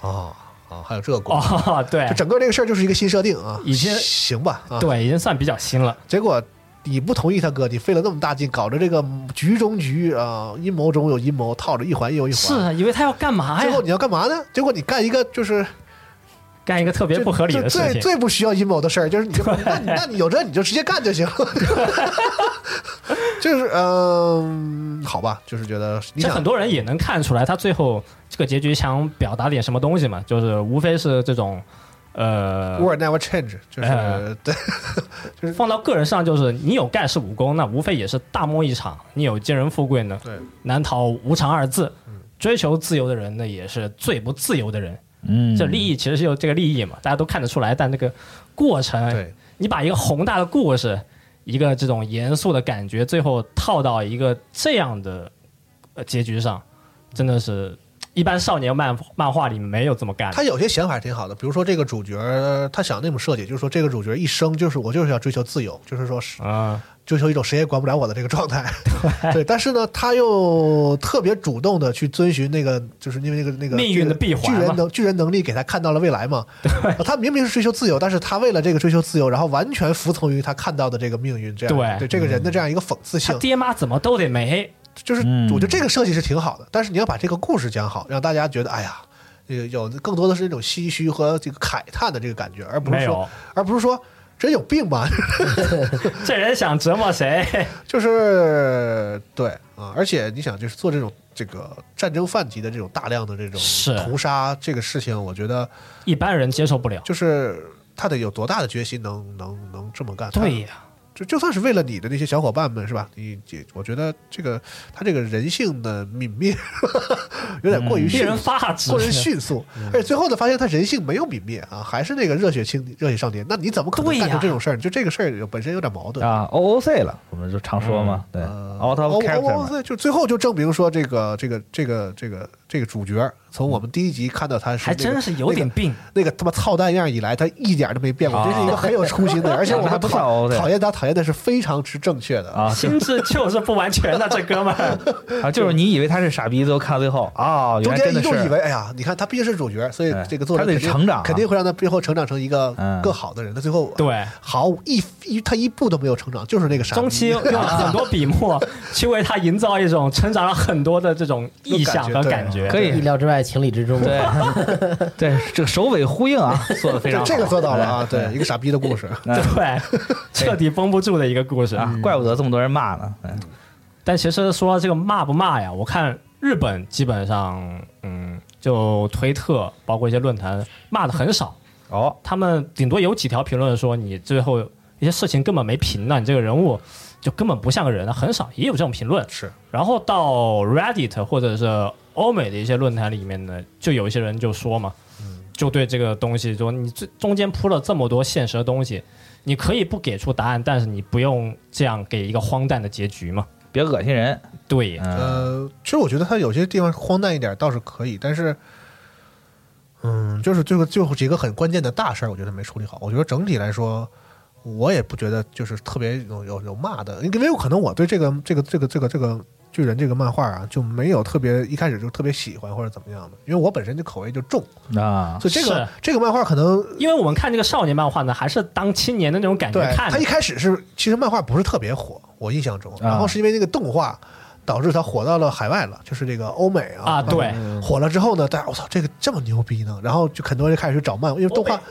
S10: 啊啊，还有这个鬼，
S7: 哦， 对
S10: 就，整个这个事儿就是一个新设定啊，
S7: 已经
S10: 行吧啊，
S7: 对，已经算比较新了。
S10: 结果。你不同意他哥，你费了那么大劲，搞着这个局中局啊，阴谋中有阴谋，套着一环又一环。
S7: 是啊，以为他要干嘛
S10: 最
S7: 呀
S10: 后？你要干嘛呢？结果你干一个就是
S7: 干一个特别
S10: 就
S7: 不合理
S10: 就
S7: 的事
S10: 最
S7: 情。
S10: 最不需要阴谋的事儿，就是你就那你那你有这你就直接干就行 了。就是嗯、好吧，就是觉得你
S7: 这
S10: 想
S7: 很多人也能看出来，他最后这个结局想表达点什么东西嘛，就是无非是这种，呃，
S10: War never change，就是、
S7: 哎
S10: 对
S7: 放到个人上，就是你有盖世武功，那无非也是大梦一场；你有金人富贵呢，
S10: 对嗯
S7: 难逃无常二字。追求自由的人呢，也是最不自由的人。
S9: 嗯，
S7: 这利益其实是有这个利益嘛，大家都看得出来，但这个过程，
S10: 对，
S7: 你把一个宏大的故事，一个这种严肃的感觉，最后套到一个这样的呃结局上，真的是一般少年漫漫画里没有这么干的
S10: 他。有些想法挺好的，比如说这个主角他想那么设计，就是说这个主角一生就是我就是要追求自由，就是说是
S7: 啊、
S10: 追求一种谁也管不了我的这个状态。对，但是呢，他又特别主动的去遵循那个，就是因为那个那个
S7: 命运的
S10: 巨人
S7: 闭环
S10: 巨
S7: 嘛
S10: 人能巨人能力给他看到了未来嘛。 他明明是追求自由，但是他为了这个追求自由，然后完全服从于他看到的这个命运，这样
S7: 对嗯
S10: 这个人的这样一个讽刺
S7: 他
S10: 性，
S7: 爹妈怎么都得没，
S10: 就是
S9: 嗯
S10: 我觉得这个设计是挺好的，但是你要把这个故事讲好，让大家觉得哎呀。这个有更多的是那种唏嘘和这个慨叹的这个感觉，而不
S7: 没
S10: 是
S7: 有
S10: 说，而不是说真有病 吧？
S7: 这人想折磨谁？
S10: 就是对啊，而且你想，就是做这种这个战争犯级的这种大量的这种
S7: 是
S10: 屠杀这个事情，我觉得
S7: 一般人接受不了。
S10: 就是他得有多大的决心能能能这么干？他
S7: 对呀，
S10: 就就算是为了你的那些小伙伴们是吧？你也我觉得这个他这个人性的泯灭 有点过于
S7: 令嗯
S10: 迅
S7: 人发指。
S10: 过于迅速，而且最后呢，发现他人性没有泯灭啊，还是那个热血青热血少年。那你怎么可能
S7: 对呀
S10: 干出这种事儿？就这个事儿本身有点矛盾。
S9: 啊，OOC 了，我们就常说嘛，对
S10: 呃
S9: ，out of character 嘛，
S10: 对，就最后就证明说这个这个这个这个这个主角，从我们第一集看到他是、那个、
S7: 还真是有点病，
S10: 那个他妈操蛋样以来，他一点都没变过，
S9: 啊
S10: 这是一个很有初心的人，而且我
S9: 那还
S10: 们
S9: 不算
S10: 讨
S9: OOC
S10: 讨厌他讨厌的是非常之正确的。
S9: 啊
S7: 心智就是不完全的，这哥们 儿。
S9: 啊，就是你以为他是傻逼，最后看到最后啊，原
S10: 中
S9: 来
S10: 间
S9: 真
S10: 一
S9: 的
S10: 度
S9: 是
S10: 以为，哎呀，你看他毕竟是主角，所以
S9: 哎
S10: 这个作者
S9: 他得
S10: 肯定
S9: 成长啊
S10: 肯定会让他最后成长成一个
S9: 嗯
S10: 更好的人。他最后
S7: 对，
S10: 毫无一一他一步都没有成长，就是那个傻逼
S7: 中期用了很多笔墨去为他营造一种成长了很多的这种意象和感 觉。
S9: 可
S6: 意
S9: 以，
S6: 料之外，情理之中。
S9: 对，对，这个首尾呼应啊，做的非
S10: 这
S9: 常好，
S10: 这个做到了啊！
S9: 哎
S10: 对，一个傻逼的故事。
S7: 对，彻底绷不住的一个故事
S9: 啊，怪不得这么多人骂呢，哎
S7: 但其实说这个骂不骂呀，我看日本基本上，嗯，就推特包括一些论坛骂的很少，
S9: 哦，
S7: 他们顶多有几条评论说你最后一些事情根本没评呢，你这个人物就根本不像个人了，很少也有这种评论。
S10: 是，
S7: 然后到 Reddit 或者是欧美的一些论坛里面呢，就有一些人就说嘛，
S10: 嗯
S7: 就对这个东西说，你这中间铺了这么多现实的东西，你可以不给出答案，但是你不用这样给一个荒诞的结局嘛。
S9: 别恶心人，
S7: 对，
S9: 嗯，
S10: 呃，其实我觉得它有些地方荒诞一点倒是可以，但是，嗯，就是这个最后几个很关键的大事儿，我觉得没处理好。我觉得整体来说，我也不觉得就是特别有有有骂的，因为有可能我对这个这个这个这个这个巨人这个漫画啊，就没有特别一开始就特别喜欢或者怎么样的，因为我本身就口味就重，
S9: 啊，
S10: 所以这个
S7: 是
S10: 这个漫画可能
S7: 因为我们看这个少年漫画呢，还是当青年的那种感觉
S10: 对，
S7: 看啊
S10: 他
S7: 的
S10: 一。开始是其实漫画不是特别火，我印象中，然后是因为那个动画导致它火到了海外了，就是这个欧美啊
S7: 啊对，
S10: 火了之后呢，大家我操这个这么牛逼呢，然后就很多人开始去找漫，因为
S7: 欧
S10: 动画
S7: 美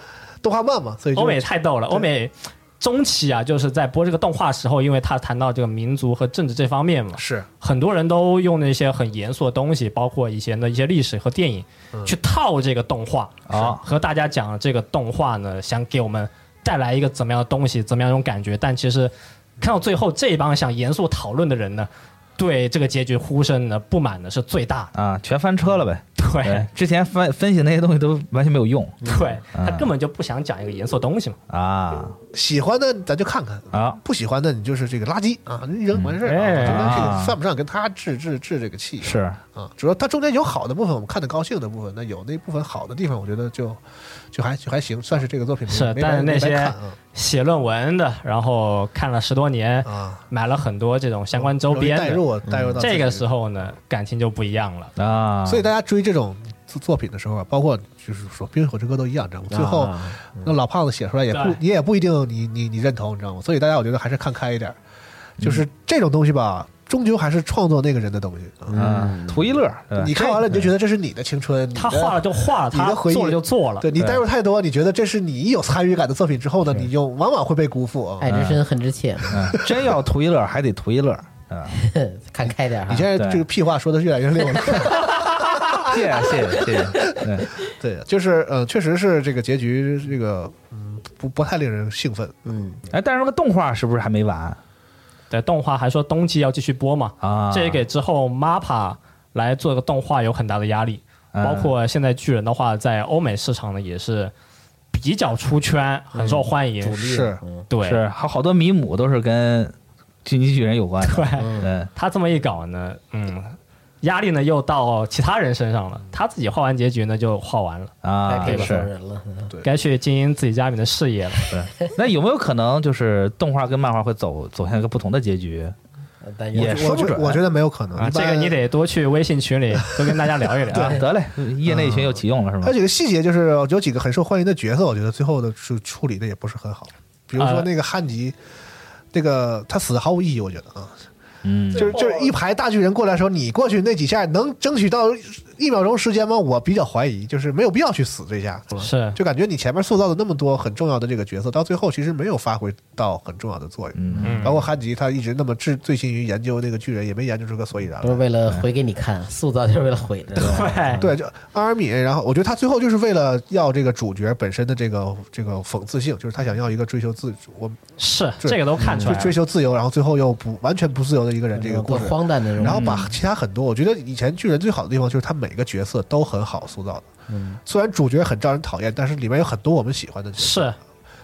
S10: 动画漫嘛，所以就
S7: 欧美太逗了，
S10: 对
S7: 欧美中期啊，就是在播这个动画时候，因为他谈到这个民族和政治这方面嘛，
S10: 是
S7: 很多人都用那些很严肃的东西，包括以前的一些历史和电影，去套这个动画
S9: 嗯啊
S7: 和大家讲这个动画呢，想给我们带来一个怎么样的东西，怎么样一种感觉。但其实看到最后，这帮想严肃讨论的人呢，对这个结局呼声呢不满呢是最大的。
S9: 啊，全翻车了呗，
S7: 对
S9: 对，之前分分析那些东西都完全没有用
S7: 对，他
S9: 嗯
S7: 根本就不想讲一个严肃的东西嘛。
S9: 啊
S8: 喜欢的咱就看看，
S9: 啊！
S8: 不喜欢的你就是这个垃圾啊，你扔完事儿啊。
S7: 哎
S8: 我觉得这
S9: 啊
S8: 个算不上跟他置置置这个气
S9: 是
S8: 啊。主要它中间有好的部分，我们看的高兴的部分，那有那部分好的地方，我觉得就就还就还行，算是这个作品没
S7: 是
S8: 没嗯白
S7: 但是那
S8: 没白
S7: 些
S8: 看啊
S7: 写论文的，然后看了十多年，
S8: 啊，
S7: 买了很多这种相关周
S8: 容
S7: 边
S8: 易代
S7: 的。
S8: 入代入到
S7: 嗯这个
S8: 自己
S7: 时候呢，感情就不一样了。
S9: 啊，
S8: 所以大家追这种作作品的时候啊，包括就是说《冰与火之歌》都一样，知道吗？最后那老胖子写出来也不
S7: 对，
S8: 你也不一定你你你认同，你知道吗？所以大家我觉得还是看开一点，就是这种东西吧，终究还是创作那个人的东西啊。
S9: 嗯，图一乐，对吧
S8: 你看完了你就觉得这是你的青春，你的
S7: 他画了就画了，
S8: 你的
S7: 他
S8: 回忆
S7: 做了就做了。
S8: 对你
S9: 对
S8: 代入太多，你觉得这是你有参与感的作品之后呢，你就往往会被辜负啊。
S6: 爱之深，恨之切，
S9: 嗯真要图一乐还得图一乐啊！
S6: 看开点哈。
S8: 你现在这个屁话说的越来越溜了。
S9: 谢谢谢谢谢谢，对
S8: 对，就是呃，确实是这个结局，这个嗯，不不太令人兴奋。
S6: 嗯，
S9: 哎，但是那个动画是不是还没完
S7: 对，动画还说冬季要继续播嘛，
S9: 啊？
S7: 这也给之后 MAPPA 来做个动画有很大的压力。
S8: 啊
S9: 嗯
S7: 包括现在巨人的话，在欧美市场呢也是比较出圈，很受欢迎。
S8: 嗯是，
S6: 嗯
S7: 对，
S9: 是好好多迷母都是跟进击巨人有关的，
S7: 对
S9: 嗯
S7: 他这么一搞呢，嗯，压力呢又到其他人身上了。
S8: 嗯
S7: 他自己画完结局呢就画完了，
S6: 该
S9: 啊
S6: 给老
S9: 是。
S6: 人了。
S7: 该去经营自己家里面的事业了。
S9: 那有没有可能就是动画跟漫画会走走向一个不同的结局？
S6: 呃但
S9: 也
S6: 愿
S9: 哎说
S8: 我
S9: 不
S8: 觉
S9: 准
S8: 我觉得没有可能。
S7: 啊，
S8: 一
S7: 这
S8: 般
S7: 个你。得多去微 信群里多跟大家聊一聊啊。
S9: 得嘞，业内群又启用了是吗
S8: 还有？几个细节，嗯就是有几个很受欢迎的角色，我觉得最后的处处理的也不是很好。比如说
S9: 啊
S7: 呃
S8: 那个汉吉，那个他死的毫无意义，我觉得啊，
S9: 嗯，
S8: 就是就是一排大巨人过来的时候，你过去那几下能争取到一秒钟时间吗？我比较怀疑，就是没有必要去死这一下。
S7: 是
S8: 就感觉你前面塑造的那么多很重要的这个角色，到最后其实没有发挥到很重要的作用。
S9: 嗯
S8: 包括汉吉，他一直那么醉醉心于研究那个巨人，也没研究出个所以然
S6: 都是
S9: 嗯
S8: 来。
S6: 为了回给你看，塑造就是为了毁的。
S7: 对
S8: 对，就阿尔敏，然后我觉得他最后就是为了要这个主角本身的这个这个讽刺性，就是他想要一个追求自我
S7: 是
S8: 对
S7: 这个都看出
S8: 追
S7: 来
S8: 追
S7: 了。
S8: 求自由，然后最后又不完全不自由的一个人这个故
S6: 多
S8: 事，
S6: 荒诞的这种。
S8: 然后把其他很多，我觉得以前巨人最好的地方就是他每个角色都很好塑造的。嗯，虽然主角很招人讨厌，但是里面有很多我们喜欢的角色。
S7: 是，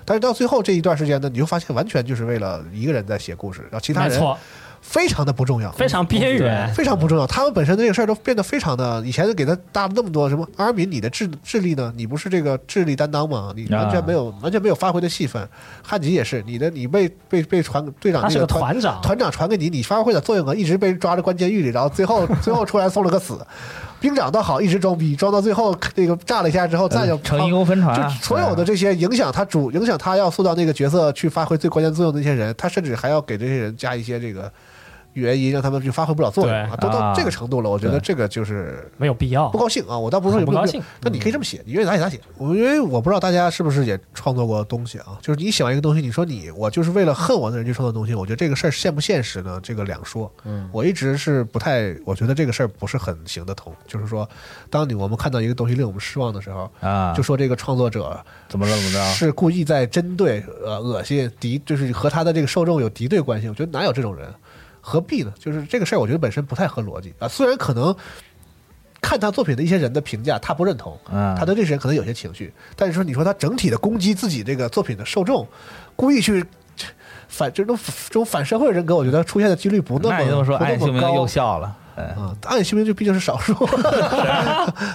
S8: 但是到最后这一段时间呢，你就发现完全就是为了一个人在写故事，然后其他
S7: 没
S8: 人
S7: 错，
S8: 非常的不重要，
S7: 非常边缘。
S8: 非常不重要。他们本身的这个事儿都变得非常的，以前给他搭了那么多什么阿尔敏，你的智智力呢？你不是这个智力担当吗？你完全没
S7: 啊
S8: 有、完全没有发挥的戏份。汉吉也是，你的你被被被传队长
S7: 他
S8: 这
S7: 是个
S8: 团
S7: 团长，
S8: 团长传给你，你发挥的作用啊，一直被人抓着关监狱里，然后最 后最后出来送了个死。兵长倒好，一直装逼，装到最后那个炸了一下之后，再就
S9: 乘一嗯公分船
S8: 就
S9: 啊，
S8: 所有的这些影响他主影响他要塑造那个角色去发挥最关键作用的那些人，他甚至还要给这些人加一些这个原因，让他们就发挥不了作用啊，都
S7: 对
S8: 到
S9: 啊
S8: 这个程度了，我觉得
S9: 对
S8: 这个就是
S7: 没有必要
S8: 不。高兴啊。我倒不是说有没有
S7: 很不高兴嗯
S8: 那你可以这么写，你愿意咋写咋写。我因为我不知道大家是不是也创作过东西啊，就是你写完一个东西，你说你我就是为了恨我的人去创作东西，我觉得这个事儿现不现实呢？这个两说。嗯，我一直是不太，我觉得这个事儿不是很行得通。就是说，当你我们看到一个东西令我们失望的时候，
S9: 啊，
S8: 就说这个创作者
S9: 怎么了怎么着
S8: 是故意在针对呃恶心敌，就是和他的这个受众有敌对关系。我觉得哪有这种人，何必呢？就是这个事儿，我觉得本身不太合逻辑啊。虽然可能看他作品的一些人的评价，他不认同，
S9: 嗯
S8: 他对这些人可能有些情绪，但是说你说他整体的攻击自己这个作品的受众，故意去。反这种这种反社会人格，我觉得出现的几率不那么
S9: 那你这么说，
S8: 不那
S9: 爱秀
S8: 么
S9: 明
S8: 高。
S9: 又笑了，嗯
S8: 啊，暗夜凶兵就毕竟是少数，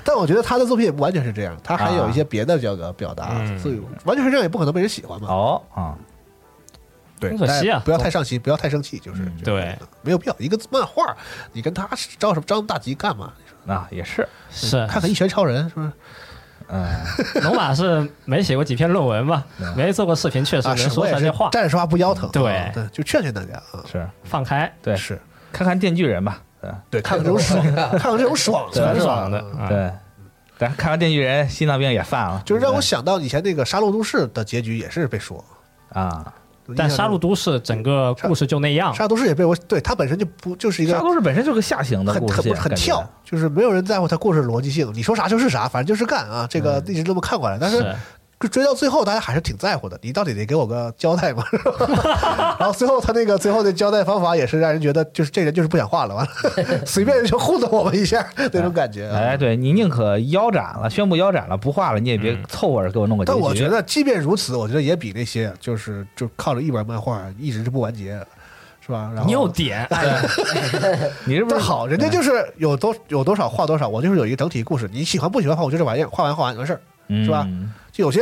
S8: 但我觉得他的作品也不完全是这样，他还有一些别的这个表达，
S7: 嗯
S8: 所以完全是这样也不可能被人喜欢嘛。
S9: 哦啊，
S8: 对，
S7: 很可惜啊嗯
S8: 但不要太上心，不要太生气，就是、就是
S7: 对，
S8: 没有必要。一个漫画，你跟他招什么张大吉干嘛？
S9: 那也是，
S7: 是，
S8: 看看一拳超人是
S7: 啊
S8: 不是？
S9: 嗯，
S7: 龙马是没写过几篇论文嘛，没做过视频，确实
S8: 嗯啊，
S7: 能
S8: 是我
S7: 说出
S8: 也
S7: 来
S8: 是
S7: 这话。
S8: 站着说话不腰疼。
S7: 对
S8: 啊对，就劝劝大家啊，
S9: 是
S7: 放开，
S9: 对，
S8: 是
S9: 看看电锯人吧，嗯对
S8: 对，看看这种爽，看看这种 爽的，
S7: 很
S8: 是吧
S7: 爽的。啊
S9: 对，但看完电锯人心脏病也犯了，
S8: 就是让我想到以前那个《杀戮都市》的结局也是被说，
S9: 啊，
S7: 但《杀戮都市》整个故事就那样，
S8: 杀戮都市也被我对它本身就不就是一个
S9: 杀都市本身就是个下行的
S8: 很
S9: 故事
S8: 很
S9: 线，
S8: 很
S9: 感觉
S8: 跳，
S9: 嗯
S8: 就是没有人在乎他故事逻辑性，你说啥就是啥，反正就是干啊。这个一直这么看过来，但是就追到最后，大家还是挺在乎的，你到底得给我个交代嘛， 是吧？然后最后他那个最后的交代方法也是让人觉得，就是这人就是不想画了，完 了随便就糊弄我们一下那种感觉。啊
S9: 哎，对你宁可腰斩了，宣布腰斩了，不画了，你也别
S7: 嗯
S9: 凑合着给我弄个结
S8: 但
S9: 局。
S8: 我觉得，即便如此，我觉得也比那些就是就靠着一本漫画一直是不完结，是吧？然后
S7: 你有点，
S9: 你是不
S8: 那
S9: 是
S8: 好，人家就是有多有多少画多少，我就是有一个整体故事，你喜欢不喜欢画，我就这玩意儿画完画完完事儿。是吧？
S9: 嗯
S8: 就有些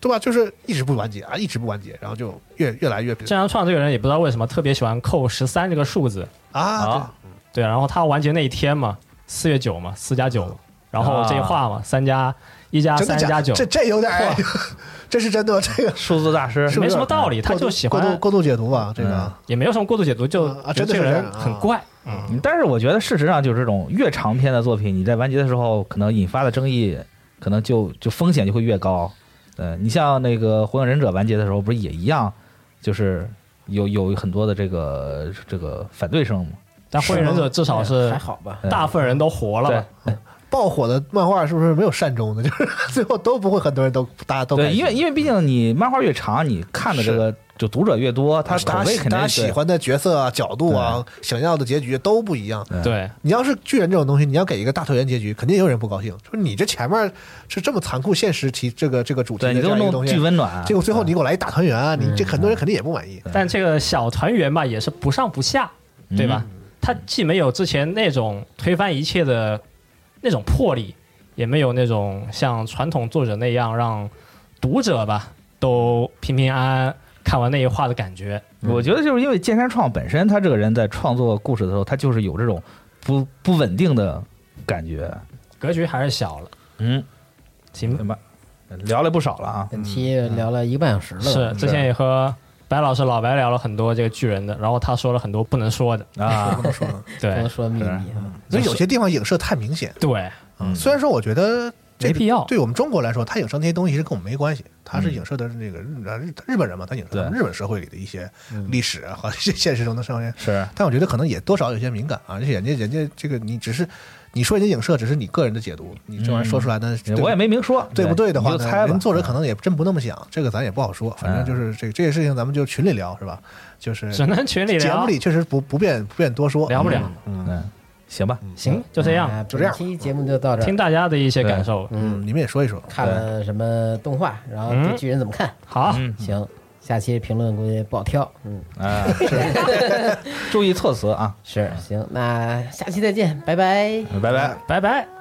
S8: 对吧，就是一直不完结啊，一直不完结，然后就越越来越
S7: 郑阳创这个人也不知道为什么特别喜欢扣十三这个数字，
S8: 啊，
S7: 对，然后他完结那一天嘛，四月九嘛，四加九嘛，然后这一画嘛，三加一加
S8: 啊对真
S7: 三
S8: 的假
S7: 加九
S8: 的？，这这有点儿， 这是真的吗？这个
S9: 数字大师
S8: 是不
S7: 没
S8: 是
S7: 什么道理，他就喜
S8: 过度
S7: 欢，
S8: 过度解读吧，这个
S7: 也没有什么过度解读，就
S8: 啊啊真
S7: 觉
S8: 的
S7: 得这
S8: 是这
S7: 个人
S8: 样啊
S7: 很怪，
S9: 嗯但是我觉得事实上就是这种越长篇的作品，你在完结的时候，可能引发的争议，可能就就风险就会越高。呃，你像那个《火影忍者》完结的时候，不是也一样，就是有有很多的这个这个反对声嘛？
S7: 但火影忍者至少是
S6: 哎还好吧？
S9: 嗯
S7: 大部分人都活了
S9: 对
S7: 吧，
S8: 爆火的漫画是不是没有善终的？就是最后都不会，很多人都大家都
S9: 对，因为
S8: 为
S9: 因为毕竟你漫画越长，你看的这个就读者越多，他口
S8: 大
S9: 味
S8: 家
S9: 肯
S8: 大
S9: 定
S8: 家
S9: 是
S8: 喜。欢的角色啊、角度啊、想要的结局都不一样。
S9: 对
S6: 哎
S7: 对，
S8: 你要是巨人这种东西，你要给一个大团圆结局，肯定有人不高兴，说你这前面是这么残酷现实题这个这个主题
S9: 对
S8: 的
S9: 你
S8: 这
S9: 都
S8: 样一个东
S9: 弄
S8: 西
S9: 巨，温暖，
S8: 结果最后你给我来一大团圆，
S9: 嗯
S8: 你这很多人肯定也不满意。
S7: 但这个小团圆吧，也是不上不下，对吧？嗯它既没有之前那种推翻一切的那种魄力，也没有那种像传统作者那样让读者吧都平平安安看完那一话的感觉。
S9: 我觉得就是因为剑山创本身，他这个人在创作故事的时候，他就是有这种不不稳定的感觉。
S7: 格局还是小了，
S9: 嗯，
S7: 行
S9: 对吧？聊了不少了啊，
S6: 本期聊了一个半小时了，
S7: 是之前
S9: 是
S7: 也和白老师老白聊了很多这个巨人的，然后他说了很多不能说的，
S9: 啊，
S6: 不
S7: 对
S6: 能嗯说秘密啊。
S8: 所以有些地方影射太明显，
S7: 对，
S9: 嗯
S8: 虽然说我觉得这
S7: 没
S8: 个
S7: 必要。
S8: 对我们中国来说，它影射那些东西其实跟我们没关系，它是
S9: 嗯
S8: 影射的是那个日呃日日本人嘛，它影射
S9: 对嗯
S8: 他们日本社会里的一些历史啊和一些现实中的社会。
S9: 是
S8: 但我觉得可能也多少有些敏感啊，而且人家人家这个你只是你说人家影射，只是你个人的解读，你这玩意儿说出来呢，对不
S9: 嗯我也没明说，
S8: 对不对的话
S9: 你
S8: 呢，
S9: 就猜吧。嗯
S8: 人作者可能也真不那么想，这个咱也不好说。反正就是这这些事情，咱们就群里聊是吧？就是
S7: 只能群里
S8: 节
S7: 聊
S8: 目，里确实不不便不便多说，
S7: 聊不了。
S9: 嗯，行吧，
S7: 行，就这样，
S6: 啊
S8: 就这样
S6: 本期节目就到这
S7: 听
S6: 儿。
S7: 大家的一些
S9: 对
S7: 感受。
S8: 嗯，你们也说一说，
S6: 看了什么动画，然后
S7: 嗯
S6: 这巨人怎么看？
S7: 好，
S6: 行，下期评论估计不好挑。嗯，
S9: 啊，是， 注意措辞啊，
S6: 是行，那下期再见，拜拜。
S9: 拜拜。
S6: 拜拜。